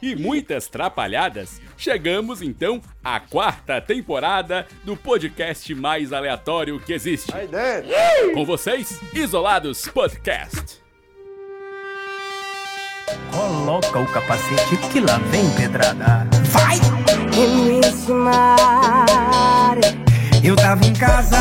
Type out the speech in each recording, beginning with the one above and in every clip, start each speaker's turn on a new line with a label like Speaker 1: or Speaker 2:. Speaker 1: e muitas trapalhadas, chegamos então à quarta temporada do podcast mais aleatório que existe. Com vocês, Isolados Podcast.
Speaker 2: Coloca o capacete que lá vem pedrada. Vai!
Speaker 3: Nesse mar,
Speaker 2: Eu tava em casa,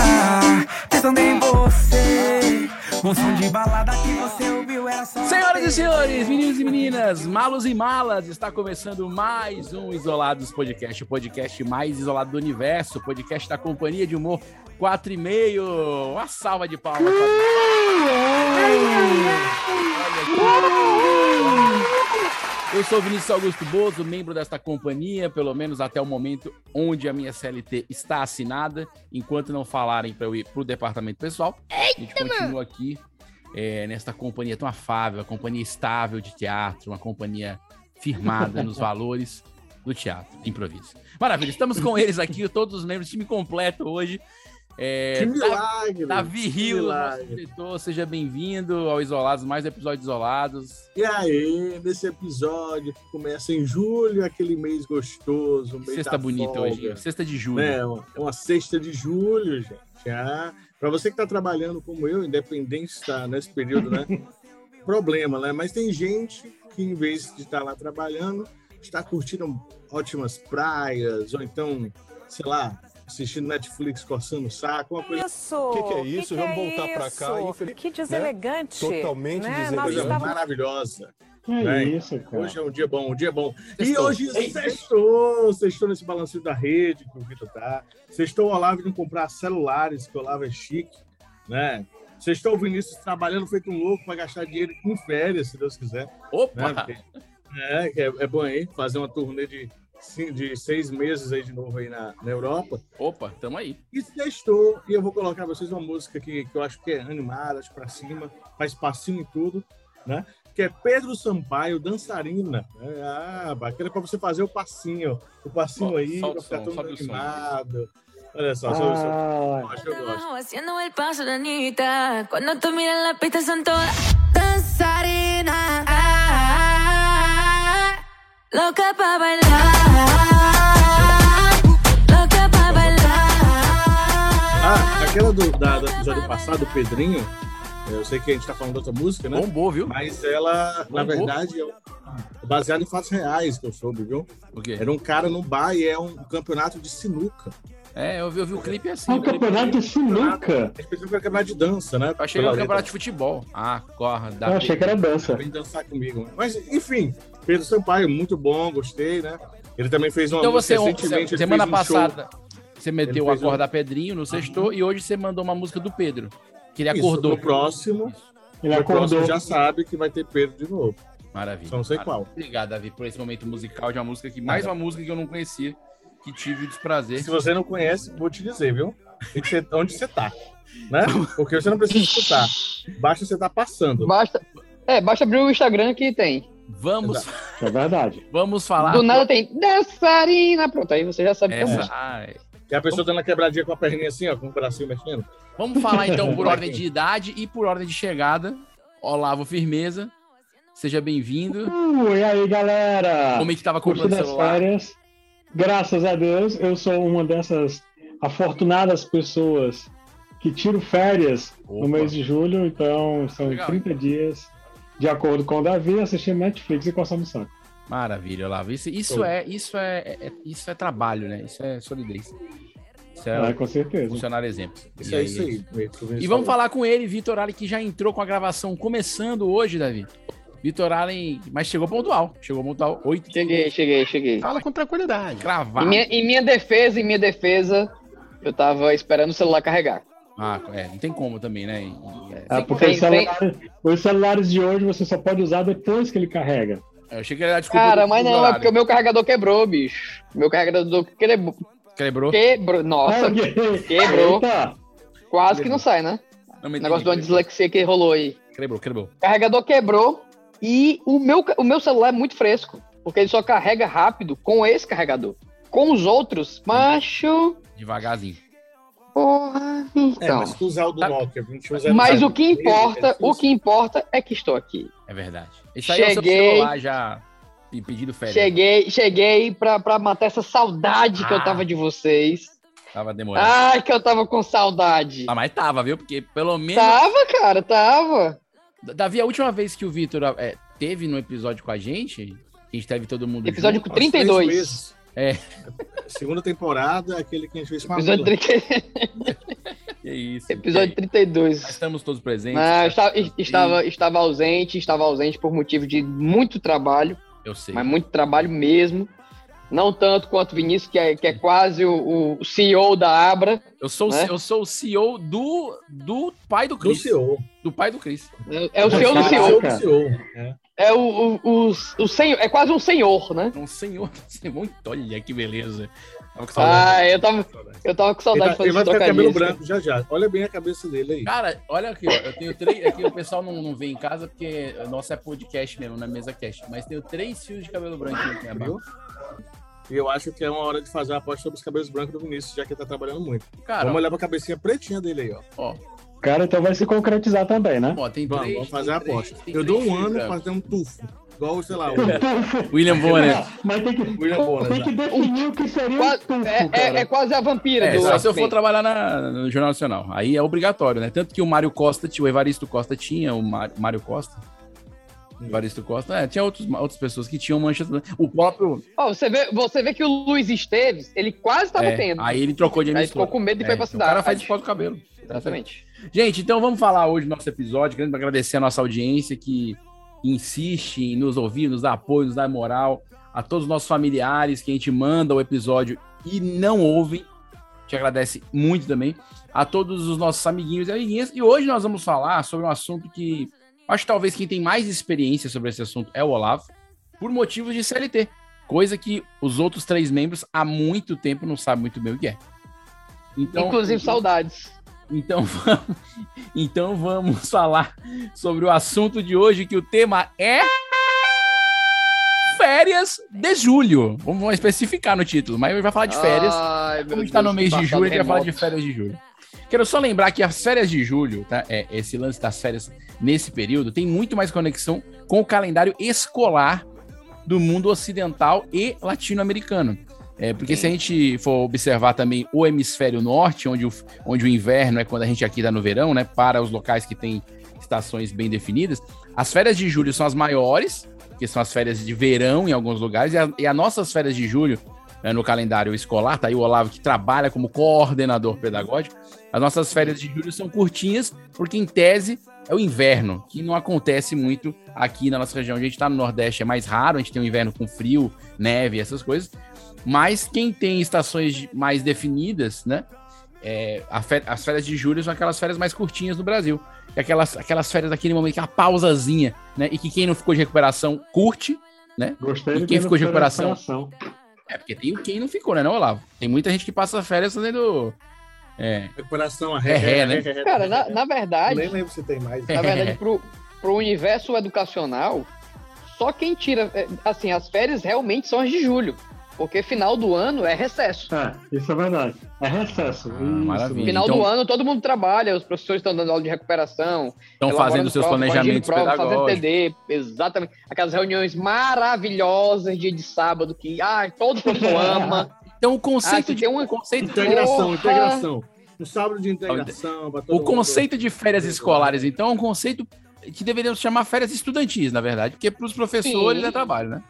Speaker 2: pensando em você. Um som de balada que você ouviu era só.
Speaker 1: Senhoras e senhores, meninos e meninas, malos e malas, está começando mais um Isolados Podcast, o podcast mais isolado do universo, o podcast da Companhia de Humor 4 e meio. Uma salva de palmas. para- Eu sou Vinícius Augusto Bozo, membro desta companhia, pelo menos até o momento onde a minha CLT está assinada. Enquanto não falarem para eu ir para o departamento pessoal, a gente continua aqui é, nesta companhia tão afável, a companhia estável de teatro, uma companhia firmada nos valores do teatro, de improviso. Maravilha, estamos com eles aqui, todos os membros, time completo hoje. É,
Speaker 4: Que milagre!
Speaker 1: Davi
Speaker 4: que
Speaker 1: Rio, nosso
Speaker 4: milagre.
Speaker 1: diretor, seja bem-vindo ao Isolados, mais um episódio de Isolados.
Speaker 4: E aí, nesse episódio que começa em julho, aquele mês gostoso, um mês
Speaker 1: Sexta
Speaker 4: da
Speaker 1: bonita
Speaker 4: folga,
Speaker 1: hoje, sexta de julho.
Speaker 4: Né? É uma- é uma sexta de julho, gente. Ah, Para você que está trabalhando como eu, independente está nesse período, né? Problema, né? Mas tem gente que, em vez de estar lá trabalhando, está curtindo ótimas praias, ou então, sei lá, assistindo Netflix, coçando o saco, uma coisa
Speaker 5: isso?
Speaker 6: Que que é isso? Vamos voltar pra cá,
Speaker 5: isso?
Speaker 6: infeliz- né?
Speaker 5: Que deselegante.
Speaker 6: Totalmente
Speaker 5: né? Nós
Speaker 6: deselegante.
Speaker 5: estávamos...
Speaker 4: maravilhosa.
Speaker 7: Que
Speaker 4: Bem,
Speaker 7: isso, cara.
Speaker 4: Hoje é um dia bom, um dia bom. E
Speaker 1: Sextou.
Speaker 4: hoje sextou, sextou nesse balanço da rede que o Vitor tá. Sextou o Olavo de comprar celulares, que o Olavo é chique, né? Sextou o Vinícius trabalhando feito um louco para gastar dinheiro em férias, se Deus quiser. Né?
Speaker 1: Opa!
Speaker 4: Porque- É, que é, é bom aí fazer uma turnê de, cin- de seis meses aí de novo aí na, na Europa.
Speaker 1: Opa, tamo aí.
Speaker 4: E sextou, e eu vou colocar pra vocês uma música que, que eu acho que é animada, acho pra cima, faz passinho em tudo, né? Que é Pedro Sampaio, dançarina. É, ah, bacana pra você fazer o passinho. O passinho
Speaker 1: Ó,
Speaker 4: aí,
Speaker 1: sobe
Speaker 4: pra
Speaker 1: o
Speaker 4: ficar
Speaker 1: som,
Speaker 4: todo
Speaker 1: sobe o som.
Speaker 4: animado. Olha só, sobe o som. Eu
Speaker 7: Ah,
Speaker 4: gosto, eu gosto.
Speaker 8: Haciendo el paso de Anita. Cuando tú miras la pista son todas
Speaker 3: dançarina.
Speaker 8: locas para bailar. Loca para bailar.
Speaker 4: Ah, aquela do, da, do episódio passado, o Pedrinho. Eu sei que a gente tá falando de outra música, né?
Speaker 1: Bombou, viu?
Speaker 4: Mas ela, na
Speaker 1: Bombou.
Speaker 4: verdade, é baseada em fatos reais que eu soube, viu?
Speaker 1: O quê?
Speaker 4: Era um cara no bar e é um campeonato de sinuca.
Speaker 1: É, eu vi, eu vi o clipe assim.
Speaker 7: é um
Speaker 1: o clipe-
Speaker 7: campeonato de sinuca.
Speaker 4: Eles pensam que era campeonato de dança, né?
Speaker 1: Eu achei que era
Speaker 4: Pela
Speaker 1: um
Speaker 4: letra.
Speaker 1: campeonato de futebol. Ah, corra. dá
Speaker 7: Eu achei que era dança.
Speaker 4: Vem dançar comigo. né? Mas, enfim, Pedro Sampaio, muito bom, gostei, né? Ele também fez uma
Speaker 1: Então
Speaker 4: música
Speaker 1: você, ontem,
Speaker 4: recentemente, ele
Speaker 1: semana
Speaker 4: fez um show.
Speaker 1: passada, você
Speaker 4: Ele
Speaker 1: meteu o
Speaker 4: fez
Speaker 1: acordar
Speaker 4: um- Uhum.
Speaker 1: Pedrinho no sexto e hoje você mandou uma música do Pedro, que ele
Speaker 4: Isso,
Speaker 1: acordou.
Speaker 4: no próximo,
Speaker 7: Ele
Speaker 4: no próximo
Speaker 7: acordou.
Speaker 4: já sabe que vai ter Pedro de novo.
Speaker 1: Maravilha.
Speaker 4: Só não sei
Speaker 1: Maravilha.
Speaker 4: qual.
Speaker 1: Obrigado, Davi, por esse momento musical de uma música que mais uma música que eu não conhecia, que tive o desprazer.
Speaker 4: Se você não conhece, vou te dizer, viu? Tem que ser onde você tá. Né? Porque você não precisa escutar. Basta você estar passando.
Speaker 9: Basta, é, basta abrir o Instagram que tem.
Speaker 1: Vamos,
Speaker 7: É verdade.
Speaker 1: vamos falar.
Speaker 9: Do nada tem dançarina. Pronto, aí você já sabe que é
Speaker 1: Essa,
Speaker 9: música.
Speaker 1: ai.
Speaker 4: E a pessoa dando a quebradinha com a perninha assim, ó, com o bracinho mexendo.
Speaker 1: Vamos falar então por ordem de idade e por ordem de chegada. Olavo Firmeza, seja bem-vindo.
Speaker 7: Uh, e aí,
Speaker 4: Ah,
Speaker 7: galera?
Speaker 1: Como é que tava
Speaker 7: Curso
Speaker 1: comprando
Speaker 7: das
Speaker 1: celular?
Speaker 7: férias. Graças a Deus, eu sou uma dessas afortunadas pessoas que tiro férias
Speaker 1: Opa.
Speaker 7: no mês de julho, então são
Speaker 1: Legal.
Speaker 7: 30 dias, de acordo com o Davi, assistindo Netflix e coçando saco.
Speaker 1: Maravilha, Olavo. Isso, isso
Speaker 4: Show.
Speaker 1: é, isso é, é- isso é trabalho, né? Isso é solidez. Isso
Speaker 7: Ah,
Speaker 1: é
Speaker 7: com certeza.
Speaker 1: funcionar exemplo.
Speaker 4: Isso
Speaker 1: E
Speaker 4: é
Speaker 1: aí-
Speaker 4: isso aí.
Speaker 1: E vamos falar com ele, Vitor Ali, que já entrou com a gravação começando hoje, Davi. Vitor Allen, mas chegou pontual. Chegou pontual 8
Speaker 5: Cheguei, cheguei, cheguei.
Speaker 1: Fala com tranquilidade. Cravado.
Speaker 5: Em minha, em minha defesa, em minha defesa, eu tava esperando o celular carregar.
Speaker 1: Ah, é, não tem como também, né?
Speaker 7: Ah, porque
Speaker 5: Vem,
Speaker 7: os, celulares, os celulares de hoje você só pode usar depois que ele carrega.
Speaker 1: Eu achei que era a desculpa.
Speaker 5: Cara,
Speaker 1: do-
Speaker 5: mas
Speaker 1: do
Speaker 5: não, é
Speaker 1: horário.
Speaker 5: porque o meu carregador quebrou, bicho. Meu carregador quebrou.
Speaker 1: Quebrou.
Speaker 5: quebrou. Nossa, é. quebrou.
Speaker 7: Eita,
Speaker 5: Quase que não sai, né?
Speaker 1: Não,
Speaker 5: O
Speaker 1: me
Speaker 5: negócio de uma
Speaker 1: entendi.
Speaker 5: dislexia que rolou aí.
Speaker 1: Quebrou, quebrou.
Speaker 5: Carregador quebrou e o meu, o meu celular é muito fresco. Porque ele só carrega rápido com esse carregador. Com os outros, macho.
Speaker 1: Devagarzinho.
Speaker 5: Porra.
Speaker 4: É,
Speaker 5: Então.
Speaker 4: mas tu usar o do
Speaker 1: Tá.
Speaker 4: Nokia, 21
Speaker 5: Mas o que
Speaker 4: É
Speaker 5: importa, o que importa é que estou aqui.
Speaker 1: É verdade. Isso aí é o seu
Speaker 5: Cheguei.
Speaker 1: celular já pe- pedindo férias. né?
Speaker 5: Cheguei, cheguei pra, pra matar essa saudade que
Speaker 1: Ah.
Speaker 5: eu tava de vocês.
Speaker 1: Tava demorando.
Speaker 5: Ai, que eu tava com saudade.
Speaker 1: Ah, mas tava, viu? Porque pelo menos.
Speaker 5: Tava, cara, tava.
Speaker 1: Davi, a última vez que o Vitor é, teve no episódio com a gente, que a gente teve todo mundo.
Speaker 5: Episódio
Speaker 4: Uhum.
Speaker 1: junto,
Speaker 5: com 32.
Speaker 1: É.
Speaker 4: Segunda temporada, aquele que é a gente fez com a
Speaker 5: Episódio,
Speaker 4: Mila.
Speaker 5: 30
Speaker 1: Que isso.
Speaker 5: episódio
Speaker 1: que- Nós
Speaker 5: 32.
Speaker 1: estamos todos presentes.
Speaker 5: Ah, eu estava, estava, estava ausente, estava ausente por motivo de muito trabalho,
Speaker 1: Eu sei.
Speaker 5: mas muito trabalho mesmo. Não tanto quanto o Vinícius, que é, que é quase o, o CEO da Abra,
Speaker 1: Eu sou, o
Speaker 5: né?
Speaker 1: C- eu sou o CEO do, do pai do
Speaker 4: Do
Speaker 1: Chris. Do,
Speaker 4: CEO.
Speaker 1: pai do Chris.
Speaker 5: é o CEO do
Speaker 7: Caraca.
Speaker 5: CEO,
Speaker 4: Do CEO. É.
Speaker 5: é o, o, o, o senhor, é quase um senhor, né?
Speaker 1: É um senhor. Muito, olha que beleza. Tava com saudade.
Speaker 5: Ah, eu tava, eu tava com saudade
Speaker 4: Ele, tá-
Speaker 5: de fazer
Speaker 4: ele vai
Speaker 5: esse
Speaker 4: ficar com cabelo
Speaker 5: trocadilho.
Speaker 4: branco já já. Olha bem a cabeça dele aí.
Speaker 1: Cara, olha aqui, ó. Eu tenho três. Aqui o pessoal não, não vê em casa porque o nosso é podcast mesmo, não é mesa cast. Mas tenho três fios de cabelo branco aqui na barba.
Speaker 4: E eu acho que é uma hora de fazer uma aposta sobre os cabelos brancos do Vinícius, já que ele tá trabalhando muito.
Speaker 1: Cara,
Speaker 4: Vamos olhar pra cabecinha pretinha dele aí, ó.
Speaker 1: ó,
Speaker 7: Cara, então vai se concretizar também, né?
Speaker 1: ó, tem
Speaker 4: Vamos,
Speaker 1: três.
Speaker 4: vamos fazer a
Speaker 1: tem três-
Speaker 4: aposta.
Speaker 1: tem
Speaker 4: Eu
Speaker 1: três
Speaker 4: dou um
Speaker 1: fios
Speaker 4: ano pra
Speaker 1: brancos.
Speaker 4: fazer um tufo. Igual, sei lá, o
Speaker 1: William Bonner.
Speaker 7: Então, Mas tem que,
Speaker 4: William
Speaker 1: né,
Speaker 4: Bonner,
Speaker 7: tem que definir o que seria um
Speaker 5: Quase-
Speaker 7: estufo,
Speaker 5: é, é-
Speaker 7: cara.
Speaker 5: é quase a vampira
Speaker 1: É,
Speaker 5: do
Speaker 1: só se eu for
Speaker 5: X-Men.
Speaker 1: trabalhar na- no Jornal Nacional. Aí é obrigatório, né? Tanto que o Mário Costa, tinha, o Evaristo Costa tinha, o Má- Mário Costa. O Evaristo Costa, é, tinha outros, outras pessoas que tinham manchas. O próprio.
Speaker 5: Ó, você, vê, você vê que o Luiz Esteves, ele quase tava
Speaker 1: é,
Speaker 5: tendo.
Speaker 1: aí ele trocou de
Speaker 5: Aí ficou
Speaker 1: emissora.
Speaker 5: com medo e
Speaker 1: É,
Speaker 5: foi pra
Speaker 1: o
Speaker 5: cidade.
Speaker 1: cara faz de pó do cabelo.
Speaker 5: Exatamente.
Speaker 1: Gente, então vamos falar hoje do nosso episódio. Querendo agradecer a nossa audiência que insiste em nos ouvir, nos dar apoio, nos dar moral. A todos os nossos familiares que a gente manda o episódio e não ouvem. Te agradece muito também. A todos os nossos amiguinhos e amiguinhas. E hoje nós vamos falar sobre um assunto que acho que talvez quem tem mais experiência sobre esse assunto é o Olavo, por motivos de CLT. Coisa que os outros três membros há muito tempo não sabem muito bem o que é. Então,
Speaker 5: Inclusive, saudades.
Speaker 1: então vamos, então vamos falar sobre o assunto de hoje, que o tema é férias de julho. Vamos vamos especificar no título, mas a gente vai falar tá de férias.
Speaker 5: Ai, meu
Speaker 1: Como a gente tá no
Speaker 5: Deus,
Speaker 1: mês de
Speaker 5: passado
Speaker 1: julho, a gente vai falar de
Speaker 5: remoto.
Speaker 1: férias de julho. Quero só lembrar que as férias de julho, tá? É, esse lance das férias nesse período tem muito mais conexão com o calendário escolar do mundo ocidental e latino-americano. É, porque se a gente for observar também o hemisfério norte, onde o, onde o inverno é quando a gente aqui dá no verão, né? Para os locais que têm estações bem definidas, as férias de julho são as maiores, que são as férias de verão em alguns lugares, e, a, e as nossas férias de julho é, no calendário escolar, tá aí o Olavo que trabalha como coordenador pedagógico. As nossas férias de julho são curtinhas, porque em tese é o inverno, que não acontece muito aqui na nossa região. A gente está no Nordeste, é mais raro, a gente tem um inverno com frio, neve, essas coisas. Mas quem tem estações de- mais definidas, né? é, a fe- as férias de julho são aquelas férias mais curtinhas no Brasil. É Aquelas, aquelas férias daquele momento, aquela pausazinha, né? E que quem não ficou de recuperação curte,
Speaker 7: Gostei
Speaker 1: E
Speaker 7: do
Speaker 1: quem
Speaker 7: que
Speaker 1: ficou de
Speaker 7: não foi
Speaker 1: recuperação?
Speaker 7: recuperação.
Speaker 1: é, porque tem quem não ficou, né, não, Olavo? Tem muita gente que passa férias fazendo. É,
Speaker 4: recuperação, a
Speaker 1: É ré, né?
Speaker 5: Cara, na, na verdade,
Speaker 4: Nem lembro se tem mais.
Speaker 5: na
Speaker 1: É.
Speaker 5: verdade, pro, pro universo educacional, só quem tira. é, Assim, as férias realmente são as de julho. Porque final do ano é recesso.
Speaker 7: É, isso é verdade. É recesso.
Speaker 1: Ah,
Speaker 7: Isso,
Speaker 1: maravilha.
Speaker 5: Final
Speaker 1: Então-
Speaker 5: do ano todo mundo trabalha, os professores estão dando aula de recuperação,
Speaker 1: estão então
Speaker 5: elaborando
Speaker 1: fazendo seus
Speaker 5: prova, corrigindo
Speaker 1: planejamentos
Speaker 5: prova, fazendo
Speaker 1: pedagógicos.
Speaker 5: TD, exatamente. Aquelas reuniões maravilhosas dia de sábado que ah, todo professor ama.
Speaker 1: Então o conceito
Speaker 5: Ah,
Speaker 1: de
Speaker 5: tem um-
Speaker 1: o conceito de
Speaker 4: Integração,
Speaker 5: Porra!
Speaker 4: integração. Um sábado de integração. pra todo
Speaker 1: O
Speaker 4: mundo.
Speaker 1: conceito de férias escolares, então, é um conceito que deveríamos chamar férias estudantis, na verdade, porque para os professores
Speaker 5: Sim.
Speaker 1: é trabalho, né?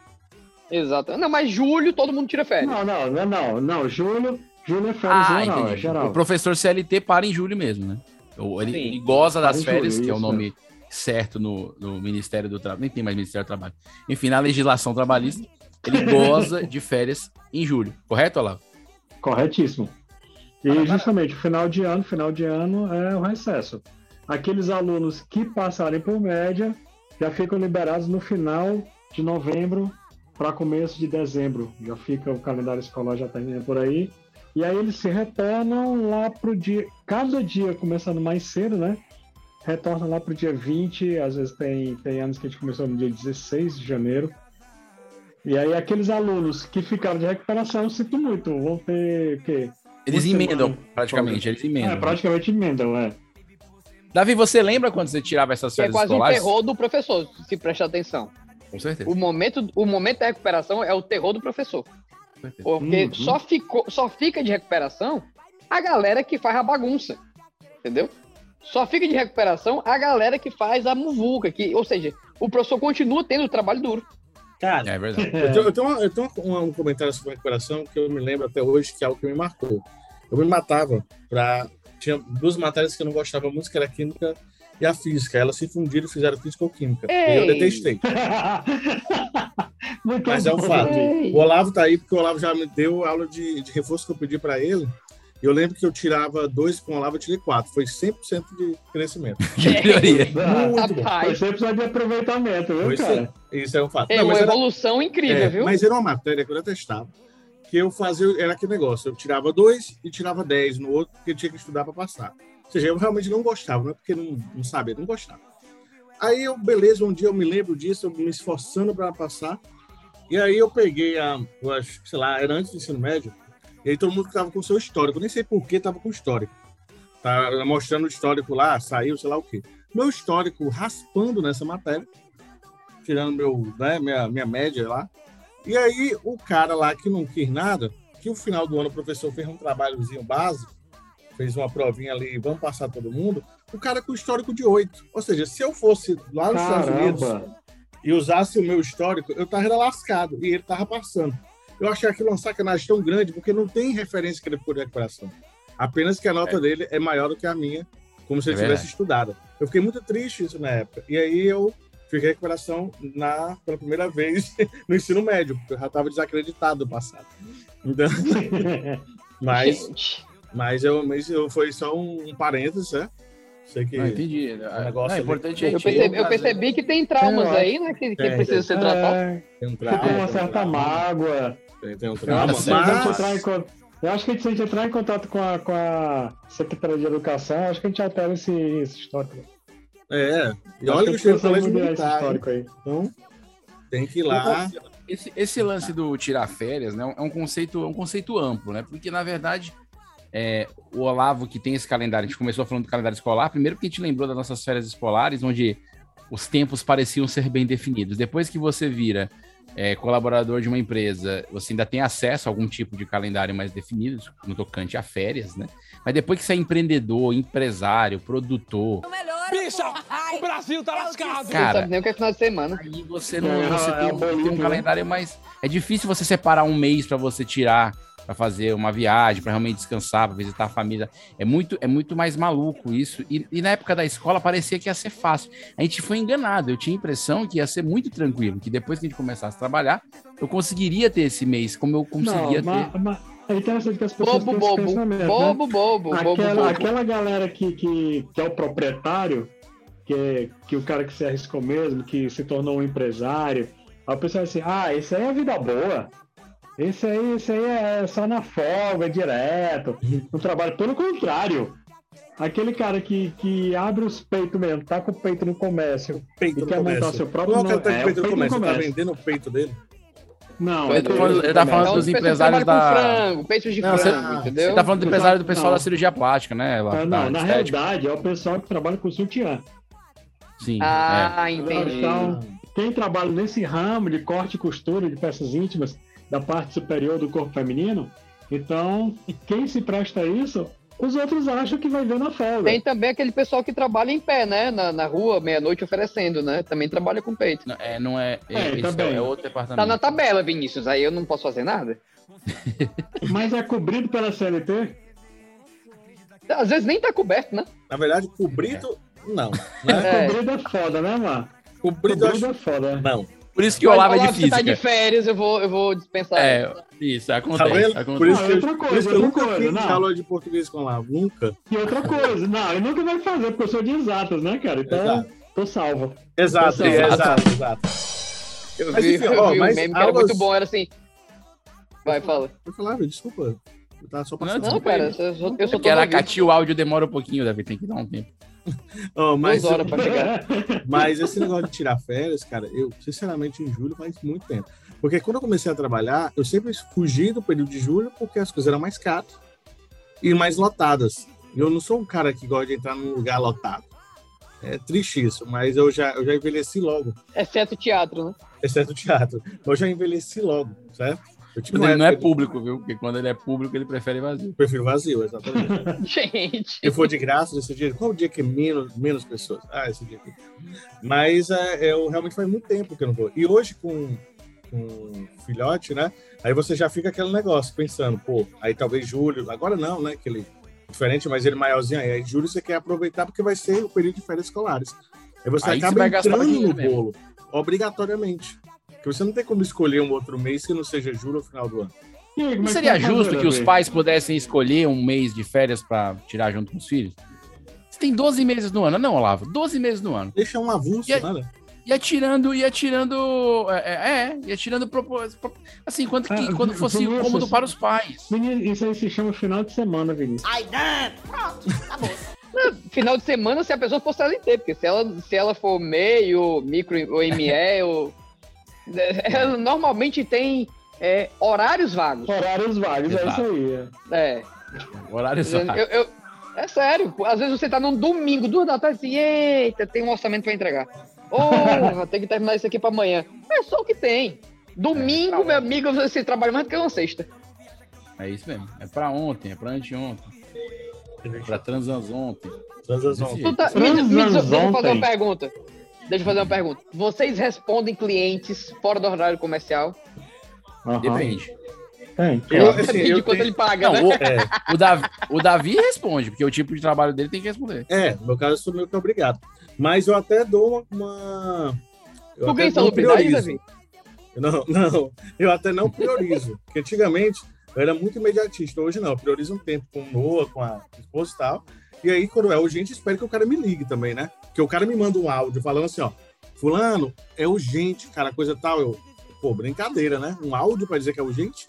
Speaker 5: Exato. Não, mas julho todo mundo tira férias.
Speaker 7: Não, não, não, não, não. Julho, julho é
Speaker 5: Ah,
Speaker 7: férias
Speaker 1: Ah,
Speaker 7: geral, é geral.
Speaker 1: O professor CLT para em julho mesmo, né? Ou Ele,
Speaker 5: Sim.
Speaker 1: ele goza
Speaker 7: Para
Speaker 1: das
Speaker 7: em julho,
Speaker 1: férias, que é o
Speaker 7: isso,
Speaker 1: nome certo no, no Ministério do Trabalho, nem tem mais Ministério do Trabalho, enfim, na legislação trabalhista, ele goza de férias em julho, correto, Olavo?
Speaker 7: Corretíssimo. E justamente, final de ano, final de ano é o recesso. Aqueles alunos que passarem por média já ficam liberados no final de novembro para começo de dezembro. Já fica o calendário escolar já termina por aí. E aí eles se retornam lá pro dia, cada dia começando mais cedo, né? Retorna lá pro dia 20, às vezes tem, tem anos que a gente começou no dia 16 de janeiro. E aí aqueles alunos que ficaram de recuperação, eu sinto muito, vão ter o quê?
Speaker 1: Eles
Speaker 7: Uma
Speaker 1: emendam,
Speaker 7: semana.
Speaker 1: praticamente, eles emendam.
Speaker 7: É,
Speaker 4: né?
Speaker 7: praticamente emendam, é.
Speaker 1: Davi, você lembra quando você tirava essas
Speaker 5: Que é
Speaker 1: férias
Speaker 5: quase um
Speaker 1: escolares?
Speaker 5: terror do professor, se prestar atenção.
Speaker 1: Com certeza.
Speaker 5: O momento, o momento da recuperação é o terror do professor. Porque
Speaker 7: Uhum.
Speaker 5: só, ficou, só fica de recuperação a galera que faz a É bagunça. Entendeu? Só fica de recuperação a galera que faz a muvuca. Que, ou seja, o professor continua tendo o trabalho duro.
Speaker 4: Cara,
Speaker 1: É
Speaker 7: hum.
Speaker 1: verdade.
Speaker 4: Eu tenho, eu tenho uma- eu tenho um, um comentário sobre recuperação que eu me lembro até hoje, que é algo que me marcou. Eu me matava pra. Tinha duas matérias que eu não gostava muito, que era a química e a física. Elas se fundiram e fizeram física ou química.
Speaker 5: Ei!
Speaker 4: Eu detestei.
Speaker 7: Muito
Speaker 4: Mas é um
Speaker 7: bom,
Speaker 4: fato.
Speaker 7: Davi.
Speaker 5: Ei.
Speaker 4: O Olavo tá aí porque o Olavo já me deu aula de, de reforço que eu pedi pra ele. E eu lembro que eu tirava dois com o Olavo, eu tirei quatro. Foi 100% de crescimento.
Speaker 1: De melhoria.
Speaker 7: Ah,
Speaker 4: Muito bom.
Speaker 5: Rapaz,
Speaker 7: Você precisa de aproveitamento, viu,
Speaker 4: Foi
Speaker 7: cara?
Speaker 4: Isso é um fato.
Speaker 5: é
Speaker 4: Não,
Speaker 5: uma
Speaker 4: mas era-
Speaker 5: evolução incrível,
Speaker 4: É,
Speaker 5: viu?
Speaker 4: Mas era uma matéria que eu detestava. Que eu fazia, era aquele negócio, eu tirava dois e tirava dez no outro, porque eu tinha que estudar para passar. Ou seja, eu realmente não gostava, não é porque não, não sabia, não gostava. Aí eu, beleza, um dia eu me lembro disso, eu me esforçando para passar. E aí eu peguei a, eu acho, sei lá, era antes do ensino médio, e aí todo mundo tava com o seu histórico, eu nem sei por que tava com o histórico. Tá mostrando o histórico lá, saiu, sei lá o quê. Meu histórico raspando nessa matéria, tirando meu, né, minha, minha média lá. E aí, o cara lá que não quis nada, que no final do ano o professor fez um trabalhozinho básico, fez uma provinha ali, vamos passar todo mundo, o cara com histórico de oito Ou seja, se eu fosse lá nos Estados Unidos
Speaker 7: Caramba.
Speaker 4: e usasse o meu histórico, eu tava lascado e ele tava passando. Eu achei aquilo uma sacanagem tão grande, porque não tem referência que ele por recuperação. Apenas que a nota dele é maior do que a minha, como se
Speaker 1: É
Speaker 4: ele tivesse
Speaker 1: verdade.
Speaker 4: estudado. Eu fiquei muito triste isso na época. E aí eu fiquei em recuperação na, pela primeira vez no ensino médio, porque eu já estava desacreditado do passado. Então, mas,
Speaker 5: Gente,
Speaker 4: mas, eu, mas eu, foi só um, um parênteses, né? Sei que.
Speaker 1: Não, entendi.
Speaker 4: O negócio
Speaker 1: Não, é
Speaker 4: ali-
Speaker 1: importante a
Speaker 5: eu
Speaker 1: gente-
Speaker 5: percebi, eu percebi que tem traumas
Speaker 7: Eu acho.
Speaker 5: aí, né? Que, que
Speaker 4: Tem,
Speaker 5: precisam ser tratados.
Speaker 7: É,
Speaker 4: Entrar,
Speaker 7: ficou uma certa mágoa.
Speaker 4: um Tem, tem um
Speaker 7: Eu
Speaker 1: Tá
Speaker 4: trauma.
Speaker 7: acho, que se a gente
Speaker 4: é. Mas,
Speaker 7: entrar em con- eu acho que se a gente entrar em contato com a, com a Secretaria de Educação, acho que a gente altera esse, esse histórico.
Speaker 4: é, e
Speaker 7: Acho
Speaker 4: olha que eu estudei no
Speaker 7: a gente consegue
Speaker 4: colégio
Speaker 7: mudar
Speaker 4: militar,
Speaker 7: esse
Speaker 4: hein?
Speaker 7: histórico aí.
Speaker 4: Então, tem que ir lá.
Speaker 7: Então,
Speaker 1: Esse, esse lance do tirar férias né, é, um conceito, é um conceito amplo, né? Porque, na verdade, é, o Olavo que tem esse calendário, a gente começou falando do calendário escolar, primeiro porque a gente lembrou das nossas férias escolares, onde os tempos pareciam ser bem definidos. Depois que você vira é, colaborador de uma empresa, você ainda tem acesso a algum tipo de calendário mais definido, no tocante a férias, né? Mas depois que você é empreendedor, empresário, produtor,
Speaker 6: Bicha, o Brasil tá lascado.
Speaker 5: Não
Speaker 2: então,
Speaker 1: cara,
Speaker 5: sabe nem o que é final de semana.
Speaker 1: Aí você não
Speaker 7: É,
Speaker 1: você
Speaker 7: é
Speaker 1: tem,
Speaker 7: um bom
Speaker 1: tem um
Speaker 7: livro, né?
Speaker 1: calendário mais. É difícil você separar um mês pra você tirar, pra fazer uma viagem, pra realmente descansar, pra visitar a família. É muito, é muito mais maluco isso. E, e na época da escola parecia que ia ser fácil. A gente foi enganado. Eu tinha a impressão que ia ser muito tranquilo, que depois que a gente começasse a trabalhar, eu conseguiria ter esse mês, como eu conseguia
Speaker 7: Não, mas,
Speaker 1: ter.
Speaker 7: mas é interessante que as pessoas
Speaker 5: Bobo,
Speaker 7: têm esse
Speaker 5: bobo.
Speaker 7: pensamento, né?
Speaker 5: Bobo, bobo, bobo,
Speaker 7: aquela,
Speaker 5: bobo.
Speaker 7: aquela galera que, que, que é o proprietário, que, é, que o cara que se arriscou mesmo, que se tornou um empresário, a pessoa assim, ah, esse aí é vida boa. Esse aí, esse aí é só na folga, é direto, no trabalho. Pelo contrário, aquele cara que, que abre os peitos mesmo, tá com o peito no comércio
Speaker 4: Peito
Speaker 7: e
Speaker 4: no
Speaker 7: quer montar
Speaker 4: comércio.
Speaker 7: seu próprio
Speaker 4: Não, o cara tá
Speaker 7: é,
Speaker 4: com
Speaker 7: o
Speaker 4: peito no comércio, tá
Speaker 7: comércio.
Speaker 4: vendendo o peito dele.
Speaker 7: Não,
Speaker 5: Ele
Speaker 7: é
Speaker 5: tá
Speaker 7: peito
Speaker 1: falando-
Speaker 7: no
Speaker 1: ele tá
Speaker 7: comércio.
Speaker 1: falando dos
Speaker 5: os pessoas
Speaker 1: empresários
Speaker 5: trabalham
Speaker 1: da-
Speaker 5: com frango, peitos de
Speaker 4: Não,
Speaker 5: frango,
Speaker 4: você-
Speaker 5: entendeu?
Speaker 1: Você tá falando do empresário do
Speaker 7: Não. Ah,
Speaker 1: pessoal da cirurgia plástica, né? Lá, da
Speaker 7: não, na
Speaker 1: estética.
Speaker 7: realidade é o pessoal que trabalha com sutiã.
Speaker 1: Sim. é.
Speaker 5: Ah, entendi.
Speaker 7: Então, quem trabalha nesse ramo de corte e costura de peças íntimas da parte superior do corpo feminino, então, quem se presta a isso, os outros acham que vai ver na folga.
Speaker 5: Tem também aquele pessoal que trabalha em pé, né? Na, na rua, meia-noite, oferecendo, né? Também trabalha com peito.
Speaker 1: Não é. Não é, é,
Speaker 7: É,
Speaker 1: esse
Speaker 7: também.
Speaker 1: é outro departamento.
Speaker 5: Tá na tabela, né? Vinícius. Aí eu não posso fazer nada.
Speaker 7: Mas é cobrido pela CLT?
Speaker 5: Às vezes nem tá coberto, né?
Speaker 4: Na verdade, cobrido Não.
Speaker 7: É. Cobrido é foda, né, mano?
Speaker 4: Cobrido,
Speaker 7: Cobrido é foda.
Speaker 4: Não.
Speaker 1: Por isso que o Olavo é de
Speaker 2: Olavo, Você tá de
Speaker 1: física.
Speaker 2: férias, eu vou, eu vou dispensar.
Speaker 1: É, isso,
Speaker 4: Tá
Speaker 1: acontece.
Speaker 4: vendo?
Speaker 1: acontece.
Speaker 4: Por isso
Speaker 7: Não,
Speaker 4: que eu,
Speaker 7: outra
Speaker 4: por isso que eu
Speaker 7: coisa,
Speaker 4: nunca
Speaker 7: outra
Speaker 4: fiz
Speaker 7: coisa, não.
Speaker 4: aula de português com lá. Nunca.
Speaker 7: E outra coisa, não, eu nunca vai fazer, porque eu sou de exatas, né, cara? Então,
Speaker 4: Exato.
Speaker 7: tô salvo.
Speaker 4: Exato,
Speaker 7: Exato.
Speaker 4: é, exato, exato.
Speaker 2: Eu
Speaker 4: Mas
Speaker 2: vi,
Speaker 4: enfim,
Speaker 2: eu
Speaker 4: ó,
Speaker 2: vi
Speaker 4: mas
Speaker 2: um meme que era
Speaker 4: aulas-
Speaker 2: muito bom, era assim. Vai, fala.
Speaker 4: Eu falava, desculpa. Eu tava só passando.
Speaker 2: Não, cara, eu só, eu só
Speaker 1: Porque
Speaker 2: tô
Speaker 1: era
Speaker 2: novinho.
Speaker 1: Cati, o áudio demora um pouquinho, deve ter que dar um tempo.
Speaker 4: Ó, mas,
Speaker 2: duas horas pra chegar.
Speaker 4: mas esse negócio de tirar férias, cara, eu, sinceramente, em julho faz muito tempo. Porque quando eu comecei a trabalhar, eu sempre fugi do período de julho porque as coisas eram mais caras e mais lotadas. E Eu não sou um cara que gosta de entrar num lugar lotado. É triste isso, mas eu já, eu já envelheci logo,
Speaker 2: Exceto teatro, né?
Speaker 4: exceto o teatro. Eu já envelheci logo, certo? Eu tive
Speaker 1: Quando
Speaker 4: uma
Speaker 1: ele não é
Speaker 4: época que
Speaker 1: público, viu? Porque quando ele é público, ele prefere vazio.
Speaker 4: eu Prefiro vazio, exatamente.
Speaker 2: Gente.
Speaker 4: Se for de graça esse dia, qual o dia que é menos, menos pessoas? Ah, esse dia aqui. Mas é, eu realmente faz muito tempo que eu não vou. E hoje com, com filhote, né? Aí você já fica aquele negócio pensando, pô, aí talvez julho, agora não, né? Que ele é diferente, mas ele maiorzinho aí. Aí julho você quer aproveitar porque vai ser o período de férias escolares. Aí você
Speaker 1: Aí você
Speaker 4: acaba
Speaker 1: vai gastar
Speaker 4: entrando
Speaker 1: dinheiro
Speaker 4: no
Speaker 1: mesmo.
Speaker 4: bolo, obrigatoriamente. Porque você não tem como escolher um outro mês que não seja julho ou final do ano.
Speaker 7: E aí, como
Speaker 1: Não
Speaker 7: é que
Speaker 1: seria
Speaker 7: tá fazendo,
Speaker 1: justo que os
Speaker 7: velho?
Speaker 1: pais pudessem escolher um mês de férias pra tirar junto com os filhos? Você tem 12 meses no ano, não, Olavo? 12 meses no ano.
Speaker 4: Deixa um avulso,
Speaker 1: E aí-
Speaker 4: né? né?
Speaker 1: Ia tirando, ia tirando. É, é, ia tirando. propo- pro- Assim, quando, que,
Speaker 7: Ah,
Speaker 1: quando fosse
Speaker 7: Vinícius.
Speaker 1: cômodo para os pais.
Speaker 7: Menino, isso aí se chama final de semana, Vinícius.
Speaker 2: Final de semana, se a pessoa for CLT, porque se ela, se ela for MEI ou micro ou ME, ou, ela normalmente tem é, horários vagos.
Speaker 7: Horários vagos, é
Speaker 1: Exato.
Speaker 7: isso aí. é.
Speaker 2: É,
Speaker 1: Horário só.
Speaker 2: eu- eu- é sério, pô, às vezes você tá num domingo, duas da tarde, assim, eita, tem um orçamento pra entregar. Ô, vou ter que terminar isso aqui pra amanhã. É só o que tem. Domingo, meu amigo, você trabalha mais do que uma sexta.
Speaker 1: É isso mesmo. É pra ontem, é pra anteontem. É pra transans ontem.
Speaker 4: Transação.
Speaker 2: Tu tá- me- me- deixa eu fazer uma pergunta. Deixa eu fazer uma pergunta. Vocês respondem clientes fora do horário comercial?
Speaker 7: Aham.
Speaker 1: Depende.
Speaker 7: Tem.
Speaker 4: Eu,
Speaker 2: Depende
Speaker 4: assim,
Speaker 2: de
Speaker 4: eu
Speaker 2: quanto
Speaker 4: tenho-
Speaker 2: ele paga,
Speaker 1: Não,
Speaker 2: né?
Speaker 1: o,
Speaker 4: É.
Speaker 1: o Davi, o Davi responde, porque o tipo de trabalho dele tem que responder.
Speaker 4: É, no meu caso, eu sou meio que obrigado. Mas eu até dou uma. uma... eu
Speaker 2: Tu ganha
Speaker 4: até não
Speaker 2: insalubridade,
Speaker 4: priorizo.
Speaker 2: Davi?
Speaker 4: Não, não. Eu até não priorizo. porque antigamente eu era muito imediatista. Hoje não. Eu priorizo um tempo com o Noah, com a esposa e tal. E aí, quando é urgente, espero que o cara me ligue também, né? Porque o cara me manda um áudio falando assim, ó. Fulano, é urgente, cara, coisa tal. Eu, pô, brincadeira, né? Um áudio pra dizer que é urgente.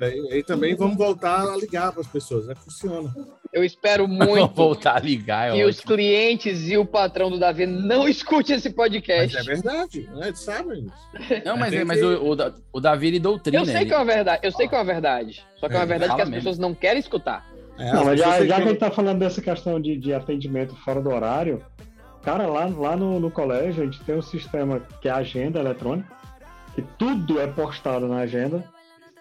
Speaker 4: É, Aí, aí também vamos voltar a ligar para as pessoas, né? Funciona.
Speaker 2: Eu espero
Speaker 1: Vou
Speaker 2: muito
Speaker 1: voltar a ligar, é
Speaker 2: que os
Speaker 1: ótimo.
Speaker 2: clientes e o patrão do Davi não escutem esse
Speaker 4: Mas
Speaker 2: podcast.
Speaker 4: é verdade, né? Eles sabem disso.
Speaker 1: Não, mas,
Speaker 4: Tem
Speaker 1: é- mas
Speaker 4: que-
Speaker 1: o, o Da- o Davi ele doutrina.
Speaker 2: eu sei
Speaker 1: ele-
Speaker 2: que é uma verdade, eu sei que é uma verdade. Só que é uma
Speaker 4: É,
Speaker 2: verdade
Speaker 1: né, fala
Speaker 2: que as
Speaker 1: mesmo.
Speaker 2: pessoas não querem escutar.
Speaker 4: É,
Speaker 7: Não,
Speaker 4: as
Speaker 7: mas já,
Speaker 4: pessoas
Speaker 7: já que a
Speaker 4: têm-
Speaker 7: gente tá falando dessa questão de, de atendimento fora do horário, cara, lá, lá no, no colégio a gente tem um sistema que é a agenda eletrônica, que tudo é postado na agenda.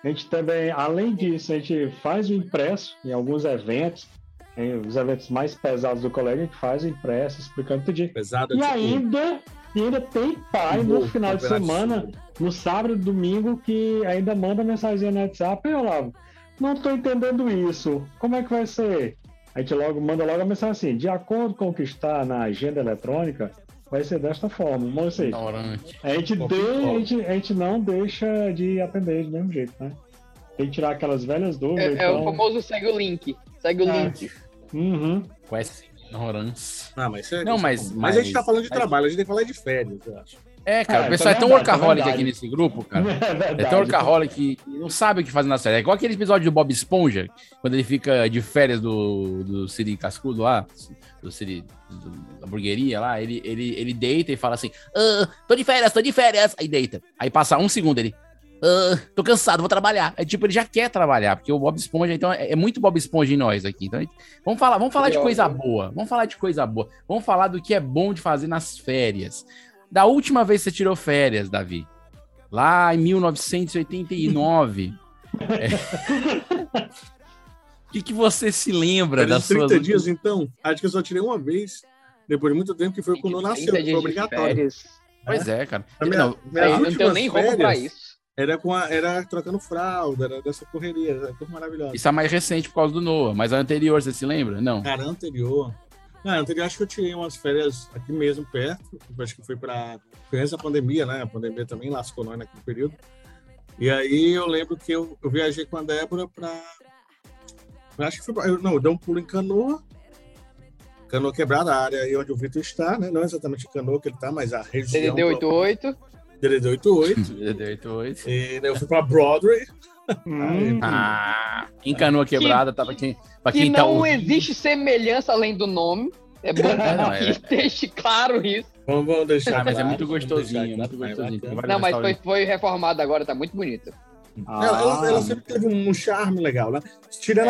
Speaker 7: A gente também, além disso, a gente faz o impresso em alguns eventos, em os eventos mais pesados do colégio, a gente faz o impresso, explicando tudinho.
Speaker 4: pesado.
Speaker 7: E
Speaker 4: tipo,
Speaker 7: ainda, e ainda tem pai
Speaker 4: um
Speaker 7: no
Speaker 4: gol,
Speaker 7: final de
Speaker 4: campeonato
Speaker 7: semana
Speaker 4: sul.
Speaker 7: no sábado e domingo que ainda manda mensagem no WhatsApp, e Olavo, não tô entendendo isso. Como é que vai ser? A gente logo manda logo a mensagem assim, de acordo com o que está na agenda eletrônica, vai ser desta forma. Mas, ou seja,
Speaker 1: Ignorante.
Speaker 7: a gente,
Speaker 4: Bom,
Speaker 7: de-
Speaker 4: bom.
Speaker 7: a, gente, a gente não deixa de atender do mesmo jeito, né? Tem que tirar aquelas velhas
Speaker 2: É,
Speaker 7: dúvidas.
Speaker 2: é
Speaker 7: então...
Speaker 2: o famoso segue o link. Segue o
Speaker 7: É.
Speaker 2: link.
Speaker 7: Uhum.
Speaker 1: Com essa ignorância.
Speaker 4: Ah, mas isso é-
Speaker 1: Não,
Speaker 4: isso é
Speaker 1: mas-
Speaker 4: bom.
Speaker 1: mas-
Speaker 4: a gente tá falando de
Speaker 1: mas-
Speaker 4: trabalho, a gente tem que falar de férias, eu acho.
Speaker 1: É, cara,
Speaker 7: Ah,
Speaker 1: o pessoal é
Speaker 7: isso é
Speaker 1: tão
Speaker 7: verdade, isso é
Speaker 1: workaholic
Speaker 7: verdade.
Speaker 1: aqui nesse grupo, cara.
Speaker 7: É verdade.
Speaker 1: É tão workaholic que não sabe o que fazer na série. É igual aquele episódio do Bob Esponja, quando ele fica de férias do, do Siri Cascudo lá, do Siri do- da hamburgueria lá, ele, ele, ele deita e fala assim, "Ah, tô de férias, tô de férias. Aí deita. Aí passa um segundo ele, "Ah, tô cansado, vou trabalhar. É tipo, ele já quer trabalhar, porque o Bob Esponja, então, é, é muito Bob Esponja em nós aqui. Então, a gente- vamos falar, vamos falar de coisa boa, vamos falar de coisa boa, vamos falar do que é bom de fazer nas férias. Da última vez que você tirou férias, Davi? Lá em 1989. É. O que, que você se lembra
Speaker 4: Férias
Speaker 1: das
Speaker 4: de
Speaker 1: suas
Speaker 4: 30
Speaker 1: últimas-
Speaker 4: dias, então, acho que eu só tirei uma vez, depois de muito tempo, que
Speaker 2: É
Speaker 4: foi quando eu nasci,
Speaker 2: 30
Speaker 4: foi
Speaker 2: dias de
Speaker 4: obrigatório.
Speaker 2: férias.
Speaker 1: Pois é, cara.
Speaker 4: A minha-
Speaker 1: Não,
Speaker 4: minhas
Speaker 2: Aí, não tenho
Speaker 4: últimas
Speaker 2: nem roupa pra
Speaker 4: férias
Speaker 2: isso.
Speaker 4: Era, com a- era trocando fralda, era dessa correria, era coisa maravilhosa.
Speaker 1: isso é mais recente por causa do Noah, mas a anterior, você se lembra? Não.
Speaker 4: Cara, anterior. Ah, anterior, acho que eu tirei umas férias aqui mesmo perto. Eu Acho que foi para foi antes da pandemia, né? A pandemia também lascou nós naquele período. E aí eu lembro que eu, eu viajei com a Débora para acho que foi pra, eu, não, eu dei um pulo em Canoa. Canoa quebrada, a área aí onde o Vitor está, né? Não exatamente Canoa que ele tá, mas a região
Speaker 2: DDD 88.
Speaker 4: DDD 88.
Speaker 1: DDD 88.
Speaker 4: E daí eu fui para Broadway. Aí,
Speaker 1: Ah, em canoa quebrada, tá pra quem, pra
Speaker 2: Que
Speaker 1: quem tá
Speaker 2: não
Speaker 1: ouvindo.
Speaker 2: existe semelhança além do nome. É bom
Speaker 1: É, não, é-
Speaker 2: que deixe claro isso.
Speaker 4: Vamos, vamos deixar.
Speaker 1: Ah, mas é
Speaker 4: claro,
Speaker 1: muito
Speaker 4: vamos
Speaker 1: gostosinho, é
Speaker 4: deixar
Speaker 1: muito
Speaker 4: claro,
Speaker 1: gostosinho. Tem
Speaker 4: bacana.
Speaker 1: vários
Speaker 2: Não, mas foi,
Speaker 1: restaurantes.
Speaker 2: foi reformado agora, tá muito bonito.
Speaker 4: Ela,
Speaker 7: Ah.
Speaker 4: ela- ela sempre teve um charme legal, né? Tirando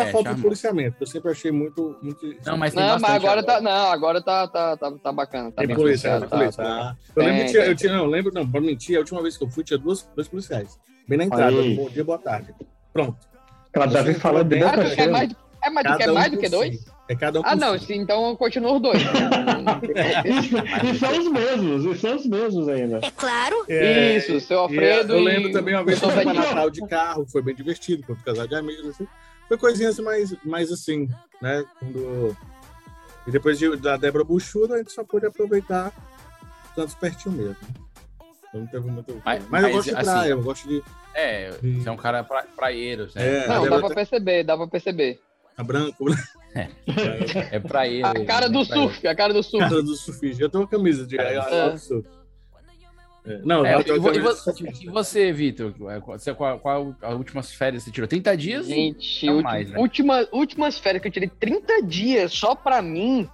Speaker 1: É,
Speaker 4: a falta
Speaker 1: charmosa.
Speaker 4: do policiamento, que eu sempre achei muito. muito...
Speaker 1: Não, mas tem
Speaker 2: Não, mas
Speaker 1: bastante
Speaker 2: agora tá. Não, agora tá, tá, tá, tá bacana. Tá
Speaker 4: Tem
Speaker 2: bem
Speaker 4: policial,
Speaker 2: policiado,
Speaker 4: tem policial.
Speaker 2: tá-
Speaker 4: Eu lembro
Speaker 2: Tem,
Speaker 4: que tinha,
Speaker 2: tem,
Speaker 4: eu tinha, não, eu lembro, não, pra mentir, a última vez que eu fui tinha duas, dois policiais. Bem na entrada,
Speaker 7: Aí.
Speaker 4: bom dia, boa tarde. Pronto.
Speaker 7: Ela já vem falando de
Speaker 2: Ah,
Speaker 7: boca
Speaker 2: tu quer
Speaker 7: cheia.
Speaker 2: mais, do- é, mas tu
Speaker 4: Cada
Speaker 2: quer
Speaker 4: um
Speaker 2: mais do
Speaker 4: por
Speaker 2: que
Speaker 4: si.
Speaker 2: dois?
Speaker 4: É cada um
Speaker 2: Ah,
Speaker 4: por
Speaker 2: não,
Speaker 4: si.
Speaker 2: sim, então continua os dois.
Speaker 7: E são os mesmos, e são os mesmos ainda.
Speaker 8: É claro.
Speaker 4: É,
Speaker 2: Isso, seu
Speaker 4: e é,
Speaker 2: Alfredo.
Speaker 4: eu
Speaker 2: e-
Speaker 4: lembro também uma vez que eu fui pra
Speaker 2: Não.
Speaker 4: Natal de carro, foi bem divertido, foi pro casal de amigos, assim. Foi coisinhas mais, mais assim, né? Quando... E depois de- da Débora Buchuda, a gente só pôde aproveitar tanto pertinho mesmo. Então não teve muito.
Speaker 1: Mas-
Speaker 4: Mas,
Speaker 1: mas,
Speaker 4: eu gosto de
Speaker 1: assim,
Speaker 4: praia, eu gosto de.
Speaker 1: É, você é um cara pra, praieiro, né?
Speaker 4: É, a
Speaker 2: Não, dá
Speaker 4: Débora
Speaker 2: pra
Speaker 4: tá-
Speaker 2: perceber, dá pra perceber.
Speaker 4: tá branco,
Speaker 1: É, praieiro.
Speaker 2: A cara
Speaker 4: né,
Speaker 2: do
Speaker 1: é praieiro.
Speaker 2: surf, a cara do surf.
Speaker 4: cara do surfista. Tá Eu tenho uma camisa de
Speaker 1: É.
Speaker 4: eu adoro surf. É, Não,
Speaker 1: É,
Speaker 4: eu
Speaker 1: e
Speaker 4: tenho
Speaker 1: vo-
Speaker 4: uma
Speaker 1: e
Speaker 4: camisa de
Speaker 1: você,
Speaker 4: surfista.
Speaker 1: e você, Vitor? Você- Qual, qual a última férias que você tirou? 30 dias?
Speaker 2: Gente,
Speaker 1: Não
Speaker 2: ulti-
Speaker 1: mais, né?
Speaker 2: última, últimas férias que eu tirei 30 dias só pra mim.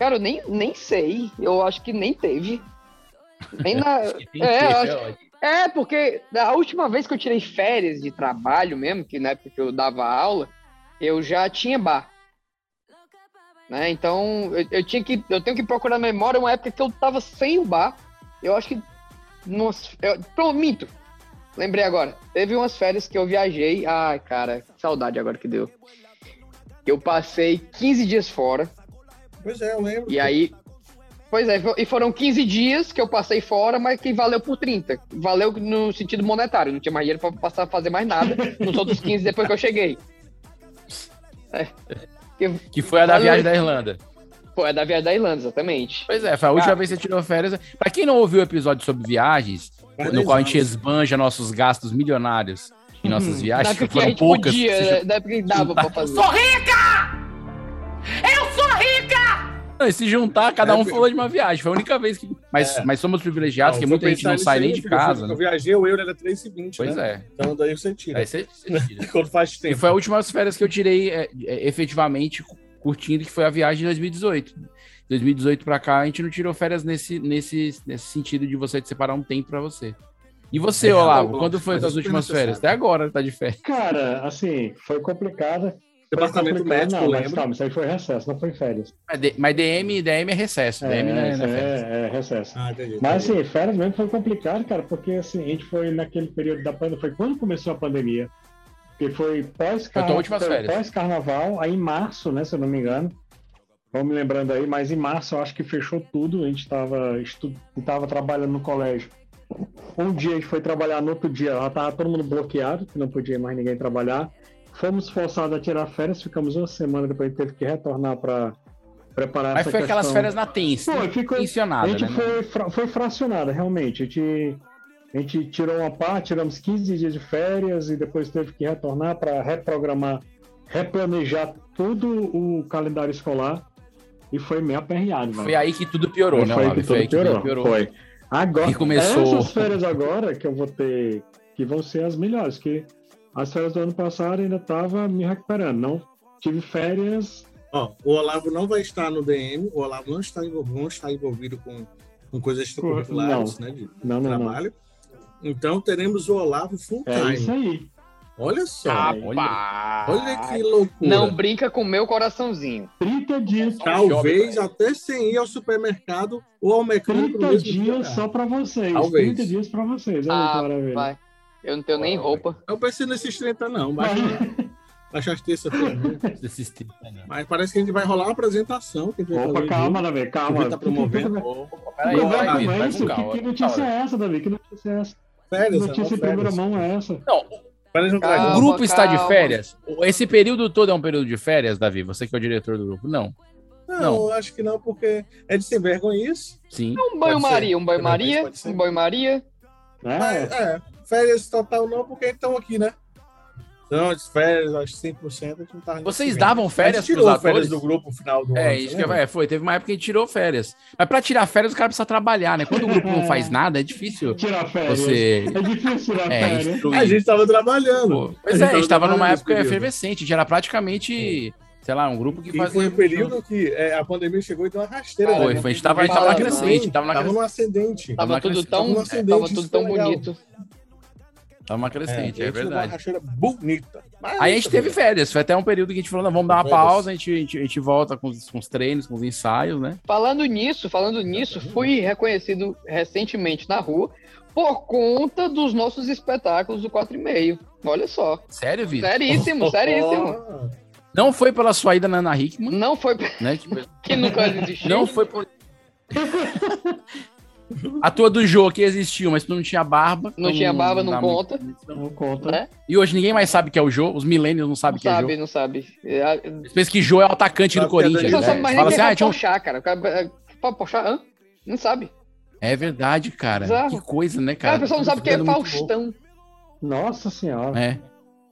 Speaker 2: Cara, eu nem, nem sei. Eu acho que nem teve. Nem na. é, eu acho É, porque a última vez que eu tirei férias de trabalho mesmo, que na época que eu dava aula, eu já tinha bar. Né? Então, eu, eu tinha que, eu tenho que procurar na memória uma época que eu tava sem o bar. Eu acho que. Nossa, eu, pronto, minto. Lembrei agora. Teve umas férias que eu viajei. Ai, cara, que saudade agora que deu. Eu passei 15 dias fora.
Speaker 4: Pois é, eu lembro.
Speaker 2: E aí. Pois é, fo- e foram 15 dias que eu passei fora, mas que valeu por 30. Valeu no sentido monetário, não tinha mais dinheiro pra passar a fazer mais nada nos outros 15 depois que eu cheguei.
Speaker 1: Que foi a da viagem da Irlanda.
Speaker 2: Pô, é da viagem da Irlanda, exatamente.
Speaker 1: Pois é, foi a última
Speaker 2: Cara.
Speaker 1: vez que você tirou férias. Pra quem não ouviu o episódio sobre viagens,
Speaker 4: Faz
Speaker 1: no
Speaker 4: dois
Speaker 1: qual a gente
Speaker 4: anos.
Speaker 1: esbanja nossos gastos milionários em nossas
Speaker 2: Na
Speaker 1: viagens, que
Speaker 2: época que a
Speaker 1: foram
Speaker 2: gente
Speaker 1: poucas.
Speaker 2: podia,
Speaker 1: se-
Speaker 2: né? na época que dava pra fazer.
Speaker 1: Não, e se juntar, cada um
Speaker 4: É,
Speaker 1: falou de uma viagem. Foi a única vez que. Mas, mas somos privilegiados, que
Speaker 4: se eu
Speaker 1: muita gente
Speaker 4: pensar
Speaker 1: não
Speaker 4: nisso
Speaker 1: sai
Speaker 4: aí,
Speaker 1: nem de
Speaker 4: filho, eu fui-
Speaker 1: casa.
Speaker 4: Eu
Speaker 1: Né?
Speaker 4: viajei, o euro era 3,20.
Speaker 1: Pois
Speaker 4: né?
Speaker 1: é.
Speaker 4: Então daí você tira.
Speaker 1: Aí você- você tira.
Speaker 4: Quando faz
Speaker 1: E
Speaker 4: tempo.
Speaker 1: foi um a última férias que eu tirei é, é, efetivamente curtindo, que foi a viagem de 2018. 2018 pra cá, a gente não tirou férias nesse, nesse, nesse sentido de você separar um tempo pra você. E você,
Speaker 4: É,
Speaker 1: Olavo,
Speaker 4: eu-
Speaker 1: quando foi
Speaker 4: mas
Speaker 1: as
Speaker 4: isso foi
Speaker 1: últimas
Speaker 4: necessário.
Speaker 1: férias? Até agora tá de férias.
Speaker 7: Cara, assim, foi complicada.
Speaker 4: Departamento
Speaker 7: Foi complicado,
Speaker 4: médico,
Speaker 7: não,
Speaker 4: eu
Speaker 7: mas tá-
Speaker 4: lembro.
Speaker 7: calma, isso aí foi recesso, não foi férias.
Speaker 1: Mas D- Mas DM, DM é recesso. DM
Speaker 4: né?
Speaker 1: não é,
Speaker 7: isso
Speaker 1: não é férias.
Speaker 7: é, é recesso.
Speaker 4: Ah, entendi.
Speaker 7: Mas assim, férias mesmo foi complicado, cara, porque assim, a gente foi naquele período da pandemia, foi quando começou a pandemia, que
Speaker 1: Foi
Speaker 7: foi
Speaker 1: tua última
Speaker 7: pós-carnaval,
Speaker 1: férias.
Speaker 7: pós-carnaval, aí em março, né, se eu não me engano, vamos me lembrando aí, mas em março eu acho que fechou tudo, a gente estava estu... tava trabalhando no colégio. Um dia a gente foi trabalhar, no outro dia ela tava todo mundo bloqueado, que não podia mais ninguém trabalhar. Fomos forçados a tirar férias, ficamos uma semana, depois a gente teve que retornar para preparar
Speaker 1: Mas
Speaker 7: essa
Speaker 1: foi aquelas
Speaker 7: questão.
Speaker 1: férias na tensa,
Speaker 7: Pô, ficou-
Speaker 1: tensionada,
Speaker 7: A gente
Speaker 1: né?
Speaker 7: foi, fra- foi fracionada, realmente. A gente, a gente tirou uma parte, tiramos 15 dias de férias e depois teve que retornar para reprogramar, replanejar todo o calendário escolar. E foi meio aperreado, mano.
Speaker 1: Foi aí que tudo piorou, né,
Speaker 7: Foi
Speaker 1: Olavo?
Speaker 7: que tudo piorou. Foi. Agora,
Speaker 1: E começou-
Speaker 7: essas férias agora que eu vou ter, que vão ser as melhores, que as férias do ano passado ainda estava me recuperando. Não tive férias.
Speaker 4: Ó, o Olavo não vai estar no DM, o Olavo não está envolvido, não está envolvido com, com coisas extracurriculares, né? De
Speaker 7: Não, não, não.
Speaker 4: trabalho. Então teremos o Olavo full
Speaker 7: É isso
Speaker 4: time.
Speaker 7: aí.
Speaker 4: Olha só.
Speaker 1: Ah,
Speaker 7: é.
Speaker 2: Rapaz,
Speaker 4: Olha que loucura.
Speaker 2: Ah, Não brinca com o meu coraçãozinho.
Speaker 7: 30 dias.
Speaker 4: Talvez até sem ir ao supermercado ou ao mecânico. no
Speaker 7: 30
Speaker 4: mesmo dia,
Speaker 7: dias
Speaker 4: cara.
Speaker 7: só pra vocês.
Speaker 4: Talvez.
Speaker 7: 30 dias pra vocês. Olha que
Speaker 2: Ah,
Speaker 7: maravilha.
Speaker 2: vai. Eu não tenho nem roupa.
Speaker 4: Eu pensei nesses 30, não. Baixa, baixa as terça-feira. né?
Speaker 1: Desses tempos, né?
Speaker 4: Mas parece que a gente vai rolar uma apresentação. Que a gente vai
Speaker 7: Opa,
Speaker 4: fazer
Speaker 7: calma, Davi,
Speaker 4: junto, que a
Speaker 7: calma.
Speaker 4: gente tá promovendo.
Speaker 1: Peraí,
Speaker 7: Não,
Speaker 1: vai, Vitor,
Speaker 7: vai, mas
Speaker 1: vai
Speaker 7: é isso,
Speaker 1: com calma. Tá,
Speaker 7: que, que notícia é essa, Davi? Que notícia é essa? Que
Speaker 4: Férias,
Speaker 7: notícia
Speaker 4: não,
Speaker 7: em primeira
Speaker 4: férias.
Speaker 7: mão é essa?
Speaker 1: Não,
Speaker 4: Férias não traz.
Speaker 1: O
Speaker 2: Calma,
Speaker 1: grupo está de
Speaker 2: calma.
Speaker 1: férias? Esse período todo é um período de férias, Davi? Você que é o diretor do grupo? Não.
Speaker 4: Não,
Speaker 1: Não.
Speaker 4: eu acho que não, porque é de sem vergonha isso.
Speaker 1: Sim.
Speaker 2: Um banho-maria, um banho-maria,
Speaker 4: Pode ser.
Speaker 2: um banho-maria.
Speaker 4: Mas, é, férias total não, porque estão aqui, né? Não, as férias, eu acho que 100% a gente não tava
Speaker 1: Vocês
Speaker 4: recebendo.
Speaker 1: davam
Speaker 4: A
Speaker 1: férias
Speaker 4: gente tirou
Speaker 1: pros
Speaker 4: férias
Speaker 1: atores?
Speaker 4: do grupo no final do ano.
Speaker 1: É,
Speaker 4: você
Speaker 1: isso que eu-
Speaker 4: lembra?
Speaker 1: é, foi. Teve uma época que a gente tirou férias. Mas pra tirar férias, o cara precisa trabalhar, né? Quando o grupo não faz nada, é difícil
Speaker 7: Tirar férias.
Speaker 1: você
Speaker 7: É difícil tirar
Speaker 1: é,
Speaker 7: férias.
Speaker 4: A
Speaker 1: instruir.
Speaker 4: gente tava trabalhando.
Speaker 1: Pô, Pois é, a gente tava numa
Speaker 4: trabalhando nesse
Speaker 1: época
Speaker 4: período.
Speaker 1: efervescente. A gente era praticamente, sei lá, um grupo que
Speaker 4: É. E
Speaker 1: fazia...
Speaker 4: foi um período que é, a pandemia chegou e deu uma rasteira.
Speaker 1: Foi,
Speaker 4: né?
Speaker 1: foi, a gente tava- a gente tava na crescente, tava na
Speaker 4: Tava
Speaker 1: crescente.
Speaker 4: no ascendente.
Speaker 1: Tava
Speaker 2: Tava tudo
Speaker 1: crescendo,
Speaker 2: tão,
Speaker 4: tava um
Speaker 2: é,
Speaker 4: acidente,
Speaker 2: tava
Speaker 4: isso
Speaker 2: tudo
Speaker 4: foi
Speaker 2: tão
Speaker 4: legal.
Speaker 2: bonito.
Speaker 1: Tava uma
Speaker 4: É,
Speaker 1: crescente,
Speaker 4: a
Speaker 1: é
Speaker 4: gente levou Uma
Speaker 1: verdade.
Speaker 4: rasteira bonita. Mas
Speaker 1: Aí a gente
Speaker 4: também,
Speaker 1: teve férias. Foi até um período que a gente falou, não, vamos dar uma
Speaker 4: Férias.
Speaker 1: pausa, a gente, a gente, a gente volta com os, com os treinos, com os ensaios, né?
Speaker 2: Falando nisso, falando nisso, fui reconhecido recentemente na rua por conta dos nossos espetáculos do 4 e meio. Olha só.
Speaker 1: Sério, Vitor?
Speaker 2: Seríssimo, seríssimo.
Speaker 4: ó,
Speaker 1: Não foi pela sua ida na Ana Hickman,
Speaker 2: Não foi
Speaker 1: né? que-
Speaker 2: que nunca existiu.
Speaker 1: Não foi por... A tua do Jô que existiu, mas tu não tinha barba.
Speaker 2: Não
Speaker 1: então
Speaker 2: tinha barba, não
Speaker 1: dá muito-
Speaker 2: conta.
Speaker 7: Não conta.
Speaker 2: né?
Speaker 1: E hoje ninguém mais sabe que é o Jô, os millennials não sabem
Speaker 2: Não
Speaker 1: que é
Speaker 2: sabe,
Speaker 1: Jô.
Speaker 2: não sabe. É, a-
Speaker 1: Eles pensam que Jô é o atacante
Speaker 4: Sabe
Speaker 1: do
Speaker 4: que é
Speaker 1: Corinthians.
Speaker 4: Danilo.
Speaker 2: Não
Speaker 1: né?
Speaker 2: sabe mais
Speaker 1: Fala
Speaker 2: nem
Speaker 1: assim,
Speaker 2: quem
Speaker 1: ah,
Speaker 2: é
Speaker 1: tinha um-
Speaker 2: Porchat, cara. O cara é, Pode Porchat? Hã? Não sabe.
Speaker 1: É verdade, cara.
Speaker 2: Bizarro.
Speaker 1: Que coisa, né,
Speaker 2: Cara,
Speaker 1: cara?
Speaker 2: o pessoal não sabe quem é
Speaker 1: Ficando muito
Speaker 2: Faustão.
Speaker 7: Nossa senhora.
Speaker 1: louco. É.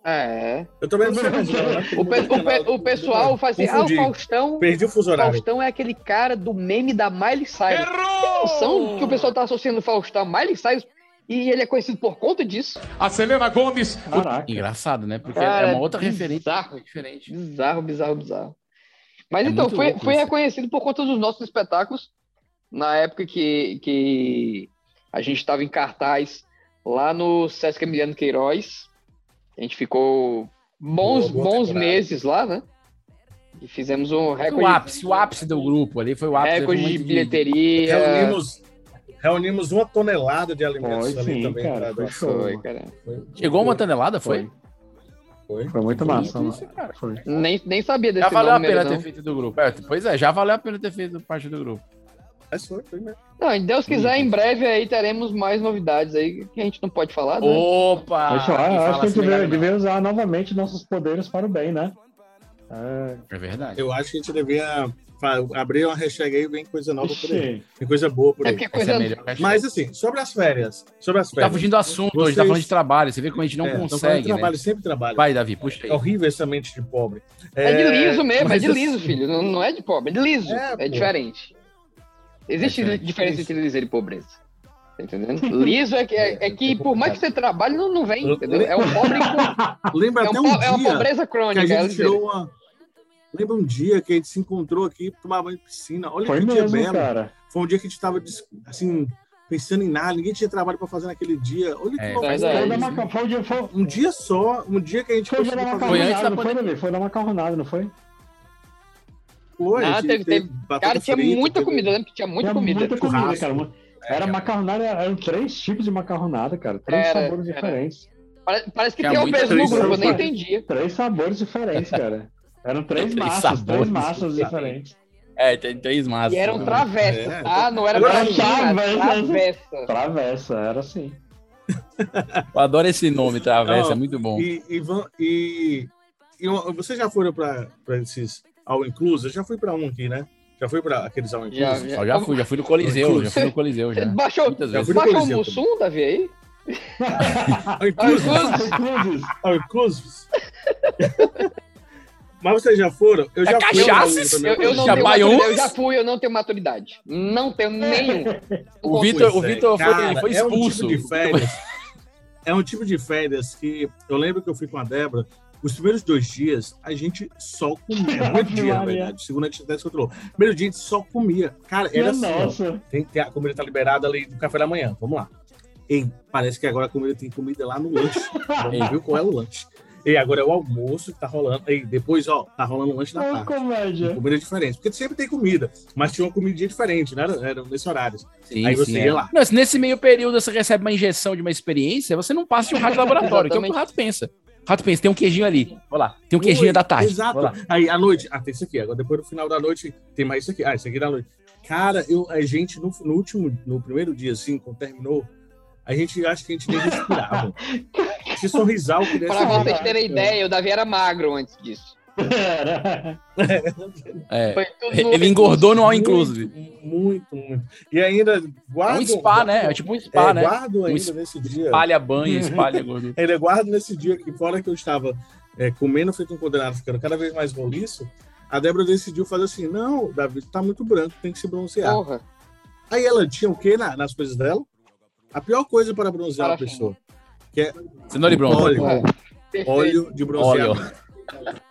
Speaker 2: É.
Speaker 4: Eu também não sei mais, eu acho que
Speaker 2: O, pe-
Speaker 4: mudou
Speaker 2: o,
Speaker 4: de canal.
Speaker 2: pe- o pessoal faz assim, ah, o
Speaker 4: Confundi.
Speaker 2: Faustão.
Speaker 4: Perdi o fuso
Speaker 2: O
Speaker 4: horário.
Speaker 2: Faustão é aquele cara do meme da Miley Cyrus. Tem noção que o pessoal tá associando o Faustão a Miley Cyrus e ele é conhecido por conta disso?
Speaker 10: A Selena Gomes.
Speaker 1: É.
Speaker 7: Caraca.
Speaker 1: Engraçado, né? Porque
Speaker 2: Cara,
Speaker 1: é uma outra
Speaker 2: bizarro.
Speaker 1: referência muito diferente.
Speaker 2: Bizarro, bizarro, bizarro. Mas
Speaker 1: É
Speaker 2: então,
Speaker 1: muito
Speaker 2: foi,
Speaker 1: louco
Speaker 2: foi
Speaker 1: isso.
Speaker 2: reconhecido por conta dos nossos espetáculos. Na época que, que a gente estava em cartaz lá no Sesc Emiliano Queiroz. A gente ficou bons,
Speaker 4: Boa, boa
Speaker 2: bons
Speaker 4: temporada.
Speaker 2: meses lá, né? E fizemos um
Speaker 1: O
Speaker 2: recorde,
Speaker 1: ápice, um o ápice do grupo ali foi o ápice. foi
Speaker 2: recorde de
Speaker 1: muito
Speaker 2: bilheteria.
Speaker 4: Reunimos, reunimos uma tonelada de alimentos
Speaker 7: Foi,
Speaker 4: ali
Speaker 7: sim,
Speaker 4: também.
Speaker 7: cara,
Speaker 4: pra
Speaker 7: foi
Speaker 4: dar-
Speaker 7: show.
Speaker 2: Foi, cara.
Speaker 4: foi-
Speaker 1: Chegou uma tonelada, foi?
Speaker 4: foi.
Speaker 7: Foi muito
Speaker 1: Bonito
Speaker 7: massa. mano.
Speaker 1: isso, cara.
Speaker 7: Foi.
Speaker 2: Nem, nem sabia desse
Speaker 1: Já valeu a
Speaker 2: nome,
Speaker 1: pena
Speaker 2: não. Tá
Speaker 1: ter feito do grupo. É, pois é, já valeu a pena ter feito parte do grupo.
Speaker 4: Mas foi, foi mesmo.
Speaker 2: Não, e Deus quiser, em breve aí teremos mais novidades aí que a gente não pode falar, né?
Speaker 1: Opa!
Speaker 7: Mas, ó,
Speaker 1: Quem
Speaker 7: eu
Speaker 1: fala
Speaker 7: acho que a
Speaker 1: assim,
Speaker 7: gente deve,
Speaker 1: legal,
Speaker 7: devia usar novamente nossos poderes para o bem, né? É,
Speaker 1: É verdade.
Speaker 4: Eu acho que a gente devia fa- abrir uma hashtag aí, vem coisa nova por aí.
Speaker 7: ixi,
Speaker 4: Tem coisa boa por
Speaker 2: É
Speaker 4: aí.
Speaker 2: porque
Speaker 1: Essa é
Speaker 2: coisa.
Speaker 1: a melhor hashtag.
Speaker 4: Mas assim, sobre as férias. Sobre as
Speaker 1: Tá
Speaker 4: férias.
Speaker 1: fugindo do assunto hoje, tá
Speaker 4: Vocês-
Speaker 1: falando de trabalho. Você vê como a gente não
Speaker 4: É, tão falando de
Speaker 1: consegue, né?
Speaker 4: trabalho, sempre trabalho.
Speaker 1: Vai, Davi, puxa aí.
Speaker 4: É horrível essa mente de pobre.
Speaker 2: É de liso mesmo, é
Speaker 4: mas
Speaker 2: de liso,
Speaker 4: assim-
Speaker 2: filho. Não, não é de pobre, é de liso.
Speaker 4: É,
Speaker 2: É,
Speaker 4: pô.
Speaker 2: diferente. Existe
Speaker 1: É diferente.
Speaker 2: diferença entre liso e pobreza. Tá entendendo? Liso é que, é, é que por mais que você trabalhe, não, não vem, entendeu? É um pobre com,
Speaker 4: Lembra
Speaker 2: é, um
Speaker 4: até
Speaker 2: po-
Speaker 4: um
Speaker 2: é uma
Speaker 4: dia
Speaker 2: pobreza
Speaker 4: que
Speaker 2: crônica.
Speaker 4: a
Speaker 2: é
Speaker 4: gente
Speaker 2: ligeiro.
Speaker 4: tirou uma... Lembra um dia que a gente se encontrou aqui pra tomar banho em piscina. Olha
Speaker 7: Foi
Speaker 4: que é dia belo.
Speaker 7: mesmo, cara.
Speaker 4: Foi um dia que a gente tava, des- assim, pensando em nada. Ninguém tinha trabalho pra fazer naquele dia. Olha que
Speaker 1: É,
Speaker 4: loucura.
Speaker 2: verdade.
Speaker 7: Foi
Speaker 2: isso,
Speaker 7: da
Speaker 2: né?
Speaker 7: maca- Foi o dia- foi-
Speaker 4: Um dia só, um dia que a gente
Speaker 7: Tipo, foi o dia da
Speaker 4: conseguiu
Speaker 1: Foi antes
Speaker 7: macarronada,
Speaker 1: da
Speaker 7: não foi,
Speaker 1: pandemia.
Speaker 7: Davi? Foi da macarronada, não foi?
Speaker 4: flores,
Speaker 2: Ah,
Speaker 4: a gente
Speaker 2: teve- teve-
Speaker 4: batata
Speaker 2: Cara, tinha
Speaker 4: frita,
Speaker 2: muita
Speaker 4: teve-
Speaker 2: comida, né? eu lembro que tinha muita
Speaker 7: Era
Speaker 2: comida. tipo,
Speaker 7: Muita comida,
Speaker 4: Churrasco.
Speaker 7: cara. Uma- Era macarronada, eram três tipos de macarronada, cara. Três
Speaker 2: Era,
Speaker 7: sabores
Speaker 2: era.
Speaker 7: diferentes.
Speaker 2: Pare- Parece que
Speaker 1: Tinha
Speaker 2: tem
Speaker 1: muita
Speaker 2: obeso no
Speaker 4: traição,
Speaker 2: grupo, eu nem
Speaker 7: pai.
Speaker 2: entendi.
Speaker 7: Três sabores diferentes, cara. Eram três
Speaker 1: Três
Speaker 7: massas, três
Speaker 1: sabores
Speaker 7: massas
Speaker 1: diferentes.
Speaker 7: diferentes.
Speaker 1: É, tem três massas.
Speaker 2: E um eram
Speaker 1: trabalho.
Speaker 2: travessas,
Speaker 4: É.
Speaker 2: tá? Não era
Speaker 7: Agora
Speaker 2: pra
Speaker 7: travessa.
Speaker 2: travessa.
Speaker 7: Travessa, era assim.
Speaker 1: Eu adoro esse nome, Travessa,
Speaker 4: Não,
Speaker 1: é muito bom.
Speaker 4: E, e, van- e, e uma- vocês já foram pra, pra esses All Inclusive? Eu já fui pra um aqui, né? Já fui pra aqueles All
Speaker 2: Já,
Speaker 4: Inclusive?
Speaker 2: já.
Speaker 1: Eu já fui, já fui no Coliseu, já fui no Coliseu
Speaker 2: Você
Speaker 1: já.
Speaker 2: baixou,
Speaker 1: Muitas
Speaker 4: vezes.
Speaker 2: baixou o
Speaker 4: Coliseu
Speaker 2: Mussum, Davi, aí?
Speaker 4: All Inclusive?
Speaker 2: Inclusive,
Speaker 7: Inclusive,
Speaker 4: All Inclusive? Mas vocês já foram? Eu já
Speaker 1: É
Speaker 4: fui. pra um
Speaker 1: cachaças?
Speaker 4: também.
Speaker 2: eu, eu não
Speaker 1: Já
Speaker 2: tenho
Speaker 1: vai
Speaker 2: maturidade.
Speaker 1: um?
Speaker 2: Eu já fui, eu não tenho maturidade. Não tenho nenhum.
Speaker 1: O Vitor, o
Speaker 4: Pois é,
Speaker 1: Vitor foi,
Speaker 4: cara,
Speaker 1: foi
Speaker 4: é um tipo
Speaker 1: expulso.
Speaker 4: de férias. É um tipo de férias que eu lembro que eu fui com a Débora. Os primeiros dois dias a gente só comia. Primeiro dia, na
Speaker 7: Maria.
Speaker 4: verdade. Segunda a gente até se controlou. Primeiro dia a gente só comia. Cara, era
Speaker 7: é
Speaker 4: assim. ó.
Speaker 7: nossa.
Speaker 4: Tem que ter, a comida tá liberada ali do café da manhã. Vamos lá. Ei, parece que agora a comida tem comida lá no lanche. Vamos ver qual é o lanche. E agora é o almoço que tá rolando. Ei, depois, ó, tá rolando o lanche da
Speaker 7: É uma
Speaker 4: tarde.
Speaker 7: comédia.
Speaker 4: Comida diferente. Porque sempre tem comida, mas tinha uma comidinha diferente, né? Era, era nesse horário.
Speaker 1: Sim,
Speaker 4: Aí
Speaker 1: sim,
Speaker 4: você
Speaker 1: é.
Speaker 4: ia lá.
Speaker 1: Não, se nesse meio período você recebe uma injeção de uma experiência, você não passa de um rato de laboratório, que é o que o rato pensa. O rato pensa, tem um queijinho ali. Olha lá, tem um queijinho
Speaker 4: Oi,
Speaker 1: da tarde.
Speaker 4: Exato.
Speaker 1: Olha lá.
Speaker 4: Aí à noite, ah, tem isso aqui. Agora depois no final da noite tem mais isso aqui. Ah, isso aqui da noite. Cara, eu, a gente no, no último, no primeiro dia, assim, quando terminou, a gente acha que a gente nem respirava. Se sorrisal que desse
Speaker 2: Pra
Speaker 4: jeito.
Speaker 2: vocês terem ideia, o Davi era magro antes disso.
Speaker 1: É.
Speaker 4: Foi tudo
Speaker 1: Ele engordou no All
Speaker 4: muito,
Speaker 1: Inclusive.
Speaker 4: Muito, muito. E ainda guarda.
Speaker 1: É um spa, né? É tipo um spa, né?
Speaker 4: Guardo
Speaker 1: Um
Speaker 4: ainda
Speaker 1: spa-
Speaker 4: nesse dia.
Speaker 1: espalha banho, espalha gordura.
Speaker 4: ainda guardo nesse dia que, fora que eu estava é, comendo feito um condenado, ficando cada vez mais roliço, a Débora decidiu fazer assim: não, Davi, tá muito branco, tem que se bronzear.
Speaker 2: Porra.
Speaker 4: Aí ela tinha o quê na- nas coisas dela? A pior coisa para bronzear a
Speaker 2: Parafina.
Speaker 4: pessoa. Que é
Speaker 1: Cenoura e bronze.
Speaker 4: óleo.
Speaker 1: É.
Speaker 4: Óleo de bronzeamento.
Speaker 1: Óleo.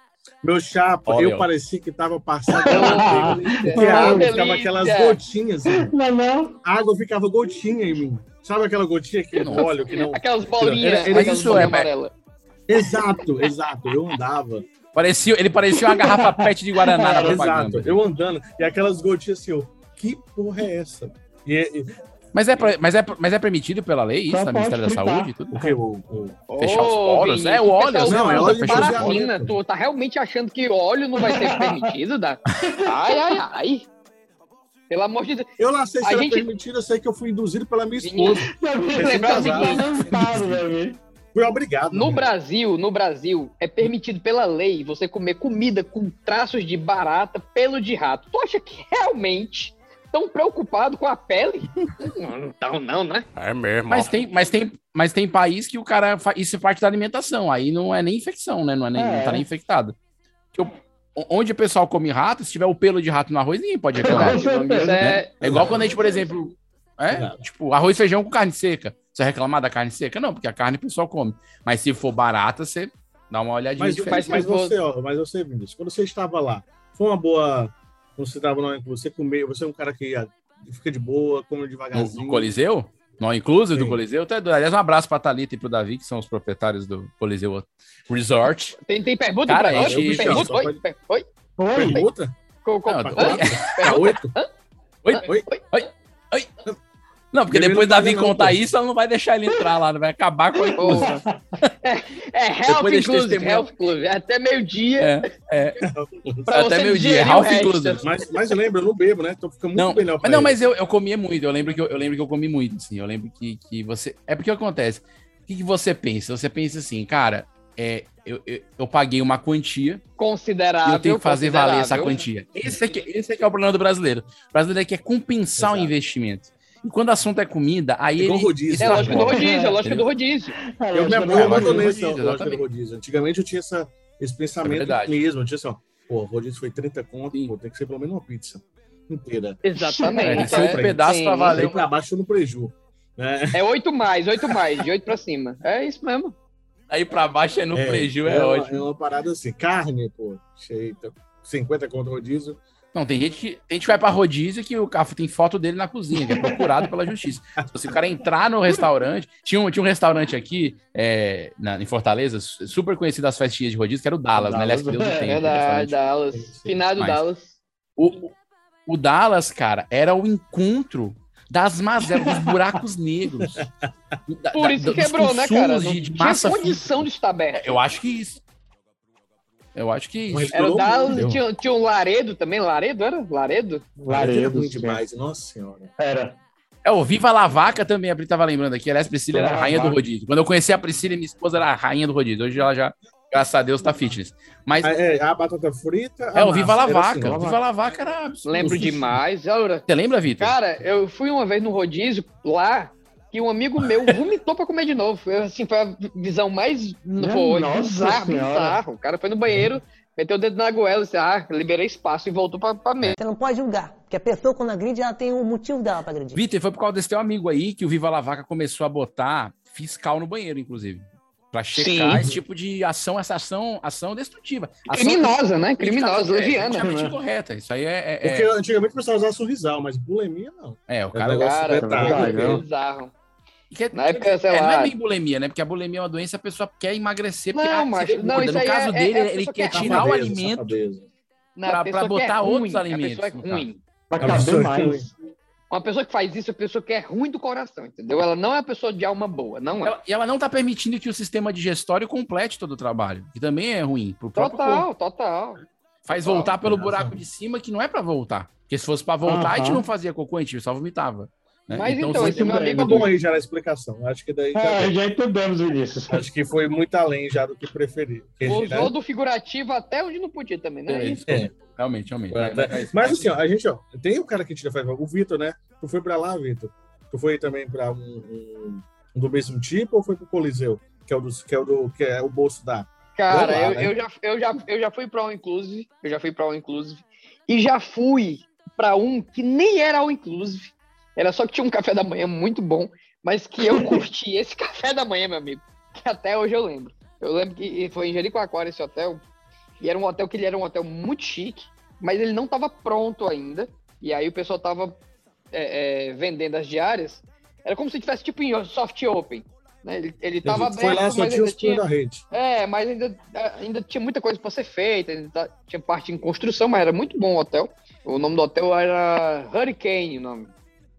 Speaker 4: Meu chapa,
Speaker 1: Óleo.
Speaker 4: eu parecia que tava passando na manteiga. Porque a água ficava aquelas gotinhas. assim.
Speaker 7: Não, é não.
Speaker 4: A água ficava gotinha em mim. Sabe aquela gotinha que não óleo, que não...
Speaker 2: Aquelas bolinhas,
Speaker 4: Era- era
Speaker 2: aquelas
Speaker 4: isso,
Speaker 2: bolinhas
Speaker 4: é,
Speaker 2: amarelas.
Speaker 4: Exato, exato. Eu andava.
Speaker 1: Parecia, ele parecia uma garrafa pet de Guaraná na
Speaker 4: É, Exato,
Speaker 1: É propaganda.
Speaker 4: eu andando. E aquelas gotinhas assim, ó. Que porra é essa? E, e-
Speaker 1: Mas é, pra- mas, é, mas é permitido pela lei isso, na
Speaker 7: Só pode
Speaker 1: Ministério da
Speaker 7: fritar.
Speaker 1: Saúde e tudo?
Speaker 4: o que? O, o-
Speaker 1: Fechar os poros? É, o óleo,
Speaker 4: não, é óleo de
Speaker 1: fechar os poros.
Speaker 2: parafina. Tu tá realmente achando que óleo não vai ser permitido, Dá? Ai, ai, ai. Pelo amor de Deus.
Speaker 4: Eu não sei se
Speaker 2: A
Speaker 4: era
Speaker 2: gente-
Speaker 4: permitido, eu sei que eu fui induzido pela minha
Speaker 2: Menino,
Speaker 4: esposa.
Speaker 7: Davi,
Speaker 2: Lembrar
Speaker 7: tá
Speaker 2: o seguinte.
Speaker 7: balançado, Davi.
Speaker 4: Fui obrigado.
Speaker 2: No
Speaker 4: né?
Speaker 2: Brasil, no Brasil, é permitido pela lei você comer comida com traços de barata, pelo de rato. Tu acha que realmente estão preocupados com a pele? Não, não tão não, né?
Speaker 11: É mesmo.
Speaker 1: Mas tem, mas, tem, mas tem país que o cara. fa- Isso é parte da alimentação. Aí não é nem infecção, né? Não, é nem, não tá nem infectado. Porque o- onde o pessoal come rato, se tiver o pelo de rato no arroz, ninguém pode reclamar.
Speaker 2: O nome disso é...
Speaker 1: É igual quando a gente, por exemplo. É,
Speaker 4: Exato.
Speaker 1: tipo, arroz e feijão com carne seca. Você vai reclamar da carne seca? Não, porque a carne o pessoal come. Mas se for barata, você dá uma olhadinha
Speaker 4: Mas,
Speaker 1: É diferente.
Speaker 4: mas, mas
Speaker 2: mas
Speaker 4: você, ó, mas você, Vinícius, quando você estava lá, foi uma boa. Quando você estava lá, você comeu, você é um cara que ah, fica de boa, come
Speaker 1: No,
Speaker 4: devagarzinho.
Speaker 1: no Coliseu? No Inclusive do
Speaker 4: Sim.
Speaker 1: Coliseu? Até, aliás, um abraço pra Thalita e pro Davi, que são os proprietários do Coliseu Resort.
Speaker 2: Tem, tem pergunta?
Speaker 1: Cara,
Speaker 2: pra...
Speaker 1: é
Speaker 2: Oi,
Speaker 1: difícil,
Speaker 2: pergunta?
Speaker 4: só
Speaker 2: Oi,
Speaker 4: pode-
Speaker 2: per- oi?
Speaker 7: Oi.
Speaker 4: Pergunta?
Speaker 2: Co- co-
Speaker 1: Não,
Speaker 2: hã?
Speaker 1: oi.
Speaker 4: Tá oito?
Speaker 1: Oi?
Speaker 4: Oi?
Speaker 1: Não, porque
Speaker 4: Ele
Speaker 1: depois
Speaker 4: não
Speaker 1: Davi
Speaker 4: paga não,
Speaker 1: contar
Speaker 4: pô.
Speaker 1: isso, ela não vai deixar ele entrar lá, não vai acabar com a
Speaker 2: Ô,
Speaker 1: inclusão.
Speaker 2: É Health
Speaker 1: Depois desse
Speaker 2: Inclusive,
Speaker 1: testemunho.
Speaker 2: Health Club. Até meio-dia.
Speaker 1: É, é.
Speaker 2: Pra
Speaker 1: Até
Speaker 2: você
Speaker 1: meu dia,
Speaker 2: digerir o
Speaker 1: Ralph
Speaker 2: resto.
Speaker 1: Inclusive.
Speaker 4: Mas, mas lembra, eu não bebo, né? Então fica muito
Speaker 1: Não,
Speaker 4: melhor. pra
Speaker 1: mas, não,
Speaker 4: ele.
Speaker 1: mas eu, eu comia muito, eu lembro que eu, eu lembro que eu comi muito, assim, eu lembro que, que você... É porque acontece, o que, que você pensa? Você pensa assim, cara, é, eu, eu, eu paguei uma quantia,
Speaker 2: Considerável.
Speaker 1: e eu tenho que fazer valer essa
Speaker 2: considerável.
Speaker 1: quantia. Esse é que, esse é, que é o problema do brasileiro. O brasileiro quer compensar o
Speaker 4: Exato.
Speaker 1: investimento. E quando o assunto é comida, aí
Speaker 4: Igual
Speaker 1: ele...
Speaker 4: um rodízio. tá
Speaker 2: É lógico do
Speaker 1: Entendeu?
Speaker 2: rodízio, é lógico do rodízio.
Speaker 7: Ah,
Speaker 4: Eu me
Speaker 7: lógico,
Speaker 1: é lógico
Speaker 4: abandono
Speaker 1: do
Speaker 4: nesse
Speaker 1: rodízio,
Speaker 4: ó, lógico do
Speaker 1: exatamente.
Speaker 4: rodízio. Antigamente eu tinha essa, esse
Speaker 1: É
Speaker 4: pensamento
Speaker 1: verdade.
Speaker 4: mesmo. Eu tinha assim, ó, pô, o rodízio foi 30 conto,
Speaker 1: Sim.
Speaker 4: pô, tem que ser pelo menos uma pizza inteira.
Speaker 1: É,
Speaker 2: Exatamente.
Speaker 1: tem que ser um
Speaker 4: É,
Speaker 1: pedaço pra
Speaker 2: sim.
Speaker 4: Valeu.
Speaker 1: valer.
Speaker 4: Aí pra baixo no preju. Né?
Speaker 2: É oito mais, oito mais, de oito pra cima. É isso mesmo.
Speaker 1: Aí pra baixo é no preju, é,
Speaker 4: uma-
Speaker 1: ótimo.
Speaker 4: É uma parada assim, carne, pô, cheio, então, 50 conto rodízio.
Speaker 1: Não, tem gente que tem gente que vai pra rodízio que o cara tem foto dele na cozinha, que é procurado pela justiça. Então, Se você- o cara entrar no restaurante, tinha um, tinha um restaurante aqui é, na- em Fortaleza, su- super conhecido das festinhas de rodízio, que era o Dallas, né? Aliás, que Deus o
Speaker 2: É
Speaker 1: tenha,
Speaker 2: verdade,
Speaker 1: restaurante.
Speaker 2: Dallas. Finado
Speaker 1: Mas-
Speaker 2: Dallas.
Speaker 1: O, o- o Dallas, cara, era o encontro das mazelas, dos buracos negros. Da-
Speaker 2: Por
Speaker 1: da-
Speaker 2: isso
Speaker 1: do-
Speaker 2: que
Speaker 1: dos
Speaker 2: quebrou, né, cara? Não
Speaker 1: consumos De, de
Speaker 2: tinha
Speaker 1: massa fina.
Speaker 2: condição de estar aberto.
Speaker 1: Eu acho que isso. Eu acho que
Speaker 4: Mas
Speaker 1: isso.
Speaker 2: Era o
Speaker 4: todo
Speaker 1: mundo.
Speaker 2: Dallas, tinha, tinha um Laredo também. Laredo era? Laredo?
Speaker 4: Aquilo é
Speaker 7: Laredo,
Speaker 4: ruim
Speaker 7: sim.
Speaker 4: demais, nossa senhora.
Speaker 7: Era.
Speaker 1: É, o Viva La Vaca também, a Pri tava lembrando aqui. Aliás, Priscila era a
Speaker 7: Viva La
Speaker 1: rainha do
Speaker 7: Vaca.
Speaker 1: rodízio. Quando eu conheci a Priscila, minha esposa era a rainha do rodízio. Hoje ela já, graças a Deus, tá fitness. Mas
Speaker 4: A, é, a batata frita.
Speaker 1: é, o Viva La Vaca.
Speaker 4: Assim,
Speaker 1: o
Speaker 4: ó.
Speaker 1: Viva La Vaca era. absurdo.
Speaker 2: Lembro demais. Olha,
Speaker 1: Você lembra, Vitor?
Speaker 2: Cara, eu fui uma vez no rodízio lá que um amigo meu vomitou pra comer de novo. Eu, assim, foi a visão mais.
Speaker 7: Minha
Speaker 2: Foi
Speaker 7: nossa
Speaker 2: bizarro,
Speaker 7: senhora.
Speaker 2: bizarro. O cara foi no banheiro, meteu o dedo na goela, disse, ah, liberei espaço e voltou pra, pra mesa.
Speaker 12: Você não pode julgar, porque a pessoa quando agride, ela tem o motivo dela pra agredir.
Speaker 1: Vitor, foi por causa desse teu amigo aí que o Viva La Vaca começou a botar fiscal no banheiro, inclusive. Pra checar
Speaker 2: Sim.
Speaker 1: esse tipo de ação, essa ação, ação destrutiva. Ação
Speaker 2: Criminosa, né? Criminosa,
Speaker 1: é,
Speaker 2: leviana.
Speaker 1: politicamente
Speaker 7: né?
Speaker 1: correta. Isso aí é. é-
Speaker 4: Porque
Speaker 1: é-
Speaker 4: antigamente o pessoal usava sorrisal, mas bulimia não.
Speaker 1: é, o
Speaker 4: É
Speaker 1: cara.
Speaker 4: negócio
Speaker 2: Cara,
Speaker 4: detalhe,
Speaker 7: né?
Speaker 2: foi bizarro.
Speaker 1: Que-
Speaker 2: Na época, sei
Speaker 1: é, não é
Speaker 2: lá.
Speaker 1: bem bulimia, né? Porque a bulimia é uma doença, a pessoa quer emagrecer. porque,
Speaker 2: Não,
Speaker 1: você
Speaker 2: macho,
Speaker 1: é
Speaker 2: não,
Speaker 1: gorda.
Speaker 2: isso
Speaker 1: No
Speaker 2: aí é-
Speaker 1: caso
Speaker 2: é-
Speaker 1: dele,
Speaker 2: é a
Speaker 1: ele
Speaker 2: pessoa
Speaker 1: quer
Speaker 2: que é
Speaker 1: tirar o
Speaker 4: Safadeza,
Speaker 1: alimento
Speaker 4: safadeza.
Speaker 2: Na
Speaker 1: pra- pra
Speaker 2: pessoa que
Speaker 1: botar
Speaker 2: é ruim,
Speaker 1: outros
Speaker 2: A
Speaker 1: alimentos,
Speaker 2: pessoa é
Speaker 1: no caso.
Speaker 2: ruim.
Speaker 7: Pra
Speaker 4: É absurdo.
Speaker 7: caber mais.
Speaker 2: Uma pessoa que faz isso é a pessoa que é ruim do coração, entendeu? Ela não é uma pessoa de alma boa, não é.
Speaker 1: Ela- e ela não tá permitindo que o sistema digestório complete todo o trabalho, que também é ruim pro próprio corpo.
Speaker 2: Total, total.
Speaker 1: Faz
Speaker 2: total.
Speaker 1: voltar pelo
Speaker 4: Tem
Speaker 1: buraco
Speaker 4: razão.
Speaker 1: de cima, que não é pra voltar. Porque se fosse pra voltar, a gente
Speaker 7: Aham.
Speaker 1: não fazia cocô, a gente só vomitava. né?
Speaker 5: Mas então,
Speaker 1: se-
Speaker 5: esse meu amigo
Speaker 4: Tá bom aí já na explicação. Acho que daí.
Speaker 5: É,
Speaker 7: já entendemos, Vinícius.
Speaker 4: Acho que foi muito além já do que preferir. né? Que
Speaker 5: Usou do figurativo até onde não podia também, né?
Speaker 4: É,
Speaker 5: Isso.
Speaker 4: é.
Speaker 1: Realmente, realmente.
Speaker 4: Mas, assim, ó, a gente, ó, tem o cara que tira faz o Vitor, né? Tu foi pra lá, Vitor? Tu foi também pra um, um- um do mesmo tipo ou foi pro Coliseu? Que é o, dos, que é o, do, que é o bolso da.
Speaker 5: Cara,
Speaker 4: Vamos
Speaker 5: eu,
Speaker 4: lá, né?
Speaker 5: eu já, eu, já, eu já fui pra um inclusive, eu já fui pra um inclusive, e já fui pra um que nem era all inclusive, era só que tinha um café da manhã muito bom, mas que eu curti esse café da manhã, meu amigo, que até hoje eu lembro. Eu lembro que foi em Jericoacoara esse hotel, e era um hotel que ele era um hotel muito chique, mas ele não tava pronto ainda, e aí o pessoal tava é, é, vendendo as diárias, era como se tivesse tipo em soft open, né? Ele, ele tava aberto,
Speaker 4: foi lá, só
Speaker 5: mas
Speaker 4: tinha
Speaker 5: ainda
Speaker 4: os
Speaker 5: tinha...
Speaker 4: da rede.
Speaker 5: É, mas ainda, ainda tinha muita coisa pra ser feita, ainda tá- tinha parte em construção, mas era muito bom o hotel. O nome do hotel era Hurricane, o nome.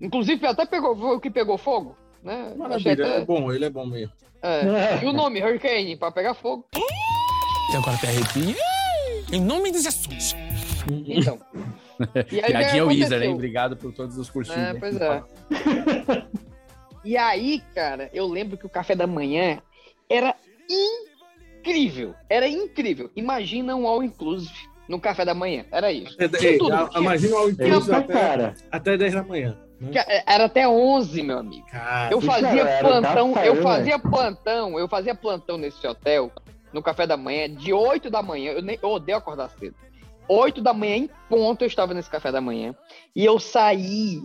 Speaker 5: Inclusive, até pegou, foi o que pegou fogo, né? Achei
Speaker 4: Maravilha,
Speaker 5: até-
Speaker 4: é bom, ele é bom mesmo.
Speaker 5: é. E o nome, Hurricane, pra pegar fogo.
Speaker 6: Tem agora até arrepio. Em nome de Jesus.
Speaker 5: Então. E aí, o que
Speaker 1: Piadinha é Wizard,
Speaker 5: aconteceu?
Speaker 1: hein? Obrigado por todos os cursinhos.
Speaker 5: É,
Speaker 1: né?
Speaker 5: pois é. E aí, cara, eu lembro que o café da manhã era incrível. Era incrível. Imagina um all-inclusive no café da manhã. Era isso.
Speaker 4: É,
Speaker 5: Tinha
Speaker 4: é,
Speaker 5: tudo,
Speaker 4: a-
Speaker 5: tinha-
Speaker 4: Imagina o
Speaker 5: tinha-
Speaker 4: inclusive até, até 10 da manhã. né?
Speaker 5: Ca- é, Era até 11, meu amigo. eu fazia plantão, eu fazia plantão, eu fazia plantão nesse hotel, no café da manhã, de 8 da manhã, eu, nem, eu odeio acordar cedo. 8 da manhã em ponto eu estava nesse café da manhã. E eu saí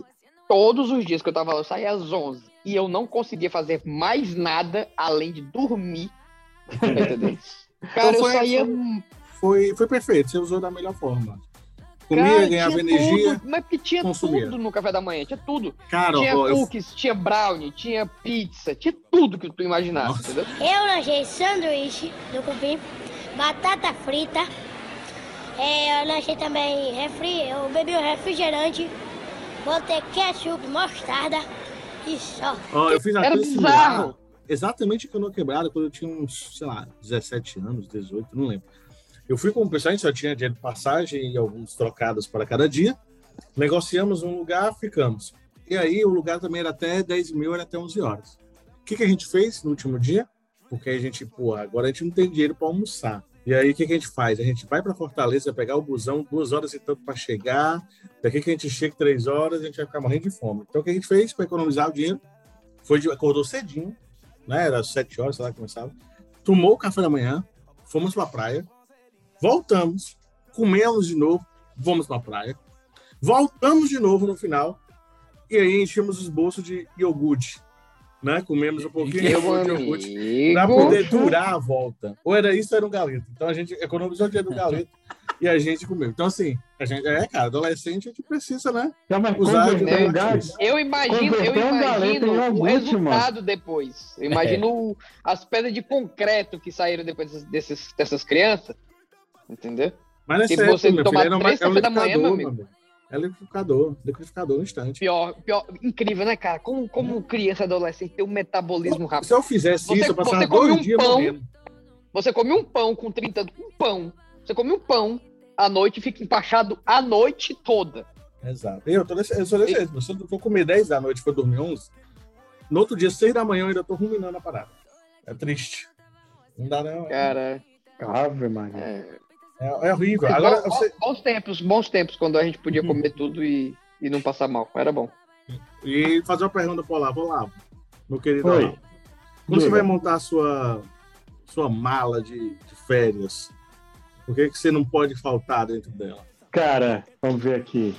Speaker 5: todos os dias que eu tava lá, eu saí às 11. E eu não conseguia fazer mais nada além de dormir. Tá entendendo? Cara,
Speaker 4: Então
Speaker 5: eu
Speaker 4: foi-
Speaker 5: saía
Speaker 4: Foi, foi perfeito, você usou da melhor forma. Comia,
Speaker 5: Cara,
Speaker 4: ganhava
Speaker 5: tinha
Speaker 4: energia.
Speaker 5: Tudo, mas porque tinha
Speaker 4: consumia.
Speaker 5: tudo no café da manhã, tinha tudo.
Speaker 4: Cara,
Speaker 5: tinha
Speaker 4: ó, eu-
Speaker 5: cookies, tinha brownie, tinha pizza, tinha tudo que tu imaginasse, entendeu?
Speaker 13: Eu lanchei sanduíche do cupim, batata frita, é, eu lanchei também refri, eu bebi um refrigerante, botei ketchup, mostarda e só.
Speaker 4: Ó, eu fiz a
Speaker 13: Era
Speaker 4: coisa
Speaker 13: bizarro.
Speaker 4: similar, Exatamente em Canoa Quebrada, quando eu tinha uns, sei lá, 17 anos, 18, não lembro. Eu fui com o pessoal, a gente só tinha dinheiro de passagem e alguns trocados para cada dia. Negociamos um lugar, ficamos. E aí o lugar também era até 10 mil, era até 11 horas. O que, que a gente fez no último dia? Porque a gente, pô, agora a gente não tem dinheiro para almoçar. E aí o que, que a gente faz? A gente vai para Fortaleza pegar o busão, duas horas e tanto para chegar. Daqui que a gente chega três horas, a gente vai ficar morrendo de fome. Então o que a gente fez para economizar o dinheiro? foi de- acordou cedinho, né? Era sete horas, sei lá, começava. Tomou o café da manhã, fomos pra praia, voltamos, comemos de novo, vamos pra praia, voltamos de novo no final, e aí enchemos os bolsos de iogurte, né? Comemos um pouquinho de
Speaker 5: Meu
Speaker 4: iogurte pra poder durar a volta. Ou era isso, ou era um galeto. Então a gente economizou o dinheiro do galeto e a gente comeu. Então, assim, a gente é, cara, adolescente a gente precisa, né?
Speaker 7: É,
Speaker 4: Usar de
Speaker 5: Né?
Speaker 4: alternativas.
Speaker 5: Eu imagino, eu
Speaker 4: Converteu um galeto em
Speaker 5: imagino o
Speaker 4: iogurte,
Speaker 5: resultado
Speaker 4: mano.
Speaker 5: depois. Eu imagino
Speaker 7: É.
Speaker 5: o- as pedras de concreto que saíram depois desses- desses, dessas crianças. Entendeu?
Speaker 4: Mas nessa
Speaker 5: Se
Speaker 4: época,
Speaker 5: você
Speaker 4: meu filho,
Speaker 5: tomar
Speaker 4: era, uma,
Speaker 5: três
Speaker 4: era um
Speaker 5: café da manhã,
Speaker 4: liquidificador,
Speaker 5: meu
Speaker 4: meu
Speaker 5: amigo.
Speaker 4: amigo. Era liquidificador, liquidificador no instante.
Speaker 5: Pior, pior, incrível, né, cara? Como, como criança adolescente tem um metabolismo rápido.
Speaker 4: Se eu fizesse isso, eu passava
Speaker 5: come um
Speaker 4: dois dias
Speaker 5: pão,
Speaker 4: morrendo.
Speaker 5: Você come um pão com 30 um pão. Você come um pão à noite e fica empachado a noite toda.
Speaker 4: Exato. Eu, tô nesse, eu sou desse jeito, Se eu for comer 10 da noite, for dormir 11, no outro dia, 6 da manhã, eu ainda tô ruminando a parada. É triste. Não dá, não.
Speaker 5: Cara.
Speaker 7: Ave Maria.
Speaker 5: É,
Speaker 4: é horrível. Agora,
Speaker 5: Bom-
Speaker 4: você-
Speaker 5: Bons tempos, bons tempos, quando a gente podia comer tudo e, e não passar mal. Era bom.
Speaker 4: E fazer uma pergunta pro Olavo. Olavo, meu querido
Speaker 5: Oi.
Speaker 4: Olavo. Quando você
Speaker 5: Diga.
Speaker 4: vai montar a sua, sua mala de, de férias, o que, que você não pode faltar dentro dela?
Speaker 7: Cara, vamos ver aqui.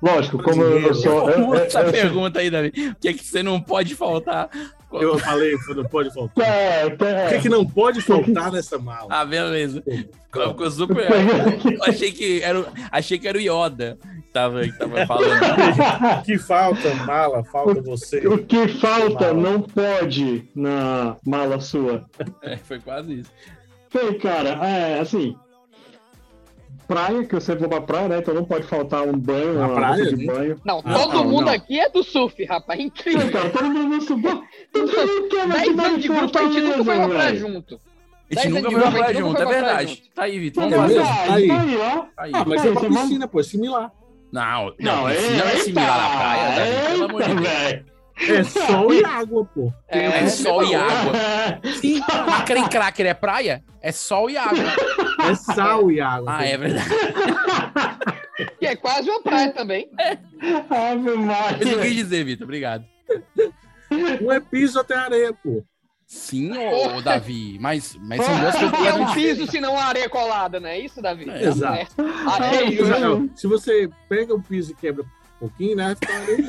Speaker 7: Lógico, como eu, eu sou. eu- eu-
Speaker 1: Essa
Speaker 7: eu-
Speaker 1: pergunta aí, Davi. O que, é que você não pode faltar?
Speaker 4: Eu falei, não pode faltar.
Speaker 7: É,
Speaker 4: O que, que não pode faltar nessa mala?
Speaker 1: Ah, beleza. Ficou ficou
Speaker 7: É,
Speaker 1: super. Eu achei que era, o- achei que era o Yoda que tava, que tava falando.
Speaker 5: Ah.
Speaker 4: que falta mala, falta você.
Speaker 7: O que falta não pode na mala sua.
Speaker 1: É, foi quase isso.
Speaker 7: Bem, cara, é assim. Praia, que eu sempre vou pra praia, né? Então não pode faltar um banho, uma
Speaker 4: praia,
Speaker 7: roupa de
Speaker 4: né?
Speaker 7: banho.
Speaker 5: Não,
Speaker 7: Ah,
Speaker 5: todo
Speaker 7: não,
Speaker 5: mundo
Speaker 7: não.
Speaker 5: aqui é do surf, rapaz. Incrível.
Speaker 7: Cara, todo mundo é surf. Todo mundo quer, mas que
Speaker 5: Dez
Speaker 7: vai
Speaker 5: anos de grupo, a gente nunca foi pra
Speaker 7: Fortaleza,
Speaker 5: praia
Speaker 7: velho.
Speaker 5: junto.
Speaker 1: A
Speaker 5: Dez
Speaker 1: gente nunca
Speaker 5: anos
Speaker 1: foi pra
Speaker 5: de grupo, a
Speaker 1: praia
Speaker 5: gente
Speaker 1: junto,
Speaker 5: nunca
Speaker 1: é
Speaker 5: Tá foi pra praia
Speaker 1: verdade. Tá aí, Vitor.
Speaker 7: É
Speaker 1: Vamos
Speaker 7: mesmo?
Speaker 1: fazer.
Speaker 7: Tá aí, ó.
Speaker 4: Ah, mas é
Speaker 7: Tá
Speaker 4: pra
Speaker 7: aí, tá
Speaker 4: piscina, pô, é similar.
Speaker 1: Não, não,
Speaker 7: Não,
Speaker 1: piscina não é
Speaker 7: eita,
Speaker 5: né?
Speaker 1: similar à praia, Davi, pelo amor de
Speaker 7: eita,
Speaker 1: Deus.
Speaker 7: velho.
Speaker 4: É sol e água, pô.
Speaker 1: É, sol e água. Sim, a creme cracker é praia? É sol e água.
Speaker 4: É sal e água.
Speaker 1: Ah, é verdade.
Speaker 5: Que é quase uma praia também.
Speaker 7: Ave
Speaker 1: Eu não quis
Speaker 7: Maria.
Speaker 1: dizer, Vitor, obrigado.
Speaker 4: Um é piso até areia, pô.
Speaker 1: Sim, ô, ô, Davi, mas, mas são duas coisas
Speaker 5: E é um
Speaker 1: completamente
Speaker 5: piso, se não uma areia colada, não é isso, Davi?
Speaker 1: É,
Speaker 4: exato.
Speaker 5: É. né?
Speaker 4: Não,
Speaker 5: Areia,
Speaker 4: não, não. Se você pega o piso e quebra um pouquinho, né? Fica uma areia.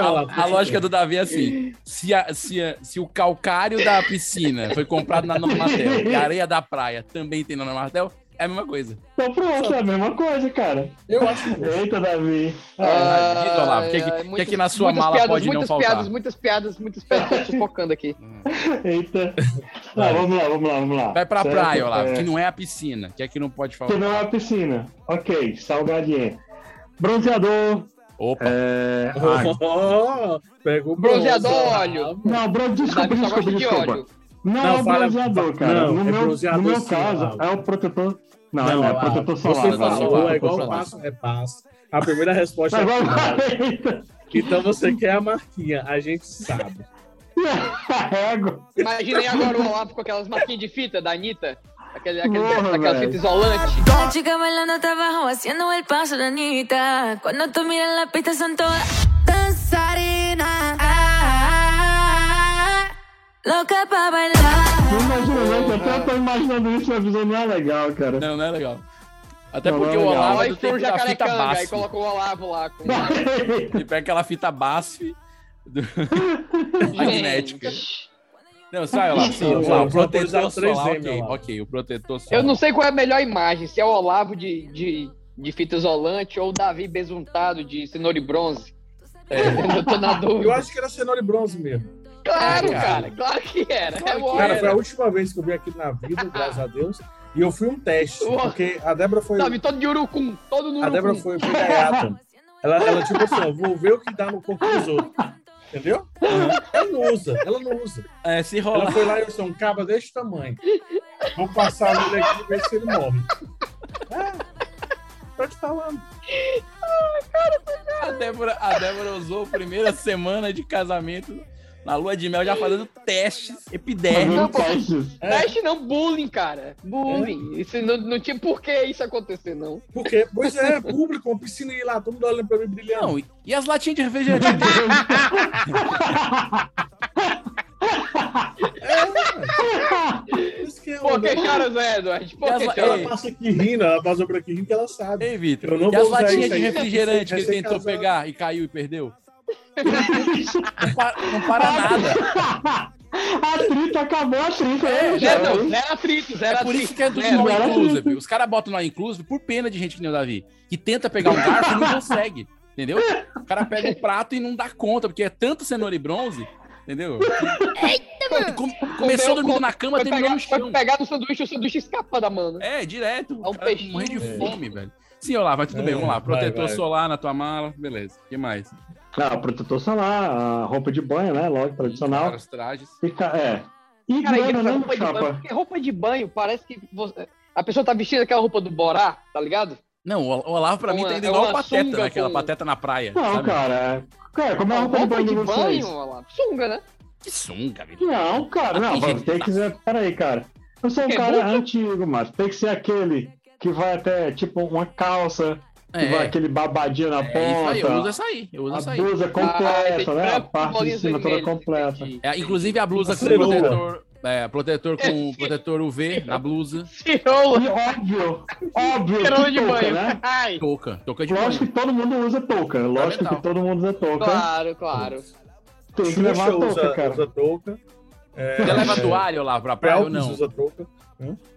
Speaker 1: Não, a, a lógica do Davi é assim: se, a- se, a- se o calcário da piscina foi comprado na Normatel e a areia da praia também tem na Normatel, é a mesma coisa.
Speaker 7: Então pronto, é a mesma coisa, cara.
Speaker 1: Eu acho que. é.
Speaker 7: Eita, Davi.
Speaker 1: Ah, diz, Olavo, o que, que-
Speaker 5: é,
Speaker 1: o que
Speaker 5: muitas-
Speaker 1: que na sua
Speaker 5: muitas
Speaker 1: mala
Speaker 5: piadas,
Speaker 1: pode não
Speaker 5: muitas
Speaker 1: faltar?
Speaker 5: Piadas, muitas piadas, muitas piadas, tô sufocando aqui.
Speaker 7: Eita. Não, vamos lá, vamos lá, vamos lá.
Speaker 1: Vai pra
Speaker 7: Certo?
Speaker 1: praia, Olavo,
Speaker 7: É.
Speaker 1: que não é a piscina. O que é que não pode
Speaker 7: Que
Speaker 1: faltar?
Speaker 7: não é uma piscina. Ok, salgadinha. Bronzeador.
Speaker 1: Opa.
Speaker 7: É... ah,
Speaker 4: Oh, pega o
Speaker 5: Bronzeador,
Speaker 4: bronze.
Speaker 5: óleo.
Speaker 7: Não, bron... desculpa,
Speaker 5: Davi só
Speaker 7: desculpa,
Speaker 5: gosta de
Speaker 7: desculpa.
Speaker 5: óleo.
Speaker 7: Não,
Speaker 4: Não,
Speaker 7: é o
Speaker 4: fala-
Speaker 7: bronzeador, cara.
Speaker 4: Não,
Speaker 7: no,
Speaker 4: é
Speaker 7: meu,
Speaker 4: bronzeador
Speaker 7: no meu
Speaker 4: sim,
Speaker 7: caso,
Speaker 4: Olavo.
Speaker 7: é o protetor. Não,
Speaker 4: Não,
Speaker 7: não, é
Speaker 4: lá.
Speaker 7: protetor solar.
Speaker 4: Você
Speaker 7: Olavo,
Speaker 4: falou,
Speaker 1: Olavo,
Speaker 4: é
Speaker 1: protetor
Speaker 4: igual passo, é passo. A primeira resposta é
Speaker 7: Mas vamos
Speaker 4: passo.
Speaker 7: lá, eita.
Speaker 4: Então você quer a marquinha, a gente sabe.
Speaker 7: Carrego.
Speaker 5: Imaginei agora o Olavo com aquelas marquinhas de fita da Anitta. Aquele, aquele,
Speaker 7: Porra,
Speaker 5: aquela
Speaker 7: velho.
Speaker 5: fita isolante.
Speaker 8: La chica bailando hasta abajo, haciendo el paso, la niñita. Cuando tú miras la pista son todas danzarinas. Ah, loca para bailar.
Speaker 7: Não imagina, não, que até eu tô imaginando isso, mas a visão não é legal, cara.
Speaker 1: Não, não é legal. Até
Speaker 7: Não,
Speaker 1: porque
Speaker 7: não é
Speaker 1: o
Speaker 7: legal.
Speaker 1: Olavo é
Speaker 5: Aí
Speaker 1: do
Speaker 5: foi
Speaker 1: tempo
Speaker 5: o
Speaker 1: da fita
Speaker 5: Jacarecanga, aí
Speaker 1: BASF.
Speaker 5: colocou o Olavo lá. Com...
Speaker 1: Ele pega aquela fita BASF do- magnética. Não, sai, Olavo, sim.
Speaker 4: Não,
Speaker 1: vamos lá, o
Speaker 4: eu só vou usar
Speaker 1: protetor
Speaker 4: o 3M,
Speaker 1: solar, ok,
Speaker 4: Olavo.
Speaker 1: ok, o protetor solar.
Speaker 5: Eu não sei qual é a melhor imagem, se é o Olavo de, de, de fita isolante ou o Davi besuntado de cenoura e bronze.
Speaker 1: É.
Speaker 5: Eu tô na
Speaker 4: Eu
Speaker 5: dúvida.
Speaker 4: acho que era cenoura e bronze mesmo.
Speaker 5: Claro,
Speaker 1: cara.
Speaker 5: cara, claro que era. É bom.
Speaker 4: Cara, foi a última vez que eu vim aqui na vida, graças a Deus. E eu fui um teste, porque a Débora foi.
Speaker 5: Davi, todo de urucum, todo no
Speaker 4: A Débora
Speaker 5: urucum.
Speaker 4: foi, foi gaiata. Ela, ela tipo assim, ó, vou ver o que dá no corpo dos outros. Entendeu? Ela não usa, ela não usa.
Speaker 1: É, se rolar.
Speaker 4: Ela foi lá e eu sou um caba desse tamanho. Vou passar nele aqui e ver se ele morre. É, tô te falando.
Speaker 1: A Débora, a Débora usou a primeira semana de casamento na lua de mel já fazendo testes epidérmicos.
Speaker 4: Uhum.
Speaker 5: pô.
Speaker 7: Fazendo testes.
Speaker 5: Teste não, bullying, cara.
Speaker 7: É.
Speaker 5: Bullying. Isso não, não tinha por que isso acontecer, não.
Speaker 4: Porque, pois é, público, uma piscina e lá, todo mundo olhando pra mim brilhando.
Speaker 1: Não, e- e as latinhas de refrigerante?
Speaker 4: Isso que é
Speaker 5: Por que
Speaker 4: onda.
Speaker 5: choras, Edward? Por
Speaker 1: Ela-
Speaker 5: que
Speaker 4: Ela
Speaker 5: choras?
Speaker 1: Ei.
Speaker 4: passa aqui rindo, ela passa por aqui rindo que ela sabe.
Speaker 1: Ei, Vitor,
Speaker 4: Eu não
Speaker 1: e as
Speaker 4: vou usar
Speaker 1: latinhas
Speaker 4: isso
Speaker 1: de
Speaker 4: aí.
Speaker 1: refrigerante que ele
Speaker 4: Recém-casado.
Speaker 1: tentou pegar e caiu e perdeu? Não para, não para tá nada.
Speaker 7: A trita acabou a trita.
Speaker 1: É,
Speaker 7: hein,
Speaker 5: Zero,
Speaker 7: cara?
Speaker 5: não, zero atrito, zero
Speaker 1: É
Speaker 5: atrito.
Speaker 1: por isso que é tudo
Speaker 5: zero.
Speaker 1: no
Speaker 7: era-
Speaker 1: inclusive. Os caras botam no inclusive por pena de gente que nem o Davi, que tenta pegar um garfo e não consegue, entendeu? O cara pega um prato e não dá conta, porque é tanto cenoura e bronze, entendeu? Eita, começou
Speaker 5: Comeu-
Speaker 1: dormindo na cama,
Speaker 5: Foi
Speaker 1: terminou
Speaker 5: pegar,
Speaker 1: no
Speaker 5: foi
Speaker 1: chão.
Speaker 5: pegar no sanduíche, o sanduíche escapa da mano.
Speaker 1: É, direto.
Speaker 5: É um
Speaker 1: O cara
Speaker 5: peixinho.
Speaker 1: morrendo de
Speaker 4: É.
Speaker 1: fome, velho. Sim, olá, vai tudo bem, vamos lá.
Speaker 4: Vai,
Speaker 1: Protetor
Speaker 4: vai.
Speaker 1: solar na tua mala, beleza. O que mais?
Speaker 7: Ah, protetor solar, a roupa de banho, né? Lógico, tradicional.
Speaker 1: Vários trajes.
Speaker 7: E, ca- é. E
Speaker 5: Cara,
Speaker 7: grana,
Speaker 5: essa
Speaker 7: né,
Speaker 5: roupa de banho,
Speaker 7: chapa?
Speaker 5: porque roupa de banho parece que você- a pessoa tá vestindo aquela roupa do Borá, tá ligado?
Speaker 1: Não, o o Olavo pra mim
Speaker 5: Uma-
Speaker 1: tá indo
Speaker 5: é
Speaker 1: igual
Speaker 5: uma
Speaker 1: o Pateta,
Speaker 5: sunga
Speaker 1: né? Aquela
Speaker 5: com-
Speaker 1: Pateta na praia.
Speaker 7: Não,
Speaker 1: sabe?
Speaker 7: cara. Cara, como é a roupa,
Speaker 5: roupa
Speaker 7: de
Speaker 5: de
Speaker 7: banho de vocês?
Speaker 5: banho, olha lá. Sunga, né?
Speaker 1: Que sunga, velho.
Speaker 7: Não, cara,
Speaker 1: Tem
Speaker 7: não,
Speaker 1: gente
Speaker 7: tem que ser. Peraí, cara. Eu sou um
Speaker 5: Que
Speaker 7: cara
Speaker 5: muito?
Speaker 7: antigo, mas tem que ser aquele que vai até, tipo, uma calça, que
Speaker 1: É,
Speaker 7: vai aquele babadinho
Speaker 1: é
Speaker 7: na
Speaker 1: isso aí, eu uso
Speaker 7: ponta.
Speaker 1: essa aí. Eu uso
Speaker 7: A
Speaker 1: essa aí.
Speaker 7: blusa
Speaker 5: Ah,
Speaker 7: completa,
Speaker 5: tem
Speaker 7: né? A
Speaker 5: branco,
Speaker 7: parte de
Speaker 5: bolinhas
Speaker 7: cima toda
Speaker 5: vermelhas,
Speaker 7: completa.
Speaker 5: entendi.
Speaker 1: É, inclusive a blusa com
Speaker 4: Acerola.
Speaker 1: protetor. É, protetor com protetor UV na blusa.
Speaker 5: Cirola,
Speaker 7: E óbvio, óbvio que
Speaker 5: cirola de
Speaker 7: touca,
Speaker 5: banho.
Speaker 7: Hum, né?
Speaker 5: Ai,
Speaker 1: Touca. Touca de
Speaker 7: Lógico
Speaker 1: banho.
Speaker 7: que todo mundo usa touca. Lógico
Speaker 1: Fundamental.
Speaker 7: que todo mundo usa touca.
Speaker 5: claro, claro.
Speaker 7: Tem que levar a
Speaker 4: Xuxa
Speaker 7: touca,
Speaker 4: usa,
Speaker 7: cara.
Speaker 4: usa touca. É,
Speaker 1: Você leva
Speaker 4: é,
Speaker 1: a toalha, Olavo, pra praia ou
Speaker 4: Phelps
Speaker 1: não?
Speaker 4: usa touca.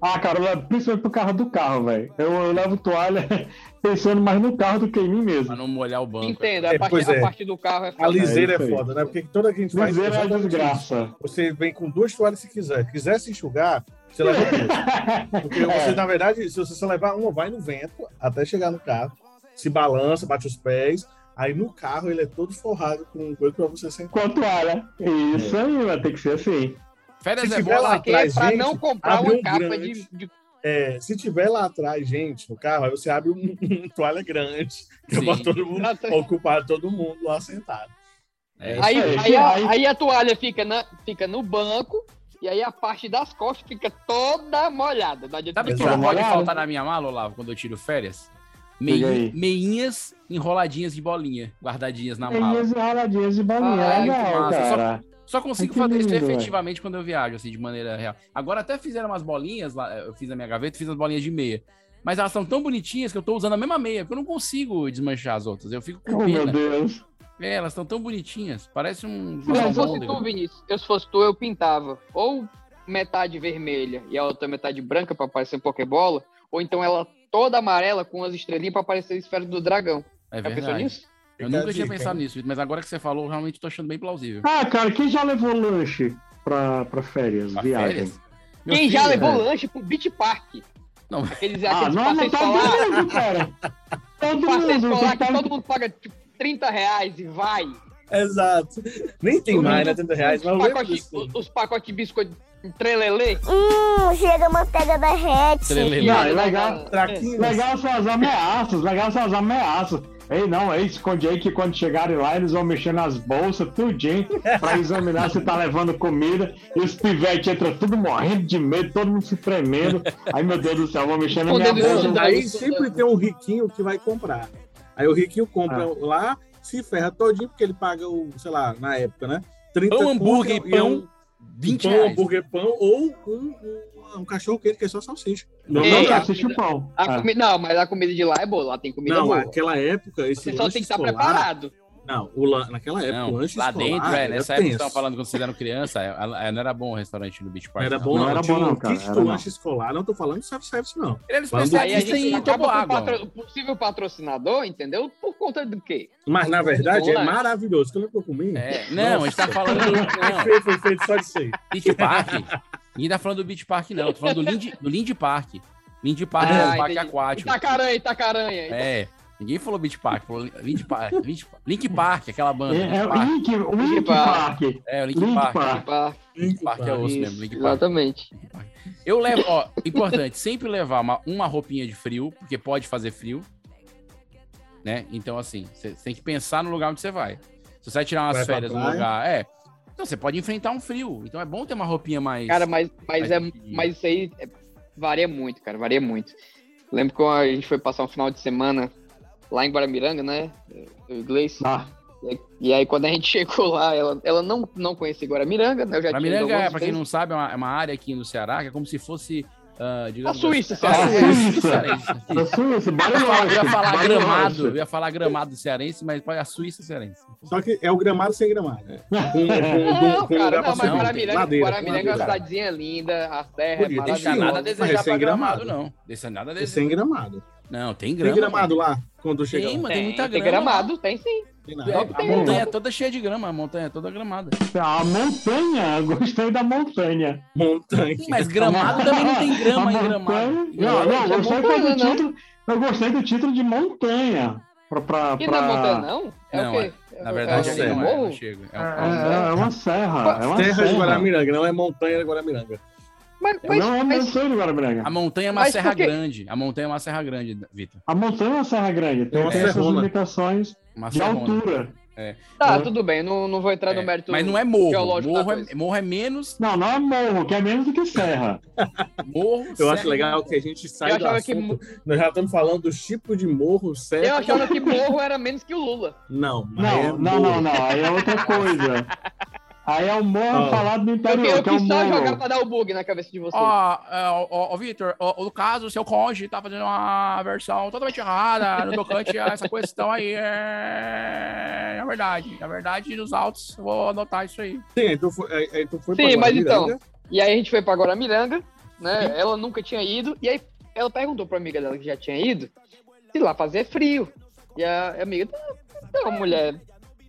Speaker 7: Ah, cara, eu levo, principalmente pro carro do carro, velho. Eu, eu levo toalha pensando mais no carro do que em mim mesmo.
Speaker 1: Pra não molhar o banco.
Speaker 5: Entenda,
Speaker 4: É,
Speaker 5: a parte,
Speaker 4: pois
Speaker 5: a
Speaker 4: é.
Speaker 5: parte do carro é
Speaker 4: A
Speaker 5: foda.
Speaker 4: liseira é,
Speaker 7: É isso aí.
Speaker 4: foda, né? Porque toda que a gente faz.
Speaker 7: Dizer é
Speaker 4: exatamente isso.
Speaker 7: desgraça.
Speaker 4: Você vem com duas toalhas se quiser. Se quiser se enxugar, você leva duas. Porque
Speaker 7: É.
Speaker 4: você, na verdade, se você só levar uma, vai no vento até chegar no carro, se balança, bate os pés. Aí no carro ele é todo forrado com coisa pra você sentar.
Speaker 7: Com a toalha. Isso aí, vai ter que ser assim.
Speaker 1: Férias
Speaker 4: Se
Speaker 1: é
Speaker 4: tiver
Speaker 1: boa
Speaker 4: lá
Speaker 1: lá.
Speaker 5: Porque
Speaker 4: atrás,
Speaker 5: pra
Speaker 4: gente,
Speaker 5: não comprar
Speaker 4: abre
Speaker 5: uma
Speaker 4: um
Speaker 5: capa
Speaker 4: grande.
Speaker 5: de, de-
Speaker 4: É, se tiver lá atrás, gente, no carro, aí você abre um, um toalha grande, que
Speaker 1: Sim.
Speaker 4: bota todo mundo,
Speaker 5: Exatamente.
Speaker 4: ocupar todo mundo lá sentado.
Speaker 1: É
Speaker 5: aí,
Speaker 1: isso
Speaker 5: aí a, aí a toalha fica, na, fica no banco e aí a parte das costas fica toda molhada. Não adianta
Speaker 1: Sabe o que
Speaker 5: pensar.
Speaker 1: não pode faltar na minha mala, Olavo, quando eu tiro férias? Mei-
Speaker 5: Diga aí.
Speaker 1: meinhas enroladinhas de bolinha, guardadinhas na mala.
Speaker 7: Meinhas enroladinhas de bolinha,
Speaker 1: Tá Ai, que
Speaker 7: legal,
Speaker 1: massa. Só-
Speaker 7: cara.
Speaker 1: Só consigo
Speaker 7: Ai, que
Speaker 1: fazer isso
Speaker 7: lindo,
Speaker 1: efetivamente quando eu viajo, assim, de maneira real. Agora até fizeram umas bolinhas lá, eu fiz na minha gaveta, fiz as bolinhas de meia. Mas elas são tão bonitinhas que eu tô usando a mesma meia, porque eu não consigo desmanchar as outras. Eu fico com
Speaker 7: Oh,
Speaker 1: pena.
Speaker 7: meu Deus.
Speaker 1: É, elas estão tão bonitinhas. Parece um.
Speaker 5: Se eu fosse tu, Vinícius, eu se fosse tu, eu pintava. Ou metade vermelha e a outra metade branca pra parecer um Pokébola, ou então ela toda amarela com as estrelinhas pra parecer a esfera do dragão.
Speaker 1: É
Speaker 5: Já pensou
Speaker 1: verdade.
Speaker 5: nisso?
Speaker 1: Eu
Speaker 5: Fica a
Speaker 1: nunca tinha
Speaker 5: dica,
Speaker 1: pensado
Speaker 5: hein?
Speaker 1: nisso, mas agora que você falou, eu realmente tô achando bem plausível.
Speaker 7: Ah, cara, quem já levou lanche pra, pra férias, viagem?
Speaker 1: férias?
Speaker 5: Quem já levou
Speaker 7: é.
Speaker 5: lanche pro Beach Park?
Speaker 1: Não,
Speaker 5: aqueles,
Speaker 7: Ah,
Speaker 5: aqueles
Speaker 7: não, não,
Speaker 5: passeios
Speaker 7: todo
Speaker 5: escolares.
Speaker 7: mundo, cara. Todo
Speaker 5: Passeio
Speaker 7: mundo,
Speaker 5: escolar
Speaker 7: tem
Speaker 5: que
Speaker 7: que- tá
Speaker 5: todo mundo paga tipo, 30 reais e vai.
Speaker 4: Exato. Nem tem mais, né? 30 reais, mas eu
Speaker 5: Os
Speaker 4: lembro
Speaker 5: pacotes,
Speaker 4: disso.
Speaker 5: os pacotes de biscoito em trelelê.
Speaker 13: Hum, chega a manteiga da rede.
Speaker 7: Não, é legal,
Speaker 4: Traquinhos.
Speaker 7: É, legal são as ameaças, legal são as ameaças. Ei, não, ei, esconde aí que quando chegarem lá eles vão mexer nas bolsas, tudinho, pra examinar se tá levando comida. E os pivete entra tudo morrendo de medo, todo mundo se tremendo. Ai, meu Deus do céu, vão mexer na minha bolsa.
Speaker 4: Aí sempre tem um riquinho que vai comprar. Aí o riquinho compra lá, se ferra todinho, porque ele paga o, sei lá, na época, né? 30
Speaker 1: Pão,
Speaker 4: conto
Speaker 1: hambúrguer e
Speaker 4: é
Speaker 1: pão,
Speaker 4: um
Speaker 1: 20
Speaker 4: pão,
Speaker 1: reais.
Speaker 4: hambúrguer, pão ou um, um, um cachorro quente que é só salsicha.
Speaker 7: Não,
Speaker 5: Ei,
Speaker 7: não,
Speaker 5: a
Speaker 7: assiste o pão. É,
Speaker 5: A comi- Não, mas a comida de lá é boa, lá tem comida
Speaker 4: Não, é
Speaker 5: boa.
Speaker 4: naquela época, esse
Speaker 5: Você só
Speaker 4: lanche
Speaker 5: tem que estar
Speaker 4: escolar-
Speaker 5: preparado.
Speaker 4: Não, o lan- naquela época,
Speaker 1: Não,
Speaker 4: o lanche
Speaker 1: lá
Speaker 4: escolar
Speaker 1: dentro, é,
Speaker 4: era
Speaker 1: nessa época que
Speaker 4: tenso.
Speaker 1: estavam falando quando vocês eram criança, é, é, não era bom o restaurante no Beach
Speaker 4: Não
Speaker 1: Park.
Speaker 4: era bom, né? não.
Speaker 1: Não
Speaker 4: era
Speaker 7: bom,
Speaker 4: bom,
Speaker 7: não,
Speaker 4: não,
Speaker 7: cara,
Speaker 4: kit
Speaker 7: era
Speaker 4: do
Speaker 7: não.
Speaker 4: lanche escolar, não tô falando de self-service, não.
Speaker 1: Ele era
Speaker 4: Falando do
Speaker 5: Aí a
Speaker 1: Isso
Speaker 5: gente
Speaker 1: em
Speaker 5: acaba com
Speaker 1: Toboágua.
Speaker 5: patro- possível patrocinador, entendeu? Por conta do quê?
Speaker 4: Mas na verdade
Speaker 5: Bom,
Speaker 4: é
Speaker 5: né?
Speaker 4: maravilhoso. que Eu lembro que eu comi.
Speaker 1: É, não, a gente tá
Speaker 4: Nossa.
Speaker 1: falando do- não.
Speaker 4: Foi- Foi feito só disso aí.
Speaker 1: Beach Park? Ninguém tá falando do Beach Park, não. Tô falando do Lindy, do Lindy Park. Lindy Park é um
Speaker 5: Ah,
Speaker 1: parque
Speaker 5: entendi.
Speaker 1: aquático.
Speaker 5: Itacaranha, Itacaranha.
Speaker 1: É. Ninguém falou Beach Park, falou Lin- Lindy Park. Lindy Park- Link Park, aquela banda.
Speaker 7: É,
Speaker 1: Link
Speaker 7: é o
Speaker 1: Park.
Speaker 7: Link, o Link Park.
Speaker 1: É, o Link,
Speaker 7: Link
Speaker 1: Park.
Speaker 7: Park. tá-
Speaker 5: Pá.
Speaker 1: Link Park é osso
Speaker 5: Tipo, Isso,
Speaker 1: mesmo, Link Park.
Speaker 5: Exatamente.
Speaker 1: Eu levo, ó, importante, sempre levar uma, uma roupinha de frio, porque pode fazer frio. Né? Então, assim, você tem que pensar no lugar onde você vai. Se você vai tirar umas
Speaker 4: Vai pra
Speaker 1: férias num
Speaker 4: praia.
Speaker 1: lugar. É. Então, você pode enfrentar um frio. Então, é bom ter uma roupinha mais.
Speaker 5: Cara, mas, mas,
Speaker 1: mais
Speaker 5: é,
Speaker 1: dividida.
Speaker 5: mas isso aí é- varia muito, cara, varia muito. Lembro que a gente foi passar um final de semana lá em Guaramiranga, né? O inglês.
Speaker 7: Ah,
Speaker 5: E aí, quando a gente chegou lá, ela, ela não, não conhecia Guaramiranga, né? Eu já tinha ido
Speaker 1: Guaramiranga, é,
Speaker 5: algumas
Speaker 1: pra quem
Speaker 5: vezes.
Speaker 1: não sabe, é uma, é uma área aqui no Ceará que é como se fosse. ah, digamos
Speaker 5: A Suíça,
Speaker 1: assim, a
Speaker 5: Ceará.
Speaker 1: Suíça,
Speaker 7: Suíça.
Speaker 1: cearense.
Speaker 7: Da Suíça, Belo
Speaker 1: Eu ia falar
Speaker 7: Oeste, Belo
Speaker 1: gramado, eu
Speaker 7: Oeste.
Speaker 1: ia falar gramado cearense, mas pode a Suíça cearense.
Speaker 4: Só que é o gramado sem gramado. né? Com, com,
Speaker 5: Não,
Speaker 4: com, com
Speaker 5: cara,
Speaker 4: lugar
Speaker 5: não,
Speaker 4: pra
Speaker 5: mas
Speaker 4: subir.
Speaker 5: Guaramiranga,
Speaker 4: Ladeira,
Speaker 5: Guaramiranga é uma
Speaker 4: ladeira.
Speaker 5: cidadezinha linda, a serra é
Speaker 4: Bonito,
Speaker 1: Não
Speaker 4: Deixa
Speaker 1: deixa
Speaker 4: eu-
Speaker 1: nada a
Speaker 5: maravilhosa.
Speaker 1: desejar
Speaker 4: mas
Speaker 1: pra
Speaker 4: sem
Speaker 1: gramado,
Speaker 4: gramado.
Speaker 1: não. Deixa nada a
Speaker 4: É
Speaker 1: desejar.
Speaker 4: sem gramado.
Speaker 1: Não, tem
Speaker 4: Tem
Speaker 1: grama. né?
Speaker 4: gramado lá quando
Speaker 1: Tem,
Speaker 4: chega lá?
Speaker 1: mano, tem muita
Speaker 5: tem
Speaker 1: grama.
Speaker 5: gramado, tem sim.
Speaker 4: Tem
Speaker 1: É,
Speaker 4: nada.
Speaker 1: a montanha é toda cheia de grama, a montanha é toda gramada.
Speaker 7: A montanha, gostei da montanha.
Speaker 4: Montanha.
Speaker 1: Sim, mas gramado também não tem grama
Speaker 7: A
Speaker 1: em
Speaker 7: montanha-
Speaker 1: gramado.
Speaker 7: Não, não, eu
Speaker 5: Não é
Speaker 7: gostei
Speaker 5: montanha,
Speaker 7: do
Speaker 5: não.
Speaker 7: título. Eu gostei do título de montanha. Pra, pra,
Speaker 5: E não é
Speaker 7: pra-
Speaker 5: montanha, não? É
Speaker 1: Ah. Não,
Speaker 5: o quê?
Speaker 1: é. Na verdade,
Speaker 4: é
Speaker 1: ali não é,
Speaker 5: morro?
Speaker 1: não chega. É um-
Speaker 7: É,
Speaker 4: Ah.
Speaker 7: é- é uma serra. É uma
Speaker 4: Terra de
Speaker 7: serra.
Speaker 4: Guaramiranga, não é montanha de Guaramiranga.
Speaker 5: Mas, mas,
Speaker 7: Não é
Speaker 5: mas-
Speaker 7: montanha de Guaramiranga.
Speaker 1: A montanha é uma
Speaker 5: Mas
Speaker 1: serra
Speaker 5: por quê?
Speaker 1: grande. A montanha é uma serra grande, Vitor.
Speaker 7: A montanha é uma serra grande. Tem
Speaker 4: uma
Speaker 7: essas
Speaker 4: serrona.
Speaker 7: limitações
Speaker 1: Uma
Speaker 7: de
Speaker 1: serrona.
Speaker 7: altura.
Speaker 5: tá,
Speaker 7: É.
Speaker 5: tudo bem, não, não vou entrar no
Speaker 1: É,
Speaker 5: mérito
Speaker 1: Mas não é morro.
Speaker 5: geológico da
Speaker 1: Morro é,
Speaker 5: coisa.
Speaker 1: morro é menos.
Speaker 7: Não, não é morro, que é menos do que serra.
Speaker 1: Morro.
Speaker 4: Eu
Speaker 1: serra-
Speaker 4: acho legal que a gente sai
Speaker 5: Eu
Speaker 4: do
Speaker 5: achava que
Speaker 4: assunto. Nós já estamos falando dos tipos de morro,
Speaker 1: é
Speaker 4: certo?
Speaker 5: Eu achava que morro era menos que o Lula.
Speaker 4: Não, mas é
Speaker 7: Não, não,
Speaker 4: morro.
Speaker 7: não, não. Aí é outra coisa. Aí é o morro
Speaker 4: Ah.
Speaker 7: falado do
Speaker 5: Eu,
Speaker 7: interior,
Speaker 5: eu
Speaker 7: que é o
Speaker 5: quis só jogar
Speaker 7: morro.
Speaker 5: pra dar o bug na cabeça de vocês.
Speaker 1: Ó, é, Ó, ó, ó, Vitor, ó, no caso, o seu conge tá fazendo uma versão totalmente errada no tocante a essa questão aí. É, é verdade. Na verdade, nos autos, eu vou anotar isso aí.
Speaker 4: Sim, aí tu foi, aí- aí tu foi
Speaker 5: Sim,
Speaker 4: pra né?
Speaker 5: mas então,
Speaker 4: Guaramiranga.
Speaker 5: E aí a gente foi pra Guaramiranga, né? Ela nunca tinha ido. E aí ela perguntou pra amiga dela que já tinha ido se lá fazia frio. E a amiga, não, mulher,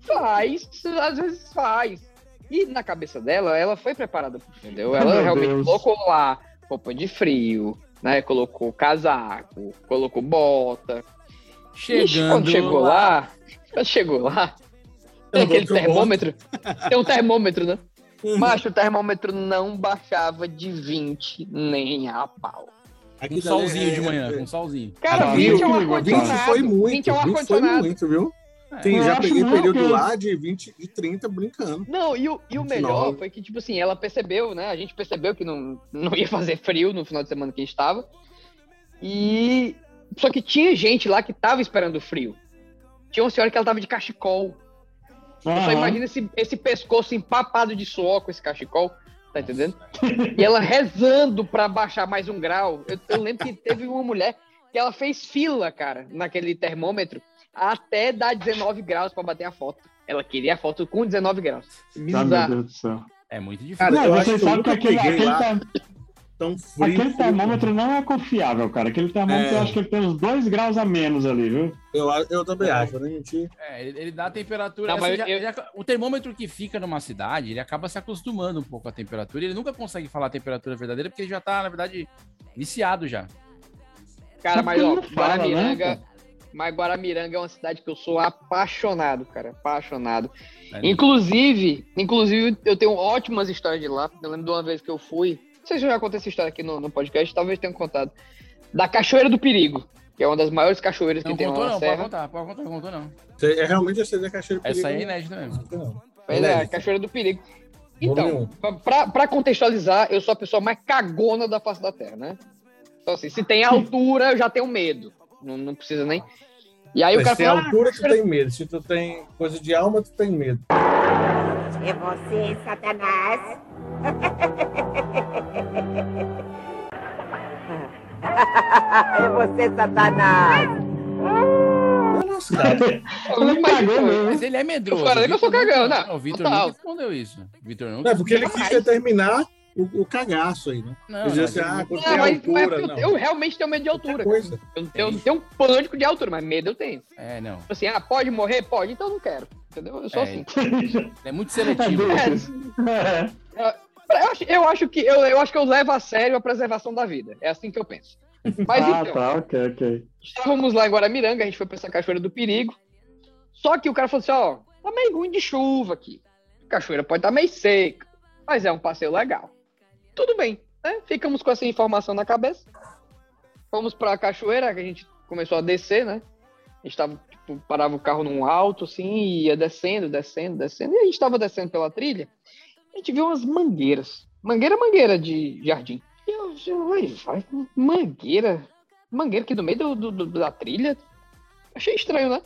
Speaker 5: faz, às vezes faz. E na cabeça dela, ela foi preparada, entendeu? Ela
Speaker 7: Meu
Speaker 5: realmente
Speaker 7: Deus.
Speaker 5: colocou lá roupa de frio, né? Colocou casaco, colocou bota. Ixi,
Speaker 1: Chegando.
Speaker 5: quando chegou lá, quando chegou lá, tem
Speaker 4: Eu
Speaker 5: aquele
Speaker 4: vou pro
Speaker 5: termômetro. Tem um termômetro, né? Macho, o termômetro não baixava de 20 nem a pau.
Speaker 4: Aqui
Speaker 1: Um
Speaker 4: tá-
Speaker 1: solzinho
Speaker 4: é-
Speaker 1: de manhã,
Speaker 4: é-
Speaker 1: um solzinho.
Speaker 5: Cara,
Speaker 7: Ah,
Speaker 5: 20 é um
Speaker 7: viu, Igor? 20
Speaker 5: ar-condicionado.
Speaker 4: foi muito.
Speaker 5: 20 é um
Speaker 4: 20 foi
Speaker 5: ar-condicionado.
Speaker 4: muito, viu? Sim,
Speaker 5: Eu
Speaker 4: já
Speaker 5: acho
Speaker 4: peguei
Speaker 5: não,
Speaker 4: período
Speaker 5: porque-
Speaker 4: lá de 20 e 30 brincando.
Speaker 5: Não, e o, e o
Speaker 4: 29.
Speaker 5: melhor foi que, tipo assim, ela percebeu, né? A gente percebeu que não, não ia fazer frio no final de semana que a gente tava. E. Só que tinha gente lá que tava esperando frio. Tinha uma senhora que ela tava de cachecol. Eu só
Speaker 9: Aham.
Speaker 5: imagina esse, esse pescoço empapado de suor com esse cachecol. Tá entendendo? E ela rezando pra baixar mais um grau. Eu, eu lembro que teve uma mulher que ela fez fila, cara, naquele termômetro, até dar 19 graus pra bater a foto. Ela queria a foto com 19 graus.
Speaker 7: Ah, meu
Speaker 5: Bizarro.
Speaker 7: Deus do céu.
Speaker 1: É muito difícil.
Speaker 7: Cara,
Speaker 5: eu
Speaker 7: não,
Speaker 5: acho
Speaker 7: vocês
Speaker 5: que eu
Speaker 7: sabem que
Speaker 5: nunca
Speaker 7: aquele,
Speaker 5: peguei
Speaker 7: aquele,
Speaker 5: lá
Speaker 7: ter-
Speaker 4: Tão frio.
Speaker 7: aquele
Speaker 4: frio.
Speaker 7: termômetro não é confiável, cara. Aquele termômetro
Speaker 4: É.
Speaker 7: eu acho que ele tem uns dois graus a menos ali, viu?
Speaker 4: Eu, eu também acho, né, mentir.
Speaker 1: É, ele, ele dá a temperatura.
Speaker 5: Não,
Speaker 1: essa
Speaker 5: mas
Speaker 1: já-
Speaker 5: eu-
Speaker 1: já- o termômetro que fica numa cidade, ele acaba se acostumando um pouco à temperatura. Ele nunca consegue falar a temperatura verdadeira, porque ele já tá, na verdade, viciado já.
Speaker 5: Cara, mas ó,
Speaker 1: Não fala, né,
Speaker 5: Guaramiranga. Mas Guaramiranga é uma cidade que eu sou apaixonado, cara. Apaixonado.
Speaker 1: É,
Speaker 5: Inclusive, inclusive, eu tenho ótimas histórias de lá. Eu lembro de uma vez que eu fui. Não sei se eu já contei essa história aqui no, no podcast, talvez tenha contado. Da Cachoeira do Perigo, que é uma das maiores cachoeiras
Speaker 1: Não
Speaker 5: que tem lá
Speaker 1: contou,
Speaker 5: na
Speaker 1: não, pode
Speaker 5: Serra.
Speaker 1: contar, pode contar, não contou, não.
Speaker 4: É realmente essa da cachoeira
Speaker 1: Essa aí é inédita mesmo.
Speaker 5: Pois é,
Speaker 1: Inédita.
Speaker 5: Cachoeira do Perigo.
Speaker 1: Vamos
Speaker 5: Então,
Speaker 4: um.
Speaker 5: pra- pra, pra contextualizar, eu sou a pessoa mais cagona da face da Terra, né? Então, assim, se tem altura, eu já tenho medo. Não, não precisa nem. E aí o cara
Speaker 4: se tem
Speaker 5: fala, "Ah,
Speaker 4: altura, tu tem medo. Se tu tem coisa de alma, tu tem medo.
Speaker 3: É você, Satanás. é você, Satanás.
Speaker 5: "Ah,
Speaker 1: Ele
Speaker 5: cagou mesmo.
Speaker 1: Mas ele é medroso.
Speaker 5: Eu falei que eu sou
Speaker 1: Vitor
Speaker 5: cagão,
Speaker 1: nunca-
Speaker 5: né?
Speaker 1: Não, o Vitor
Speaker 5: Total.
Speaker 1: nunca respondeu isso. Vitor nunca.
Speaker 4: É, porque ele quis determinar o, o cagaço aí, né?
Speaker 1: Não,
Speaker 4: Quer dizer
Speaker 1: não,
Speaker 4: assim,
Speaker 1: ele
Speaker 4: ah,
Speaker 1: não-
Speaker 4: quando
Speaker 5: Ah,
Speaker 4: tem
Speaker 5: mas- mas
Speaker 4: altura,
Speaker 5: eu,
Speaker 4: não.
Speaker 5: eu realmente tenho medo de altura. cara. Eu, não tenho, eu não tenho um pânico de altura, mas medo eu tenho. Tipo
Speaker 1: É, não.
Speaker 5: assim, ah, pode morrer? Pode, então eu não quero. Entendeu? Eu sou
Speaker 1: É,
Speaker 5: assim.
Speaker 1: É muito seletivo.
Speaker 5: É, eu, acho, eu acho que eu, eu acho que eu levo a sério a preservação da vida. É assim que eu penso. Mas
Speaker 7: ah,
Speaker 5: então,
Speaker 7: tá, ok, ok.
Speaker 5: estávamos lá em Guaramiranga, a gente foi pra essa cachoeira do perigo. Só que o cara falou assim, ó, tá meio ruim de chuva aqui. A cachoeira pode estar meio seca, mas é um passeio legal. Tudo bem, né? Ficamos com essa informação na cabeça. Fomos pra cachoeira, que a gente começou a descer, né? A gente tava, tipo, parava o carro num alto, assim, e ia descendo, descendo, descendo. E a gente tava descendo pela trilha, a gente viu umas mangueiras. Mangueira, mangueira de jardim. E eu, eu, ué, vai, mangueira? Mangueira aqui do meio do- do- do- da trilha? Achei estranho, né?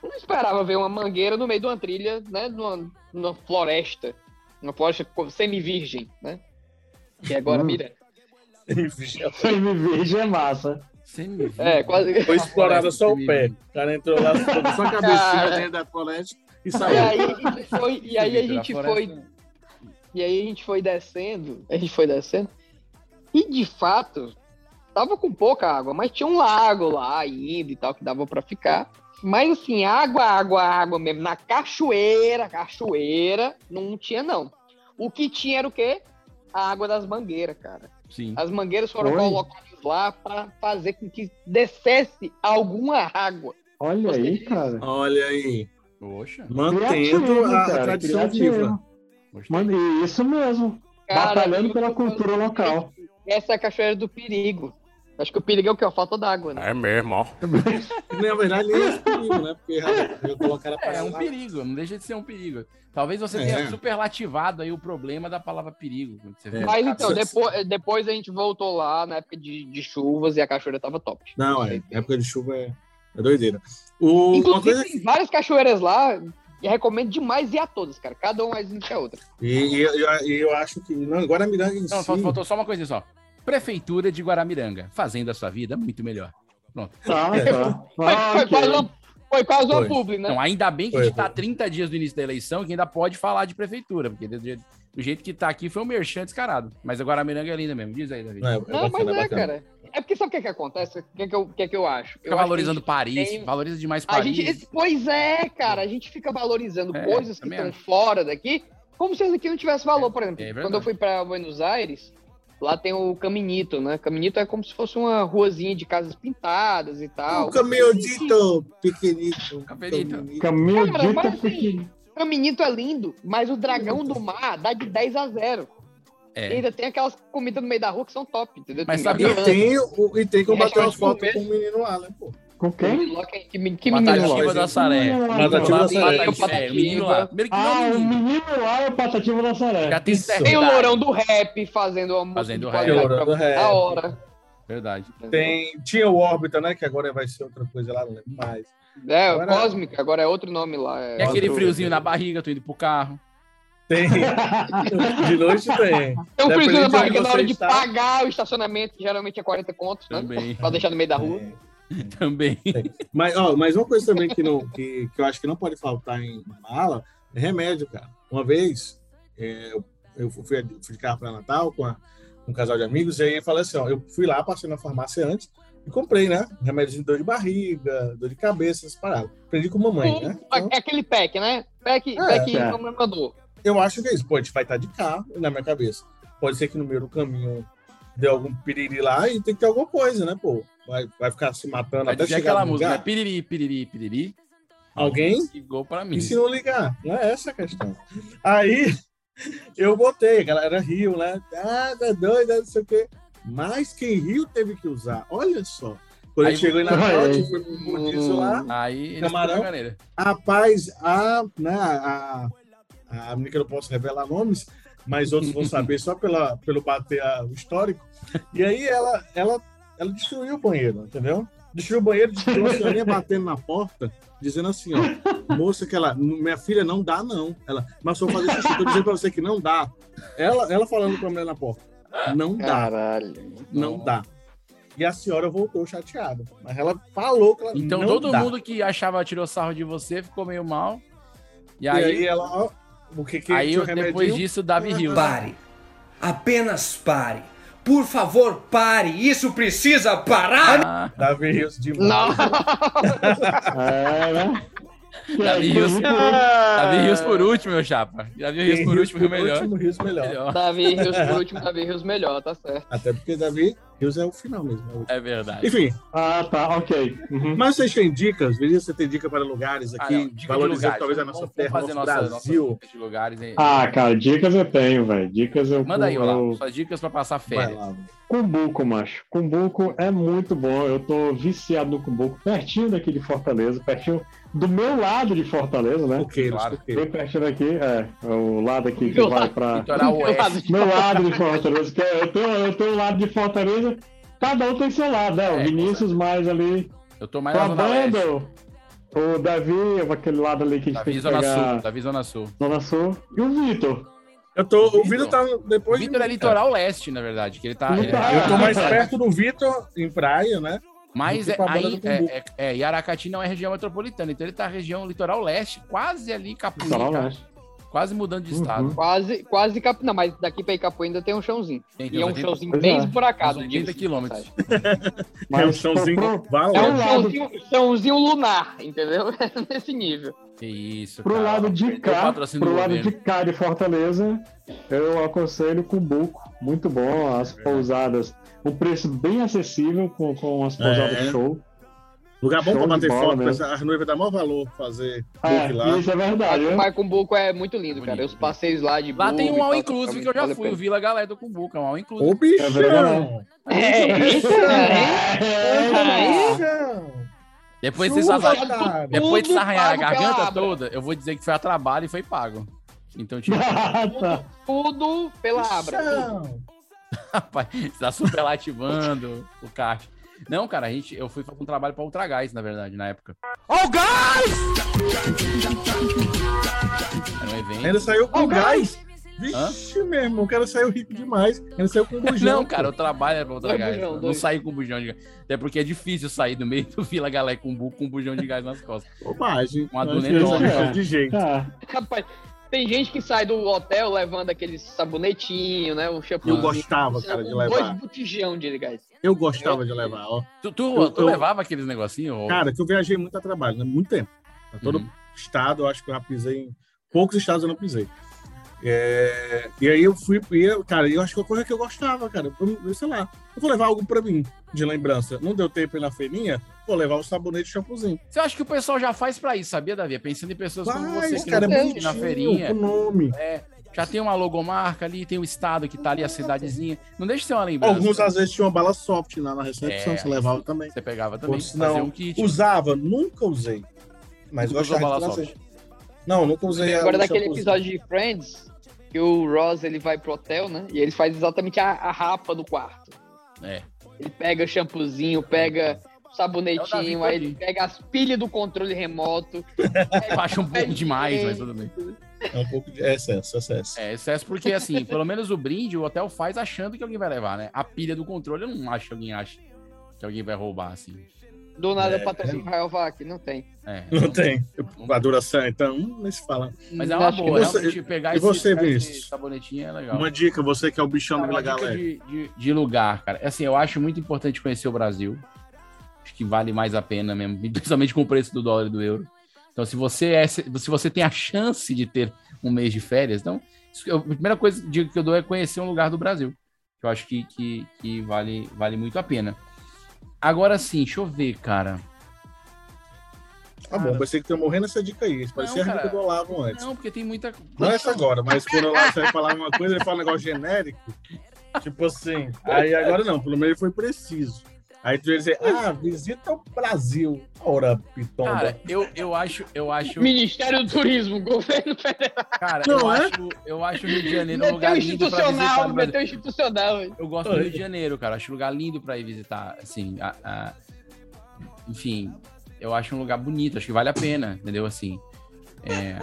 Speaker 5: Não esperava ver uma mangueira no meio de uma trilha, né? Numa, numa floresta. Uma floresta co- semi-virgem, né? E agora,
Speaker 7: Hum.
Speaker 5: mira.
Speaker 7: Sem me verde é massa.
Speaker 1: Sem me
Speaker 5: É, quase.
Speaker 4: Foi explorada só o pé. O cara entrou lá, ficou só a cabecinha
Speaker 5: Cara.
Speaker 4: dentro da floresta e
Speaker 5: E aí
Speaker 4: saiu.
Speaker 5: a gente foi, e aí a
Speaker 4: Vitor, a
Speaker 5: gente
Speaker 4: floresta-
Speaker 5: foi. E aí a gente foi descendo. A gente foi descendo. E de fato, tava com pouca água, mas tinha um lago lá ainda e tal, que dava pra ficar. Mas assim, água, água, água mesmo. Na cachoeira, cachoeira, não tinha, não. O que tinha era o quê? A água das mangueiras, cara.
Speaker 1: Sim.
Speaker 5: As mangueiras foram
Speaker 1: Oi.
Speaker 5: colocadas lá pra fazer com que descesse alguma água.
Speaker 7: Olha aí, cara.
Speaker 4: Olha aí.
Speaker 1: Poxa.
Speaker 4: Mantendo a, a
Speaker 7: Criativo,
Speaker 4: tradição
Speaker 7: cara,
Speaker 4: viva.
Speaker 7: criativo. Mano, e isso mesmo.
Speaker 5: Cara,
Speaker 7: batalhando pela cultura local.
Speaker 5: Essa é a cachoeira do perigo. Acho que o perigo é o quê? A falta d'água, né?
Speaker 6: É mesmo, ó.
Speaker 4: Na verdade, nem é perigo, né? Porque eu colocar a
Speaker 1: É, é um
Speaker 4: lá.
Speaker 1: perigo, não deixa de ser um perigo. Talvez você
Speaker 4: É.
Speaker 1: tenha superlativado aí o problema da palavra perigo. quando você vê.
Speaker 5: Mas então, depois, depois a gente voltou lá na época de, de chuvas e a cachoeira tava top.
Speaker 4: Não, é. Época de chuva é, é doideira. O, uma
Speaker 5: Inclusive,
Speaker 4: coisa, é
Speaker 5: tem várias cachoeiras lá e recomendo demais ir a todas, cara. Cada uma mais linda que a outra.
Speaker 4: e, e eu, e eu acho que. Não, agora Miranga em
Speaker 1: Não,
Speaker 4: si.
Speaker 1: só- faltou só uma coisa só. Prefeitura de Guaramiranga, fazendo a sua vida muito melhor. Pronto.
Speaker 7: Tá, tá.
Speaker 5: Foi, foi quase
Speaker 7: ok.
Speaker 5: uma, foi quase uma
Speaker 1: Foi.
Speaker 5: publi, né?
Speaker 1: Então, ainda bem que
Speaker 4: Foi,
Speaker 1: a gente tá 30 dias do início da eleição que ainda pode falar de prefeitura, porque do jeito, do jeito que tá aqui foi um merchan descarado. Mas a Guaramiranga é linda mesmo, diz aí, Davi.
Speaker 4: Não, é- é
Speaker 5: Não, mas
Speaker 4: bacana,
Speaker 5: é,
Speaker 4: bacana.
Speaker 5: cara. É porque sabe o que que acontece? O que que eu, o que que eu acho? Eu
Speaker 1: Fica
Speaker 5: acho
Speaker 1: valorizando
Speaker 5: que a gente
Speaker 1: Paris,
Speaker 5: tem-
Speaker 1: valoriza demais
Speaker 5: A
Speaker 1: Paris.
Speaker 5: gente, pois é, cara, a gente fica valorizando
Speaker 1: É,
Speaker 5: coisas que
Speaker 1: também
Speaker 5: estão
Speaker 1: acho.
Speaker 5: fora daqui, como se isso aqui não tivesse valor, por exemplo.
Speaker 1: é verdade.
Speaker 5: quando eu fui pra Buenos Aires, lá tem o Caminito, né? Caminito é como se fosse uma ruazinha de casas pintadas e tal.
Speaker 4: O caminhonito pequenito.
Speaker 1: Caminhonito.
Speaker 7: Caminho
Speaker 5: Cara,
Speaker 7: dito
Speaker 5: mas assim,
Speaker 7: pequeno.
Speaker 5: Caminito é lindo, mas o dragão do mar dá de 10 a 0. E
Speaker 1: É.
Speaker 5: ainda tem aquelas comidas no meio da rua que são top, entendeu?
Speaker 1: Mas
Speaker 5: Tem
Speaker 1: sabe-
Speaker 4: E
Speaker 5: gaviões, É,
Speaker 4: tem, o- e tem que eu bater uma
Speaker 5: Restaurante
Speaker 4: foto
Speaker 5: gourmet.
Speaker 4: com o menino lá, né, pô?
Speaker 7: Com quem?
Speaker 5: Que, me- que menino
Speaker 1: Patativa
Speaker 5: Lopes?
Speaker 1: da Saré.
Speaker 7: Menino lá,
Speaker 1: Patativa da Saré.
Speaker 5: Patativa,
Speaker 1: É, menino lá. Primeiro que
Speaker 7: Ah,
Speaker 1: não,
Speaker 7: o
Speaker 1: menino.
Speaker 7: menino lá é o Patativa da Saré.
Speaker 1: Já tem certeza.
Speaker 5: Tem o Lourão do Rap fazendo uma música
Speaker 1: Fazendo
Speaker 5: de
Speaker 1: rap.
Speaker 5: qualidade
Speaker 4: Lourão
Speaker 5: pra-
Speaker 4: do Rap.
Speaker 5: da hora.
Speaker 1: Verdade.
Speaker 4: Tem, tinha o órbita, né? Que agora vai ser outra coisa lá, né, não lembro mais.
Speaker 5: É,
Speaker 4: Agora-
Speaker 5: Cósmica, agora é outro nome lá. É
Speaker 1: Tem aquele
Speaker 5: outro-
Speaker 1: friozinho na barriga, tu indo pro carro.
Speaker 4: Tem. De noite tem.
Speaker 5: Tem um friozinho na
Speaker 4: Dependente de onde
Speaker 5: barriga na hora
Speaker 4: você
Speaker 5: de
Speaker 4: está.
Speaker 5: pagar o estacionamento, que geralmente é 40 contos, né?
Speaker 1: Também.
Speaker 5: Pra deixar no meio da rua.
Speaker 1: Também.
Speaker 4: É. Mas, ó, mas uma coisa também que, não, que, que eu acho que não pode faltar em mala é remédio, cara. Uma vez é, eu, eu fui, fui de carro para Natal com, a- com um casal de amigos, e aí eu falei assim: ó, eu fui lá, passei na farmácia antes e comprei, né? Remédio de dor de barriga, dor de cabeça, essas paradas. Aprendi com mamãe, né? Então,
Speaker 5: É aquele pack, né? Pack,
Speaker 4: É,
Speaker 5: pack
Speaker 4: é.
Speaker 5: como eu mandou.
Speaker 4: eu acho que é isso. Pô, a gente vai estar de carro na minha cabeça. Pode ser que no meio do caminho dê algum piriri lá e tem que ter alguma coisa, né, pô? Vai, vai ficar se matando
Speaker 1: Vai
Speaker 4: até
Speaker 1: dizer
Speaker 4: chegar
Speaker 1: aquela
Speaker 4: no
Speaker 1: música, né?
Speaker 4: lugar.
Speaker 1: Piriri, piriri, piriri.
Speaker 4: Alguém?
Speaker 1: Ligou pra mim.
Speaker 4: E se não ligar? Não é essa a questão. Aí eu botei, a galera riu, né? Ah, tá doida, não sei o quê. Mas quem riu teve que usar. Olha só. Quando
Speaker 1: Aí-
Speaker 4: eu chegou em Natal,
Speaker 7: Aí.
Speaker 4: eu fui pro rodízio lá.
Speaker 1: Aí eles
Speaker 4: Camarão.
Speaker 1: pegam a maneira.
Speaker 4: Rapaz, a, né, a, a, a menina que eu não posso revelar nomes, mas outros vão saber só pela, pelo bater a- o histórico. E aí ela, ela, ela destruiu o banheiro, entendeu? Destruiu o banheiro, destruiu a senhorinha batendo na porta, dizendo assim, ó, moça que ela, minha filha não dá não. Ela, mas só fazer xixi, tô dizendo pra você que não dá. Ela, ela falando com a mulher na porta, não dá,
Speaker 5: Caralho.
Speaker 4: não dá. E a senhora voltou chateada, mas ela falou que ela
Speaker 1: Então
Speaker 4: não
Speaker 1: todo
Speaker 4: dá.
Speaker 1: mundo que achava tirou sarro de você ficou meio mal. E
Speaker 4: E aí,
Speaker 1: aí,
Speaker 4: ela, ó, o que que
Speaker 1: aí,
Speaker 4: tinha o
Speaker 1: depois
Speaker 4: remedinho?
Speaker 1: disso, Davi riu.
Speaker 14: Pare. Apenas pare. Por favor, pare. Isso precisa parar.
Speaker 1: Ah,
Speaker 4: Davi Rios demais.
Speaker 7: É, né?
Speaker 1: Davi Rios.
Speaker 4: Ah!
Speaker 1: Davi Rios por último, meu chapa. Davi Rios por último, riu melhor.
Speaker 4: último, Rios melhor.
Speaker 1: Melhor.
Speaker 5: Davi Rios por último, Davi Rios melhor, tá certo.
Speaker 4: Até porque Davi Rios é o final mesmo. é o último.
Speaker 1: É verdade.
Speaker 4: Enfim,
Speaker 7: Ah, tá, ok. Uhum.
Speaker 4: mas vocês têm dicas? Vinícius, Você tem dica para lugares
Speaker 1: Ah,
Speaker 4: aqui,
Speaker 1: não, dica de
Speaker 4: valorizando
Speaker 1: lugares.
Speaker 4: talvez a
Speaker 1: Vamos
Speaker 4: nossa terra,
Speaker 1: fazer
Speaker 4: nosso
Speaker 1: nossa-
Speaker 4: Brasil.
Speaker 1: nossas dicas de lugares. hein?
Speaker 7: Ah, cara, dicas eu tenho, velho. Dicas eu.
Speaker 1: Manda aí,
Speaker 7: eu-
Speaker 1: Olavo, suas dicas pra passar
Speaker 4: Vai
Speaker 1: férias.
Speaker 4: lá.
Speaker 7: Cumbuco, macho. Cumbuco é muito bom. Eu tô viciado no Cumbuco, pertinho daqui de Fortaleza, pertinho do meu lado de Fortaleza, né?
Speaker 4: Coqueiros,
Speaker 1: Claro.
Speaker 4: coqueiros.
Speaker 7: Bem pertinho daqui, é. O lado aqui que
Speaker 5: Meu
Speaker 7: vai
Speaker 5: lado.
Speaker 7: pra.
Speaker 1: Litoral Oeste.
Speaker 7: Meu lado de Fortaleza, que é, eu tenho, eu tenho o lado de Fortaleza, cada um tem seu lado, né? O
Speaker 1: É,
Speaker 7: Vinícius mais ali,
Speaker 1: Eu tô mais
Speaker 7: com
Speaker 4: Tá
Speaker 1: na
Speaker 7: a
Speaker 1: Zona
Speaker 7: banda,
Speaker 1: Leste.
Speaker 7: Tá o Davi, aquele lado ali que a gente tem
Speaker 1: Davi
Speaker 7: que
Speaker 1: Zona
Speaker 7: pegar,
Speaker 1: Sul. Davi Zona Sul.
Speaker 7: Zona Sul, e o Vitor.
Speaker 4: Eu tô, o
Speaker 1: Vitor.
Speaker 4: Vitor tá
Speaker 1: O
Speaker 4: depois. de
Speaker 1: Vitor é
Speaker 4: mim,
Speaker 1: litoral leste, na verdade. Que ele tá.
Speaker 7: Não
Speaker 1: é,
Speaker 7: tá.
Speaker 4: cara. Eu tô mais perto do Vitor em praia, né?
Speaker 1: Mas
Speaker 4: do
Speaker 1: é,
Speaker 4: que com a banda
Speaker 1: aí,
Speaker 4: do
Speaker 1: é,
Speaker 4: Cumbuco.
Speaker 1: é, é, e Aracati não é região metropolitana, então ele tá região litoral leste, quase ali Capoeira,
Speaker 7: Litoral Leste.
Speaker 1: quase mudando de
Speaker 7: Uhum.
Speaker 1: estado.
Speaker 5: Quase, quase Cap... Não, mas daqui pra Icapu ainda tem um chãozinho.
Speaker 1: Tem, tem
Speaker 5: E é um
Speaker 1: 80
Speaker 5: chãozinho
Speaker 7: Pois
Speaker 5: bem
Speaker 7: é.
Speaker 5: esburacado.
Speaker 1: 80
Speaker 5: diga-se de
Speaker 1: quilômetros.
Speaker 5: passagem.
Speaker 4: é um chãozinho
Speaker 7: pro, pro,
Speaker 4: Vai lá.
Speaker 5: É
Speaker 7: É
Speaker 5: um
Speaker 7: um lado.
Speaker 5: chãozinho, chãozinho lunar, entendeu? É Nesse nível.
Speaker 1: Que isso,
Speaker 7: pro
Speaker 1: cara.
Speaker 7: lado de
Speaker 1: Perdeu o
Speaker 7: cá,
Speaker 1: patrocínio do
Speaker 7: pro lado de
Speaker 1: governo.
Speaker 7: cá de Fortaleza, eu aconselho Cumbuco, muito bom, as
Speaker 15: É.
Speaker 7: pousadas, um preço bem acessível com, com as pousadas
Speaker 4: É.
Speaker 7: show.
Speaker 4: Lugar bom
Speaker 7: Show
Speaker 4: pra
Speaker 7: de
Speaker 4: bater
Speaker 7: bola
Speaker 4: foto.
Speaker 7: mesmo.
Speaker 4: mas As noivas dá maior valor fazer
Speaker 7: É,
Speaker 4: book lá.
Speaker 7: isso é verdade, né?
Speaker 5: Mas Cumbuco é muito lindo,
Speaker 1: Bonito,
Speaker 5: cara. Os
Speaker 1: né?
Speaker 5: passeios lá de
Speaker 1: Lá
Speaker 5: bug
Speaker 1: tem
Speaker 5: e
Speaker 1: um
Speaker 5: tal, tá
Speaker 1: All Inclusive que eu já
Speaker 5: vale a
Speaker 1: fui, o
Speaker 5: pena.
Speaker 1: Vila Galera do Cumbuca, um All Inclusive.
Speaker 4: Ô,
Speaker 7: é
Speaker 4: bichão!
Speaker 7: verdade.
Speaker 5: né? É,
Speaker 4: bichão!
Speaker 1: Depois de
Speaker 4: Chuva,
Speaker 1: sarrar-
Speaker 4: cara.
Speaker 1: depois de
Speaker 5: Tudo
Speaker 1: sarranhar a
Speaker 5: pago
Speaker 1: garganta
Speaker 5: pela Abra.
Speaker 1: toda, eu vou dizer que foi a trabalho e foi pago. Então, tipo,
Speaker 7: Ah, tá.
Speaker 5: Tudo pela Abra. tudo.
Speaker 4: Bichão!
Speaker 1: rapaz, você tá superlativando o caixa. Não, cara, a gente, eu fui fazer um trabalho pra Ultragás, na verdade, na época. Era um evento.
Speaker 4: Ainda saiu com
Speaker 5: Ó, o
Speaker 4: gás.
Speaker 5: gás.
Speaker 4: Vixe, meu irmão, o cara saiu rico demais. Ainda saiu com um bujão. um
Speaker 1: Não, cara, eu trabalho é pra outra
Speaker 5: Dois
Speaker 1: gás.
Speaker 5: bujão,
Speaker 1: não
Speaker 5: dois.
Speaker 1: sair com um bujão de gás. Até porque é difícil sair do meio do Vila Galé com um bu com bujão de gás nas costas.
Speaker 4: Bobagem.
Speaker 1: Uma é.
Speaker 4: Mas
Speaker 1: dona
Speaker 4: eles
Speaker 1: enorme.
Speaker 4: deixam De jeito.
Speaker 7: Tá.
Speaker 5: Rapaz, tem gente que sai do hotel levando aquele sabonetinho, né? Um
Speaker 4: E Eu
Speaker 5: shampoozinho.
Speaker 4: gostava, cara, de
Speaker 5: Dois
Speaker 4: levar. É,
Speaker 5: botijão de gás.
Speaker 4: Eu gostava de levar, ó.
Speaker 1: Tu, tu,
Speaker 4: Eu-
Speaker 1: tu
Speaker 4: eu-
Speaker 1: levava aqueles negocinhos? ou-
Speaker 4: Cara, que eu viajei muito a trabalho, né? Muito tempo. Pra todo
Speaker 1: Uhum.
Speaker 4: estado, eu acho que eu já pisei em. Poucos estados eu não pisei. É, E aí eu fui, e eu, cara, eu acho que a coisa que eu gostava, cara. Eu, eu sei lá, eu vou levar algo pra mim de lembrança. Não deu tempo ir na feirinha, vou levar o sabonete e o shampoozinho.
Speaker 1: Você acha que o pessoal já faz pra isso, sabia, Davi? Pensando em pessoas como
Speaker 4: Faz,
Speaker 1: você que
Speaker 4: cara,
Speaker 1: não
Speaker 4: é
Speaker 1: tem na
Speaker 4: bonitinho,
Speaker 1: feirinha.
Speaker 4: o nome.
Speaker 1: É, Já tem uma logomarca ali, tem o estado que tá ali, a cidadezinha. Não deixa de ser uma lembrança.
Speaker 4: Alguns às vezes tinham uma bala soft lá na recepção,
Speaker 1: É,
Speaker 4: você levava também.
Speaker 1: Você pegava também,
Speaker 4: Ou
Speaker 1: fazia
Speaker 4: se não,
Speaker 1: um kit.
Speaker 4: usava, nunca usei. Mas
Speaker 1: Nunca usou
Speaker 4: gostava
Speaker 1: bala
Speaker 4: de
Speaker 1: soft.
Speaker 4: fazer. Não, nunca usei. a-
Speaker 5: Agora
Speaker 4: o
Speaker 5: daquele
Speaker 4: um shampoozinho.
Speaker 5: episódio de Friends, que o Ross ele vai pro hotel, né? E ele faz exatamente a, a rapa do quarto.
Speaker 1: É.
Speaker 5: Ele pega shampoozinho, pega
Speaker 1: É o
Speaker 5: sabonetinho,
Speaker 1: Davi
Speaker 5: aí ele pega as pilhas do controle remoto.
Speaker 1: Eu acho um pouco demais, mas tudo bem.
Speaker 4: É um pouco de é excesso, excesso.
Speaker 1: É excesso porque, assim, pelo menos o brinde o hotel faz achando que alguém vai levar, né? A pilha do controle eu não acho que alguém acha que alguém vai roubar, assim.
Speaker 5: Do nada
Speaker 1: É,
Speaker 5: o patrocínio Rael Vac, não tem.
Speaker 1: É.
Speaker 4: Não tem. A duração, então, hum, nem se fala.
Speaker 1: Mas é uma
Speaker 5: Acho que
Speaker 1: boa,
Speaker 4: você-
Speaker 1: realmente pegar
Speaker 4: e
Speaker 1: esse,
Speaker 4: você,
Speaker 1: pegar esse
Speaker 4: Vinícius?
Speaker 1: sabonetinho é legal.
Speaker 4: Uma dica, você que é o bichão
Speaker 1: Não,
Speaker 4: da
Speaker 1: uma dica
Speaker 4: galera.
Speaker 1: de- de lugar, cara. Assim, eu acho muito importante conhecer o Brasil. Acho que vale mais a pena mesmo, principalmente com o preço do dólar e do euro. Então, se você é, se você tem a chance de ter um mês de férias, então isso que eu- a primeira coisa digo que eu dou é conhecer um lugar do Brasil. Que eu acho que, que, que vale, vale muito a pena. Agora sim, deixa eu ver, cara.
Speaker 4: Tá bom, pensei que tá morrendo essa dica aí. Parecia a
Speaker 1: cara.
Speaker 4: dica do Olavo antes.
Speaker 1: Não, porque tem muita.
Speaker 4: Não é
Speaker 5: é
Speaker 4: essa agora, mas quando lá você vai falar uma coisa, ele fala um negócio genérico. Tipo assim. Aí agora não, pelo menos ele foi preciso. Aí tu ia dizer, ah, visita o Brasil. Ora, pitomba.
Speaker 1: Cara, eu, eu acho, eu acho.
Speaker 5: Ministério do Turismo, governo federal.
Speaker 1: Cara, eu,
Speaker 5: Não é?
Speaker 1: acho, eu acho o Rio de Janeiro um
Speaker 5: Meteu
Speaker 1: lugar lindo pra visitar
Speaker 5: institucional,
Speaker 1: no Brasil.
Speaker 5: meteu institucional.
Speaker 1: Eu gosto do Rio de Janeiro, cara. Acho um lugar lindo pra ir visitar, assim, a- a- enfim, eu acho um lugar bonito, acho que vale a pena, entendeu? Assim, é,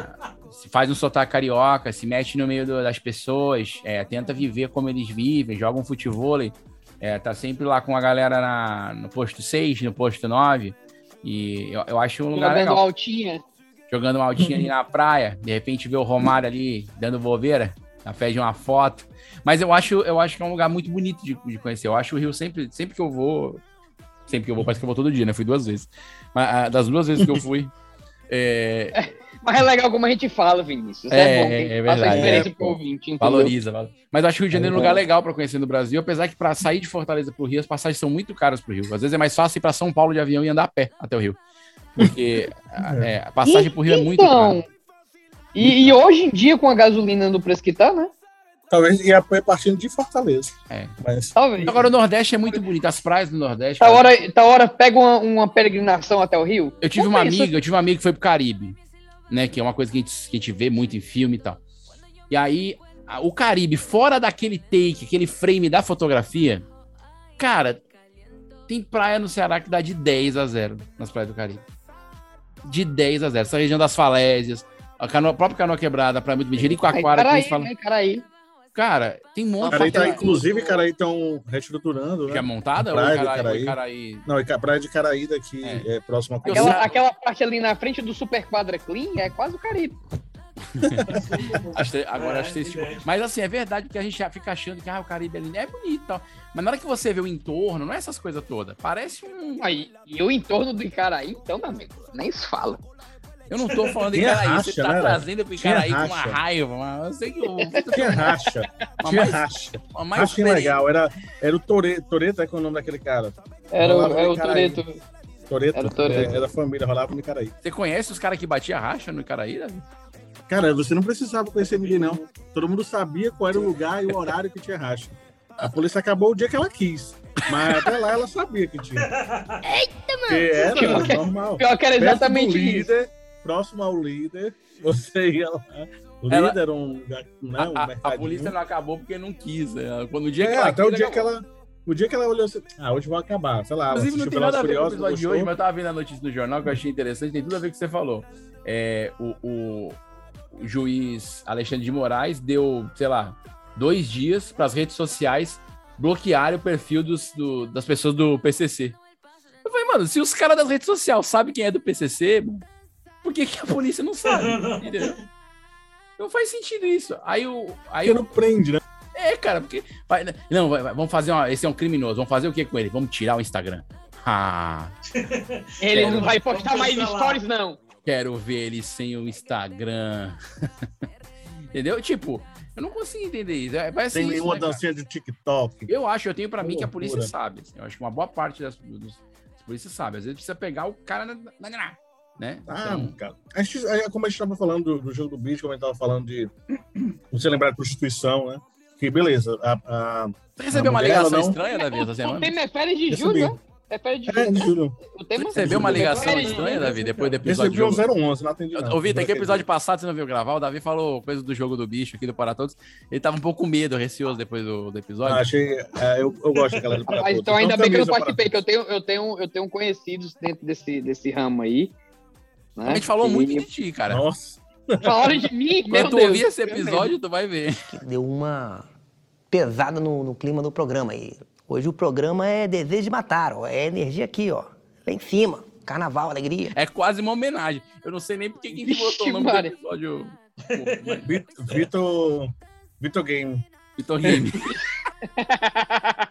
Speaker 1: se faz um sotaque carioca, se mete no meio do- das pessoas, é, tenta viver como eles vivem, joga um futebol, é, tá sempre lá com a galera na- no posto 6, no posto 9, e eu, eu acho um lugar
Speaker 5: Jogando
Speaker 1: legal.
Speaker 5: Tá altinha.
Speaker 1: Jogando uma altinha ali na praia, de repente vê o Romário ali dando bobeira, na fé de uma foto. Mas eu acho, eu acho que é um lugar muito bonito de, de conhecer. Eu acho o Rio sempre, sempre que eu vou. Sempre que eu vou, parece que eu vou todo dia, né? Fui duas vezes. Mas ah, das duas vezes que eu fui. É,
Speaker 5: Mas é legal como a gente fala, Vinícius.
Speaker 1: É,
Speaker 5: É, bom,
Speaker 1: é
Speaker 5: hein?
Speaker 1: verdade.
Speaker 5: Passa a experiência
Speaker 1: É,
Speaker 5: pro
Speaker 1: pô.
Speaker 5: ouvinte, entendeu?
Speaker 1: valoriza, valoriza. Mas eu acho que o Rio de Janeiro é um
Speaker 5: É.
Speaker 1: lugar legal para conhecer no Brasil, apesar que para sair de Fortaleza pro Rio, as passagens são muito caras pro Rio. Às vezes é mais fácil ir para São Paulo de avião e andar a pé até o Rio. Porque ah, é, a passagem pro Rio é muito cara.
Speaker 5: Então, e, e hoje em dia, com a gasolina no preço que tá, né?
Speaker 4: Talvez ia pôr partindo de Fortaleza.
Speaker 1: É.
Speaker 4: Mas...
Speaker 5: Talvez.
Speaker 1: Agora o Nordeste é muito bonito, as praias do Nordeste.
Speaker 5: Tá
Speaker 1: cara.
Speaker 5: hora, tá hora pega uma, uma peregrinação até o Rio?
Speaker 1: Eu tive uma
Speaker 5: Compensa.
Speaker 1: amiga, eu tive uma amiga que foi pro Caribe, né? Que é uma coisa que a gente, que a gente vê muito em filme e tal. E aí, a- o Caribe, fora daquele take, aquele frame da fotografia, cara, tem praia no Ceará que dá de 10 a 0 nas praias do Caribe. De 10 a 0. Essa região das falésias, a, canoa, a própria canoa quebrada, a praia muito bem,
Speaker 5: Aí,
Speaker 1: Jericoacoara, que a
Speaker 5: Caraí,
Speaker 1: gente fala.
Speaker 5: né? Caraí.
Speaker 1: Cara, tem um monte
Speaker 4: Cara, aí tá,
Speaker 1: praia-
Speaker 4: inclusive, cara, aí estão reestruturando. Né?
Speaker 1: Que é montada?
Speaker 4: Praia
Speaker 1: ou
Speaker 4: do
Speaker 1: Caraí?
Speaker 4: Caraí.
Speaker 1: ou Caraí?
Speaker 4: Não, e a praia de Caraí daqui é, próxima a
Speaker 5: Aquela, aquela parte ali na frente do Super Quadra Clean é quase o Caribe.
Speaker 1: Acho
Speaker 4: É,
Speaker 1: que- agora acho que esse tipo- Mas assim, é verdade que a gente já fica achando que ah, o Caribe ali é bonito e tal. Mas na hora que você vê o entorno, não é essas coisas todas. Parece um.
Speaker 5: Aí, e o entorno do Icaraí, então, meu amigo, nem se fala.
Speaker 1: Eu não tô falando de
Speaker 4: Tinha
Speaker 1: Caraí, você
Speaker 4: racha,
Speaker 1: tá
Speaker 4: né, velho?
Speaker 1: trazendo pro
Speaker 4: Tinha
Speaker 1: Caraí com uma
Speaker 4: racha.
Speaker 1: raiva. Mas eu sei que o.
Speaker 4: Tinha racha.
Speaker 1: Uma
Speaker 4: Tinha
Speaker 1: mais-
Speaker 4: racha.
Speaker 1: uma mais
Speaker 4: Racha é
Speaker 1: experiente.
Speaker 4: legal. Era, era o Toreto. Toreto é que é o nome daquele cara.
Speaker 5: Era o,
Speaker 4: Rolava no
Speaker 5: era o
Speaker 4: Icaraí.
Speaker 5: Toreto.
Speaker 4: Toreto.
Speaker 5: Era o Toreto.
Speaker 4: É, Era a família, rolava no Caraí.
Speaker 1: Você conhece os caras que batiam racha no Caraí? né? Davi?
Speaker 4: Cara, você não precisava conhecer ninguém, não. Todo mundo sabia qual era o lugar e o horário que tinha racha. A polícia acabou o dia que ela quis. Mas até lá ela sabia que tinha. Eita, mano!
Speaker 5: Pior que-
Speaker 4: Era normal.
Speaker 5: pior é que era
Speaker 4: Perto do
Speaker 5: exatamente
Speaker 4: líder, Próximo ao líder, você ia lá. O
Speaker 1: Ela-
Speaker 4: líder era um lugar. Né, um
Speaker 1: A- a, a
Speaker 4: mercadinho.
Speaker 1: polícia não acabou porque não quis. né? Quando o dia
Speaker 4: É,
Speaker 1: que ela
Speaker 4: até o
Speaker 1: quis,
Speaker 4: dia
Speaker 1: acabou.
Speaker 4: que ela. O dia que ela olhou assim, ah, hoje vai acabar, sei lá.
Speaker 1: Inclusive, não
Speaker 4: assistiu
Speaker 1: tem nada a ver com o
Speaker 4: Velozes e Furiosos,
Speaker 1: episódio de
Speaker 4: gostou.
Speaker 1: hoje, mas eu tava vendo a notícia no jornal que eu achei interessante, tem tudo a ver com o que você falou. É, o, o- o juiz Alexandre de Moraes deu, sei lá, dois dias para as redes sociais bloquearem o perfil dos- do- das pessoas do PCC. Eu falei, mano, se os caras das redes sociais sabem quem é do PCC, mano, por que, que a polícia não sabe? Entendeu? Não faz sentido isso. Aí o. Aí
Speaker 4: Porque não prende, né?
Speaker 1: é, cara, porque. vai- não, vai- vai- vamos fazer uma. Esse é um criminoso. Vamos fazer o que com ele? Vamos tirar o Instagram. Ah,
Speaker 5: Ele
Speaker 1: Quero-
Speaker 5: não vai postar mais stories, não.
Speaker 1: quero ver ele sem o Instagram. Entendeu? Tipo, eu não consigo entender isso. É, parece
Speaker 4: Tem
Speaker 1: isso,
Speaker 4: nenhuma
Speaker 1: né, cara?
Speaker 4: dancinha de TikTok.
Speaker 1: Eu acho, eu tenho pra mim que a polícia
Speaker 4: Loucura.
Speaker 1: sabe. assim, eu acho que uma boa parte das, dos, das polícias sabe. Às vezes precisa pegar o cara na, na- na- né?
Speaker 4: Ah, cara. A gente, é como a gente estava falando do, do jogo do bicho, como a gente estava falando de você lembrar de prostituição, né? Que beleza. A, a,
Speaker 1: Você recebeu uma ligação estranha,
Speaker 5: Mas
Speaker 1: Davi,
Speaker 5: o-
Speaker 1: essa
Speaker 5: O
Speaker 1: semana?
Speaker 5: tema é férias de
Speaker 4: Recebi.
Speaker 5: julho, né? É férias de julho. né? O
Speaker 1: Você
Speaker 5: tema é
Speaker 1: recebeu uma
Speaker 5: férias de
Speaker 1: ligação
Speaker 4: Tá,
Speaker 5: julho.
Speaker 1: estranha, Davi, depois do episódio.
Speaker 4: Recebi um
Speaker 1: do jogo?
Speaker 4: 011, não atendi não.
Speaker 1: Ô, Vitor, aqui é episódio passado você não viu gravar, o Davi falou coisa do jogo do bicho aqui do Para Todos. Ele tava um pouco com medo, receoso depois do, do episódio.
Speaker 4: Ah, achei. é, eu, eu gosto da galera do Para
Speaker 5: Mas
Speaker 4: Todos.
Speaker 5: então ainda
Speaker 4: Então,
Speaker 5: bem que eu não
Speaker 4: camisa para
Speaker 5: participei, que eu tenho, eu tenho, eu tenho conhecidos dentro desse, desse ramo aí. né?
Speaker 1: A gente falou
Speaker 5: E-
Speaker 1: muito de ti, cara.
Speaker 4: Nossa.
Speaker 5: Falaram de mim, meu
Speaker 1: Quando tu
Speaker 5: Deus.
Speaker 1: ouvir esse episódio, tu vai ver.
Speaker 16: Deu uma pesada no, no clima do programa. E hoje o programa é Desejo de Matar, ó. É energia aqui, ó. Lá em cima. Carnaval, alegria.
Speaker 1: É quase uma homenagem. Eu não sei nem por que quem
Speaker 16: Vixe,
Speaker 1: botou o nome
Speaker 16: Maria.
Speaker 1: do episódio.
Speaker 4: Vitor. Vitor Game.
Speaker 1: Vitor Game.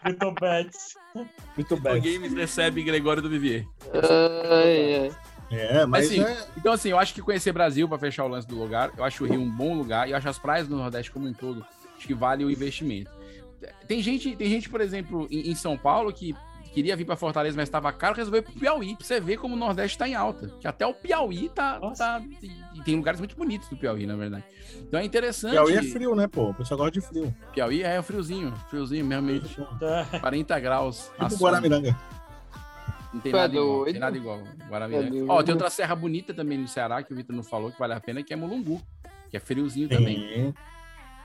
Speaker 15: Vitor Betts.
Speaker 4: Vitor
Speaker 1: Betts. Games recebe Gregório do Vivier.
Speaker 4: É, mas
Speaker 1: assim,
Speaker 4: é-
Speaker 1: Então, assim, eu acho que conhecer Brasil para fechar o lance do lugar, eu acho o Rio um bom lugar e eu acho as praias do Nordeste como um todo, acho que vale o investimento. Tem gente, tem gente por exemplo, em, em São Paulo que queria vir para Fortaleza, mas estava caro, resolveu ir pro Piauí. Pra você ver como o Nordeste tá em alta. Que até o Piauí tá, tá- e tem lugares muito bonitos do Piauí, na verdade. Então é interessante.
Speaker 4: Piauí é frio, né, pô? O pessoal gosta de frio. Tipo
Speaker 1: Piauí é friozinho, friozinho realmente. 40 graus. a
Speaker 4: Tipo
Speaker 1: sol.
Speaker 4: Guaramiranga.
Speaker 1: Não tem
Speaker 4: Tu é
Speaker 1: nada igual.
Speaker 4: doido?
Speaker 1: Tem nada igual.
Speaker 4: É
Speaker 1: Guaramiranga.
Speaker 4: doido.
Speaker 1: Ó, tem outra serra bonita também no Ceará que o Vitor não falou, que vale a pena, que é Mulungu. Que é friozinho também.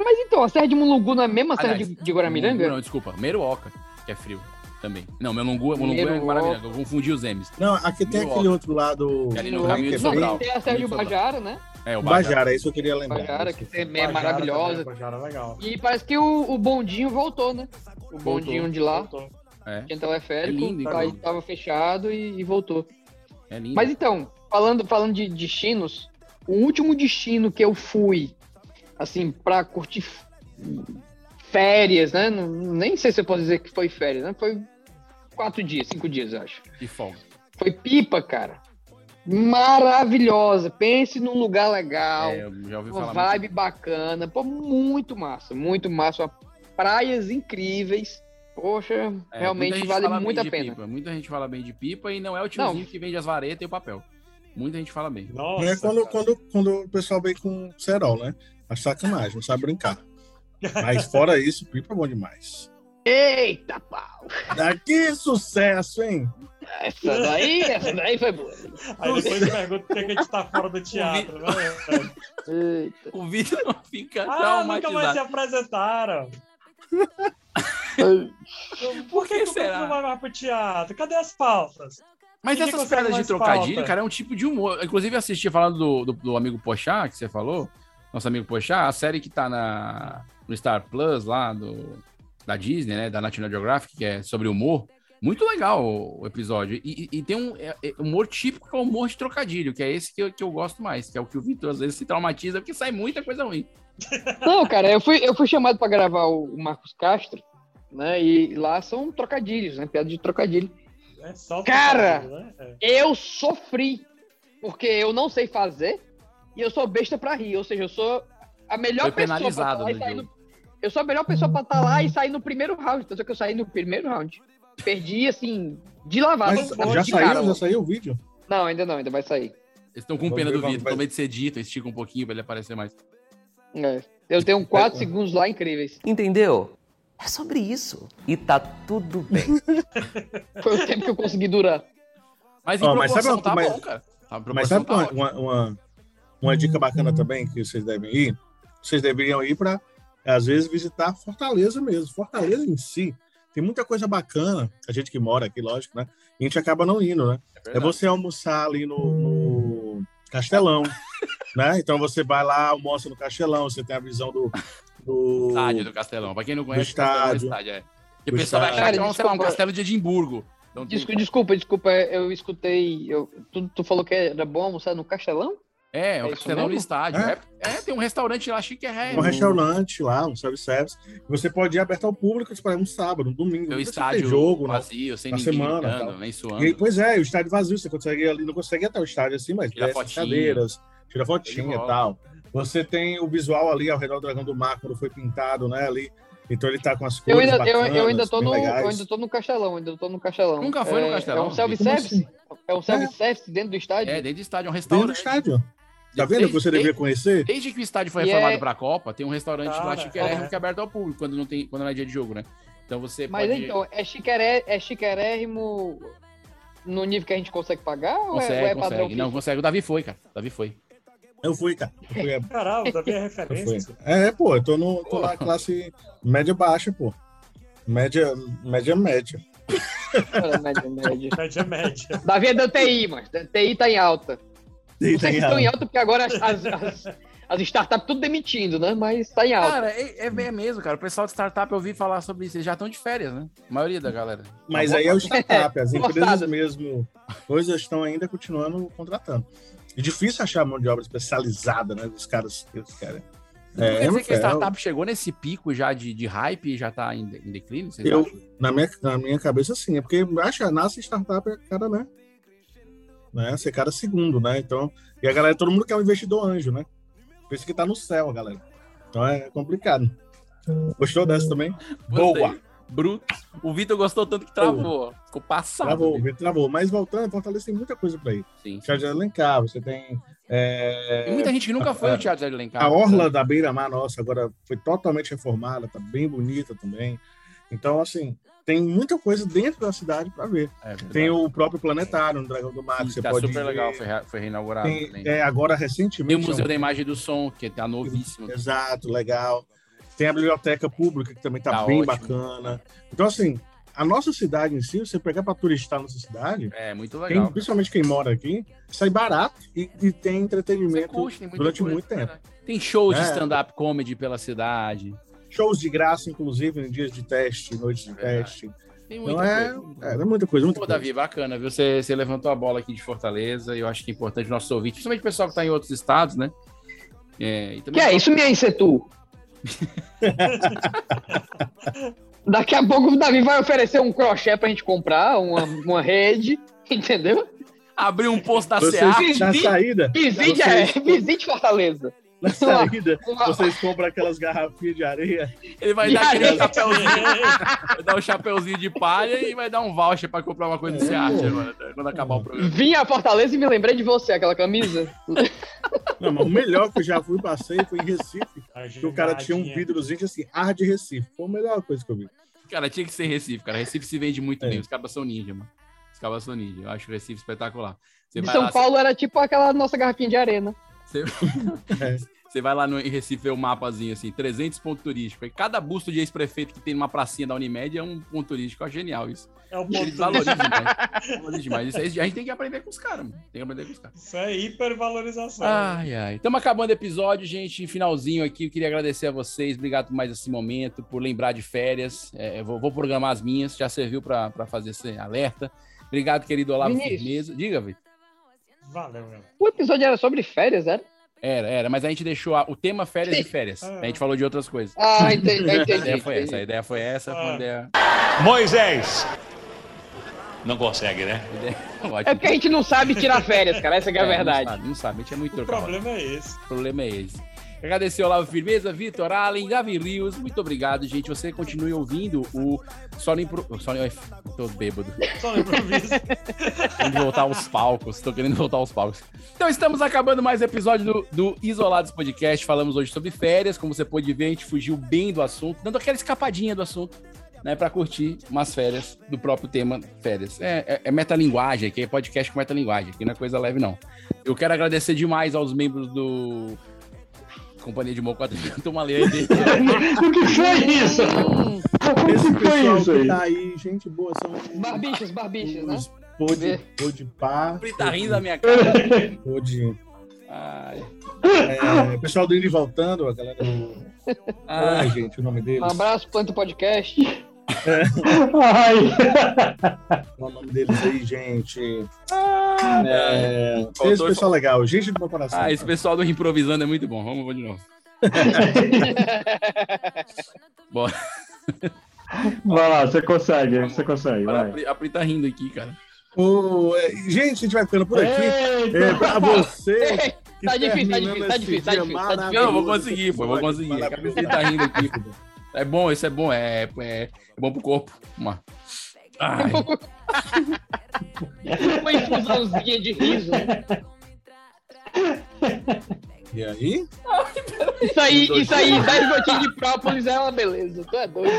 Speaker 5: Mas então, a Serra de Mulungu não é a mesma Serra
Speaker 1: Aliás,
Speaker 5: de, de Guaramiranga?
Speaker 1: Não, desculpa. Meruoca, que é frio também. Não, Melungu, Mulungu é
Speaker 5: Meruoca.
Speaker 1: Guaramiranga. Eu confundi os M's.
Speaker 4: Não, aqui tem
Speaker 1: Meruoca.
Speaker 4: aquele outro lado.
Speaker 1: Que ali no
Speaker 4: sabe,
Speaker 1: Rio
Speaker 4: que é
Speaker 1: de Sobral.
Speaker 4: bem-
Speaker 5: Tem a Serra de Bajara, né?
Speaker 1: É, o
Speaker 4: Bajara, é isso que eu queria lembrar.
Speaker 5: Bajara, que é
Speaker 15: Bajara
Speaker 1: né?
Speaker 15: também,
Speaker 5: maravilhosa.
Speaker 15: Bajara é legal.
Speaker 5: E parece que o, o bondinho voltou, né? O
Speaker 1: Voltou.
Speaker 5: bondinho de lá,
Speaker 1: É.
Speaker 5: que então é férico,
Speaker 1: É lindo,
Speaker 5: aí
Speaker 1: inclusive.
Speaker 5: tava fechado e, e voltou.
Speaker 1: É lindo.
Speaker 5: Mas então, falando, falando de destinos, o último destino que eu fui, assim, pra curtir f- férias, né? Não- Nem sei se eu posso dizer que foi férias, né? Foi quatro dias, cinco dias, eu acho.
Speaker 1: De folga.
Speaker 5: Foi pipa, cara. Maravilhosa. Pense num lugar legal.
Speaker 1: É, eu já ouvi
Speaker 5: uma
Speaker 1: falar
Speaker 5: então, vibe bacana. Pô, muito massa, muito massa. Praias incríveis. Poxa,
Speaker 1: É, muita
Speaker 5: realmente
Speaker 1: gente
Speaker 5: vale
Speaker 1: fala bem
Speaker 5: muito a
Speaker 1: de
Speaker 5: pena.
Speaker 1: Pipa. Muita gente fala bem de pipa e não é o tiozinho que vende as varetas e o papel. Muita gente fala bem.
Speaker 4: Não é quando, quando, quando o pessoal vem com cerol, né? A sacanagem, não sabe brincar. Mas fora isso, pipa é bom demais.
Speaker 5: Eita pau!
Speaker 4: Daqui sucesso, hein?
Speaker 5: Essa daí, essa daí foi boa.
Speaker 15: Aí depois pergunta por que que a gente tá fora do teatro, né?
Speaker 1: O vídeo não fica
Speaker 15: Ah, nunca mais se apresentaram. Por que, que o povo não vai mais pro teatro? Cadê as pautas?
Speaker 1: Mas
Speaker 15: Ninguém
Speaker 1: essas
Speaker 15: consegue
Speaker 1: piadas de
Speaker 15: mais
Speaker 1: trocadilho,
Speaker 15: pauta.
Speaker 1: cara, é um tipo de humor. Inclusive, eu assisti falando do, do, do amigo Pochá, que você falou, nosso amigo Pochá, a série que tá na, no Star Plus lá do, da Disney, né? Da National Geographic, que é sobre humor. Muito legal o, o episódio. E, e- e tem um é- é humor típico, que é o humor de trocadilho, que é esse que eu, que eu gosto mais, que é o que o Vitor às vezes se traumatiza, porque sai muita coisa ruim.
Speaker 5: Não, cara, eu fui, eu fui chamado pra gravar o o Marcos Castro, né? E lá são trocadilhos, né? Piada de trocadilho.
Speaker 15: É só
Speaker 5: Cara!
Speaker 15: trocadilho, né? É.
Speaker 5: Eu sofri, porque eu não sei fazer e eu sou besta pra rir. Ou seja, eu sou a melhor
Speaker 1: Foi
Speaker 5: pessoa. pra
Speaker 1: penalizado
Speaker 5: tá lá e
Speaker 1: no
Speaker 5: sair
Speaker 1: jogo.
Speaker 5: Eu sou a melhor pessoa pra estar lá e sair no primeiro round. Tanto é que eu saí no primeiro round. Perdi, assim, de lavada.
Speaker 4: Mas
Speaker 5: de
Speaker 4: já
Speaker 5: cara,
Speaker 4: saiu, já
Speaker 5: mano.
Speaker 4: saiu o vídeo?
Speaker 5: Não, ainda não, ainda vai sair.
Speaker 1: Eles estão com
Speaker 4: Vamos
Speaker 1: pena
Speaker 4: ver
Speaker 1: do
Speaker 4: quando
Speaker 1: Vitor,
Speaker 4: vai-
Speaker 1: com medo de ser dito, estica um pouquinho pra ele aparecer mais.
Speaker 5: É. Eu tenho quatro segundos lá incríveis.
Speaker 16: Entendeu? É sobre isso. E tá tudo bem.
Speaker 5: Foi o tempo que eu consegui durar.
Speaker 1: Mas
Speaker 4: Ó, mas sabe uma- mas-
Speaker 1: Tá, a
Speaker 4: Mas
Speaker 1: proporção
Speaker 4: sabe
Speaker 1: tá
Speaker 4: uma,
Speaker 1: ótima.
Speaker 4: uma, uma- uma dica bacana também que vocês devem ir? Vocês deveriam ir para, às vezes, visitar Fortaleza mesmo. Fortaleza em si tem muita coisa bacana. A gente que mora aqui, lógico, né? E a gente acaba não indo, né? É,
Speaker 1: verdade.
Speaker 4: você almoçar ali no, no Castelão, né? Então você vai lá, almoça no Castelão, você tem a visão do. do...
Speaker 1: estádio né? do Castelão. Pra quem não conhece,
Speaker 4: do
Speaker 1: Castelão é
Speaker 4: estádio.
Speaker 1: estádio, é. Porque
Speaker 4: Do
Speaker 1: o pessoal vai achar
Speaker 4: estádio.
Speaker 1: que é um, sei lá, um
Speaker 5: Desculpa.
Speaker 1: castelo de Edimburgo. Não tem-
Speaker 5: Desculpa, desculpa, desculpa, eu escutei. Eu, tu, tu falou que era bom almoçar no Castelão?
Speaker 1: É, é um
Speaker 5: isso
Speaker 1: castelão no
Speaker 5: mesmo?
Speaker 1: estádio. É. é, tem um restaurante lá chique é
Speaker 4: Um restaurante lá, um self-service. Você pode ir aberto ao público, tipo, um sábado, um
Speaker 1: Tem
Speaker 4: domingo.
Speaker 1: um
Speaker 4: não precisa ter
Speaker 1: estádio
Speaker 4: jogo, né?
Speaker 1: vazio, sem
Speaker 4: na
Speaker 1: ninguém
Speaker 4: semana,
Speaker 1: gritando,
Speaker 4: tal.
Speaker 1: nem
Speaker 4: E aí,
Speaker 1: suando.
Speaker 4: pois é, o estádio vazio, você consegue ali, não consegue ir até o estádio assim, mas
Speaker 1: Tira
Speaker 4: desce as
Speaker 1: fotinho.
Speaker 4: cadeiras, tira fotinha
Speaker 1: Show de
Speaker 4: e
Speaker 1: bola.
Speaker 4: tal. Você tem o visual ali ao redor do Dragão do Mar, quando foi pintado, né? Ali Então ele tá com as
Speaker 5: Eu
Speaker 4: coisas
Speaker 5: ainda, eu,
Speaker 4: bacanas,
Speaker 5: eu ainda tô
Speaker 4: bem
Speaker 5: no,
Speaker 4: legais.
Speaker 5: eu ainda tô no castelão, ainda tô no castelão.
Speaker 1: Nunca foi
Speaker 5: É-
Speaker 1: no Castelão? assim?
Speaker 5: É um self-service? É um self-service dentro do estádio?
Speaker 1: É, dentro do estádio, é um
Speaker 4: Dentro do
Speaker 1: restaurante.
Speaker 4: estádio. Tá vendo?
Speaker 1: Desde-
Speaker 4: Você deveria conhecer.
Speaker 1: Desde que o estádio foi
Speaker 4: E
Speaker 1: reformado
Speaker 4: é-
Speaker 1: para a Copa, tem um restaurante lá
Speaker 4: Cara,
Speaker 1: chiquérrimo
Speaker 4: é.
Speaker 1: que é aberto ao público quando não tem, quando não é dia de jogo, né? Então você
Speaker 5: Mas
Speaker 1: pode
Speaker 5: então, é, chiqueré, é chiquerérrimo no nível que a gente consegue pagar? ou é-
Speaker 1: consegue,
Speaker 5: ou é, padrão
Speaker 1: consegue. Não,
Speaker 5: FIFA?
Speaker 1: consegue. O Davi foi, cara. O Davi foi.
Speaker 4: Eu fui, cara.
Speaker 15: Caralho, Davi é
Speaker 4: Eu fui.
Speaker 15: referência.
Speaker 4: É, pô, eu tô, no, tô na classe média-baixa, pô. Média, média, média.
Speaker 5: Cara, média, média.
Speaker 15: média, média.
Speaker 5: Davi é da TI, mas da TI tá em alta. Não
Speaker 4: tá
Speaker 5: sei
Speaker 4: em
Speaker 5: se estão em
Speaker 4: alta.
Speaker 5: alta porque agora as, as, as- as startups tudo demitindo, né? Mas tá em alta.
Speaker 1: Cara, é, é bem mesmo, cara. O pessoal de startup eu ouvi falar sobre isso. Eles já estão de férias, né? A maioria da galera.
Speaker 4: Mas
Speaker 1: Uma
Speaker 4: aí
Speaker 1: boa
Speaker 4: é o
Speaker 1: parte.
Speaker 4: startup, as empresas
Speaker 1: Forçado.
Speaker 4: mesmo, coisas estão ainda continuando contratando. E difícil achar mão de obra especializada, né, dos caras. Dos caras.
Speaker 1: Quer dizer que a
Speaker 4: é,
Speaker 1: startup chegou nesse pico já de, de hype e já tá em, em declínio? Vocês
Speaker 4: eu,
Speaker 1: acham?
Speaker 4: na, minha, na minha cabeça, sim. É porque acha, nasce startup, é cara, né? né? Você é cara segundo, né? Então, e a galera, todo mundo quer um investidor anjo, né? Por isso que tá no céu, a galera. Então é complicado. Gostou dessa também? Boa!
Speaker 1: Bruto. O Vitor gostou tanto que travou. ó. Ficou passado.
Speaker 4: Travou, travou. Mas voltando, Fortaleza tem muita coisa pra ir.
Speaker 1: Tá. Sim.
Speaker 4: Thiago de Alencar, você tem. é,
Speaker 1: Tem muita gente que nunca foi ao Teatro de Alencar. né?
Speaker 4: A Orla da Beira-Mar, nossa, agora foi totalmente reformada, tá bem bonita também. Então, assim, tem muita coisa dentro da cidade para ver.
Speaker 1: É, verdade.
Speaker 4: tem o próprio planetário no Dragão do Mar, que você
Speaker 1: Tá
Speaker 4: pode
Speaker 1: super
Speaker 4: ir.
Speaker 1: legal, foi, re- foi reinaugurado.
Speaker 4: Tem-
Speaker 1: também.
Speaker 4: é, agora
Speaker 1: Tem
Speaker 4: recentemente.
Speaker 1: o Museu
Speaker 4: é um-
Speaker 1: da Imagem e do Som, que tá novíssimo.
Speaker 4: Exato, legal. Tem a biblioteca pública, que também tá,
Speaker 1: Tá
Speaker 4: bem
Speaker 1: ótimo.
Speaker 4: bacana. Então, assim, a nossa cidade em si, você pegar para turistar a nossa cidade,
Speaker 1: É, muito
Speaker 4: tem,
Speaker 1: legal.
Speaker 4: principalmente quem mora aqui, sai barato e, e tem entretenimento
Speaker 1: curte, tem muita
Speaker 4: durante
Speaker 1: coisa, né?
Speaker 4: muito tempo.
Speaker 1: Tem shows de
Speaker 4: É.
Speaker 1: stand-up comedy pela cidade.
Speaker 4: Shows de graça, inclusive, em dias de teste, noites de teste.
Speaker 1: Tem
Speaker 4: Então
Speaker 1: muita
Speaker 4: é,
Speaker 1: coisa.
Speaker 4: é, é muita coisa, muita
Speaker 1: Pô,
Speaker 4: coisa.
Speaker 1: Davi, bacana, viu? Você, você levantou a bola aqui de Fortaleza. e Eu acho que é importante o nosso ouvinte, principalmente o pessoal que tá em outros estados, né? É, e também-
Speaker 5: Que é isso, minha Insetu? Daqui a pouco o Davi vai oferecer um crochê pra gente comprar, uma, uma rede, entendeu?
Speaker 1: Abrir um posto da
Speaker 4: Vocês-
Speaker 1: CA.
Speaker 4: na saída,
Speaker 5: Visite,
Speaker 4: vocês-
Speaker 5: é, visite Fortaleza.
Speaker 4: Na saída,
Speaker 5: Uma-
Speaker 4: vocês compram aquelas garrafinhas de areia.
Speaker 1: Ele vai
Speaker 4: E
Speaker 1: dar aquele
Speaker 4: aí?
Speaker 1: chapéuzinho, vai dar um chapéuzinho de palha e vai dar um voucher pra comprar uma coisa do Seat agora, né? quando acabar o programa.
Speaker 5: Vim a Fortaleza e me lembrei de você, aquela camisa.
Speaker 4: Não, mas o melhor que eu já fui, passei, foi em Recife. Que o cara tinha um
Speaker 15: geladinha.
Speaker 4: vidrozinho que assim, ar de Recife. Foi a melhor coisa que eu vi.
Speaker 1: Cara, tinha que ser Recife, cara. Recife se vende muito bem. Os cabas são ninja, mano. Os cabas são ninja. Eu acho o Recife espetacular. Você
Speaker 5: De
Speaker 1: vai
Speaker 5: São
Speaker 1: lá,
Speaker 5: Paulo era tipo aquela nossa garrafinha de arena.
Speaker 1: Você,
Speaker 4: É.
Speaker 1: você vai lá no, em Recife ver o mapazinho, assim, 300 pontos turísticos. E cada busto de ex-prefeito que tem numa pracinha da Unimed é um ponto turístico. É genial isso.
Speaker 15: É o
Speaker 1: Eles
Speaker 15: ponto
Speaker 1: valorizam
Speaker 15: turístico.
Speaker 1: demais. Valorizam demais. Isso aí, a gente tem que aprender com os caras, mano. Tem que aprender com os caras.
Speaker 15: Isso é hipervalorização.
Speaker 1: Ai, ai. Estamos acabando o episódio, gente. Finalzinho aqui. Eu queria agradecer a vocês. Obrigado por mais esse momento, por lembrar de férias. É, eu vou, vou programar as minhas. Já serviu para fazer esse alerta. Obrigado, querido Olavo
Speaker 5: Vinícius.
Speaker 1: Firmeza. Diga, Vitor.
Speaker 15: Valeu, meu.
Speaker 5: O episódio era sobre férias, era?
Speaker 1: Era, era, mas a gente deixou a- o tema férias de férias. A gente falou de outras coisas.
Speaker 5: Ah, entendi,
Speaker 1: A
Speaker 5: Ah. entendi, Ah. É
Speaker 1: ideia foi
Speaker 5: entendi.
Speaker 1: essa, a ideia foi essa, é foi uma ideia.
Speaker 17: Moisés! Não consegue, né?
Speaker 1: Ótimo.
Speaker 5: É porque a gente não sabe tirar férias, cara. Essa que é a
Speaker 1: É,
Speaker 5: verdade.
Speaker 1: Não sabe, não sabe, a gente é muito
Speaker 15: O problema é esse.
Speaker 1: O problema é esse. Agradecer ao Lavo Firmeza, Vitor Allen, Davi Rios. Muito obrigado, gente. Você continue ouvindo o Só no Impro... Só no... Tô bêbado.
Speaker 15: Só no improviso.
Speaker 1: querendo voltar aos palcos. Tô querendo voltar aos palcos. Então estamos acabando mais um episódio do, do Isolados Podcast. Falamos hoje sobre férias. Como você pôde ver, a gente fugiu bem do assunto, dando aquela escapadinha do assunto, né? Pra curtir umas férias do próprio tema férias. É, é, é metalinguagem, aqui é podcast com metalinguagem. Aqui não é coisa leve, não. Eu quero agradecer demais aos membros do. Companhia de Mocota, toma lei aí.
Speaker 7: O que foi
Speaker 4: Esse
Speaker 7: isso? O que foi
Speaker 4: pessoal
Speaker 7: é isso
Speaker 4: que
Speaker 7: aí?
Speaker 4: tá aí, gente boa, são
Speaker 5: Barbichas, barbichas, né?
Speaker 4: pôde, pôde pá.
Speaker 1: Ele tá rindo da minha cara.
Speaker 4: tá- Pôde.
Speaker 1: Ai.
Speaker 4: É, pessoal do Indo e Voltando, a galera. do-
Speaker 1: Ah.
Speaker 4: Ai, gente, o nome
Speaker 5: Um
Speaker 4: deles.
Speaker 5: abraço, planta o podcast.
Speaker 4: O nome deles aí, gente. É, esse pessoal legal, gente do meu coração.
Speaker 1: Ah, esse pessoal do Improvisando é muito bom. Vamos, vamos de novo. Bora.
Speaker 7: Vai lá, você consegue, você consegue.
Speaker 1: Olha, a,
Speaker 7: Vai.
Speaker 1: Pri, a Pri tá rindo aqui, cara.
Speaker 4: Ô, é, gente, a gente vai ficando por aqui.
Speaker 7: Eita!
Speaker 4: É, pra você.
Speaker 5: Ei,
Speaker 4: que
Speaker 5: tá difícil, tá difícil,
Speaker 4: terminando
Speaker 5: tá
Speaker 4: esse
Speaker 5: difícil, tá difícil, tá
Speaker 4: dia
Speaker 1: Não,
Speaker 5: difícil.
Speaker 1: eu
Speaker 4: maravilhoso, tá
Speaker 1: vou conseguir, pô, eu vou conseguir. A Pri tá rindo aqui. pô. É bom, isso é bom. É, é, é bom pro corpo. Uma... Ai.
Speaker 5: Uma infusãozinha de riso.
Speaker 4: E aí?
Speaker 5: Isso aí, isso aí, 10 gotinhas de própolis é uma beleza. Tu é doido.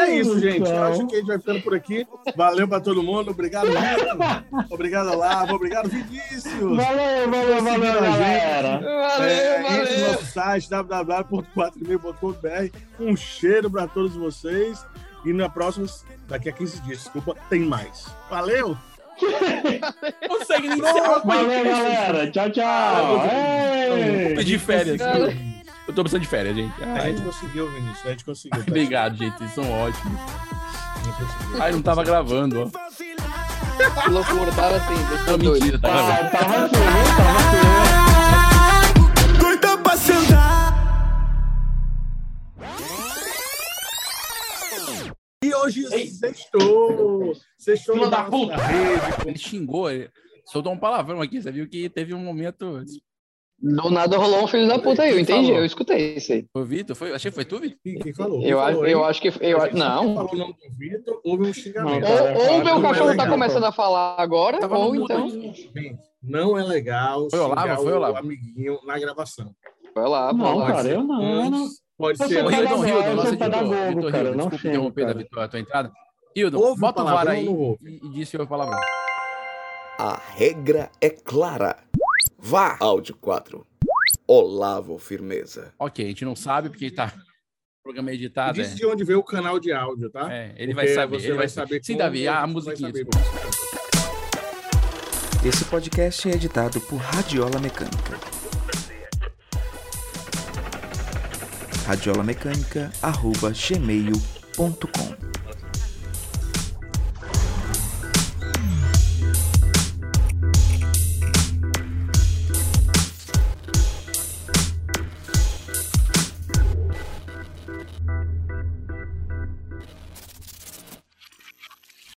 Speaker 4: É isso, gente. Eu acho que a gente vai ficando por aqui. Valeu pra todo mundo. Obrigado, Neto. Obrigado, Lava. Obrigado, Vinícius.
Speaker 7: Valeu, valeu, valeu,
Speaker 4: Seguindo a gente.
Speaker 7: galera.
Speaker 4: É,
Speaker 5: valeu.
Speaker 4: Entre no nosso site www.4meio.com.br. Um cheiro pra todos vocês. E na próxima, daqui a 15 dias, desculpa, tem mais. Valeu!
Speaker 1: Consegue iniciar o
Speaker 7: Valeu, galera. Tchau, tchau.
Speaker 1: Vou
Speaker 7: Ei.
Speaker 1: pedir férias. Eu tô precisando de férias, gente.
Speaker 4: A
Speaker 1: Ai,
Speaker 4: gente conseguiu, Vinícius. A gente conseguiu. tá?
Speaker 1: obrigado, gente. Vocês são ótimos.
Speaker 4: A gente conseguiu.
Speaker 1: Ai, não tava gravando, ó.
Speaker 5: Que loucura, tava assim, deixa
Speaker 1: Não,
Speaker 5: eu doido.
Speaker 1: mentira, tá gravando.
Speaker 7: Ah, Tava feio, hein? Tava feio.
Speaker 2: Doida pra sentar.
Speaker 4: E hoje sextou. Sextou
Speaker 1: Filho
Speaker 4: na
Speaker 1: da
Speaker 4: nossa
Speaker 1: puta.
Speaker 4: rede.
Speaker 1: Ele xingou, ele soltou um palavrão aqui. Você viu que teve um momento.
Speaker 5: Do nada rolou um filho da puta aí, eu
Speaker 1: Quem
Speaker 5: entendi,
Speaker 1: falou?
Speaker 5: eu escutei isso aí.
Speaker 1: Foi o Vitor? Foi? Achei que foi tu, Vitor?
Speaker 4: Quem- Quem falou? Quem
Speaker 5: Eu, acho-
Speaker 4: falou,
Speaker 5: eu
Speaker 4: hein?
Speaker 5: acho que. Eu,
Speaker 4: A
Speaker 5: acho-
Speaker 4: gente
Speaker 5: não.
Speaker 4: falou o nome do Vitor, houve um xingamento.
Speaker 7: Não,
Speaker 5: Ou, ou meu
Speaker 4: Não é
Speaker 5: cachorro tá
Speaker 4: legal,
Speaker 5: começando a falar agora,
Speaker 1: Tava
Speaker 5: ou
Speaker 1: no mudo
Speaker 5: então.
Speaker 4: Gente, não é legal
Speaker 1: Foi o Olavo,
Speaker 4: xingar
Speaker 1: foi o Olavo.
Speaker 4: amiguinho na gravação.
Speaker 5: Vai lá, vai
Speaker 7: Não,
Speaker 5: lá.
Speaker 7: cara, eu
Speaker 1: Ah,
Speaker 7: não. Eu não.
Speaker 4: Pode
Speaker 7: Eu
Speaker 4: ser.
Speaker 7: sou
Speaker 1: Ô, Hildon,
Speaker 7: pedagogo,
Speaker 1: Hildon,
Speaker 7: eu
Speaker 1: nosso
Speaker 7: sou
Speaker 1: editor.
Speaker 7: pedagogo,
Speaker 1: Hildon,
Speaker 7: cara,
Speaker 1: Hildon,
Speaker 7: não
Speaker 1: desculpa
Speaker 7: xingo,
Speaker 1: interromper
Speaker 7: cara.
Speaker 1: da Vitor, a tua entrada. Hildon,
Speaker 4: Ouve o
Speaker 1: bota o VAR
Speaker 4: palavrão,
Speaker 1: aí
Speaker 4: não ouve.
Speaker 1: e, e disse o palavrão.
Speaker 18: A regra é clara. Vá! Áudio 4. Olavo Firmeza.
Speaker 1: Ok, a gente não sabe porque tá. O programa é
Speaker 4: E
Speaker 1: editado.
Speaker 4: Diz de onde veio o canal de áudio, tá?
Speaker 1: É, ele
Speaker 4: Porque
Speaker 1: vai saber.
Speaker 4: Você
Speaker 1: ele
Speaker 4: vai saber.
Speaker 1: Sim,
Speaker 4: como,
Speaker 1: Davi, a
Speaker 4: você vai
Speaker 1: musiquinha.
Speaker 4: saber
Speaker 1: desculpa.
Speaker 4: como.
Speaker 2: Esse podcast é editado por Radiola Mecânica. Radiola Mecânica, arroba gmail.com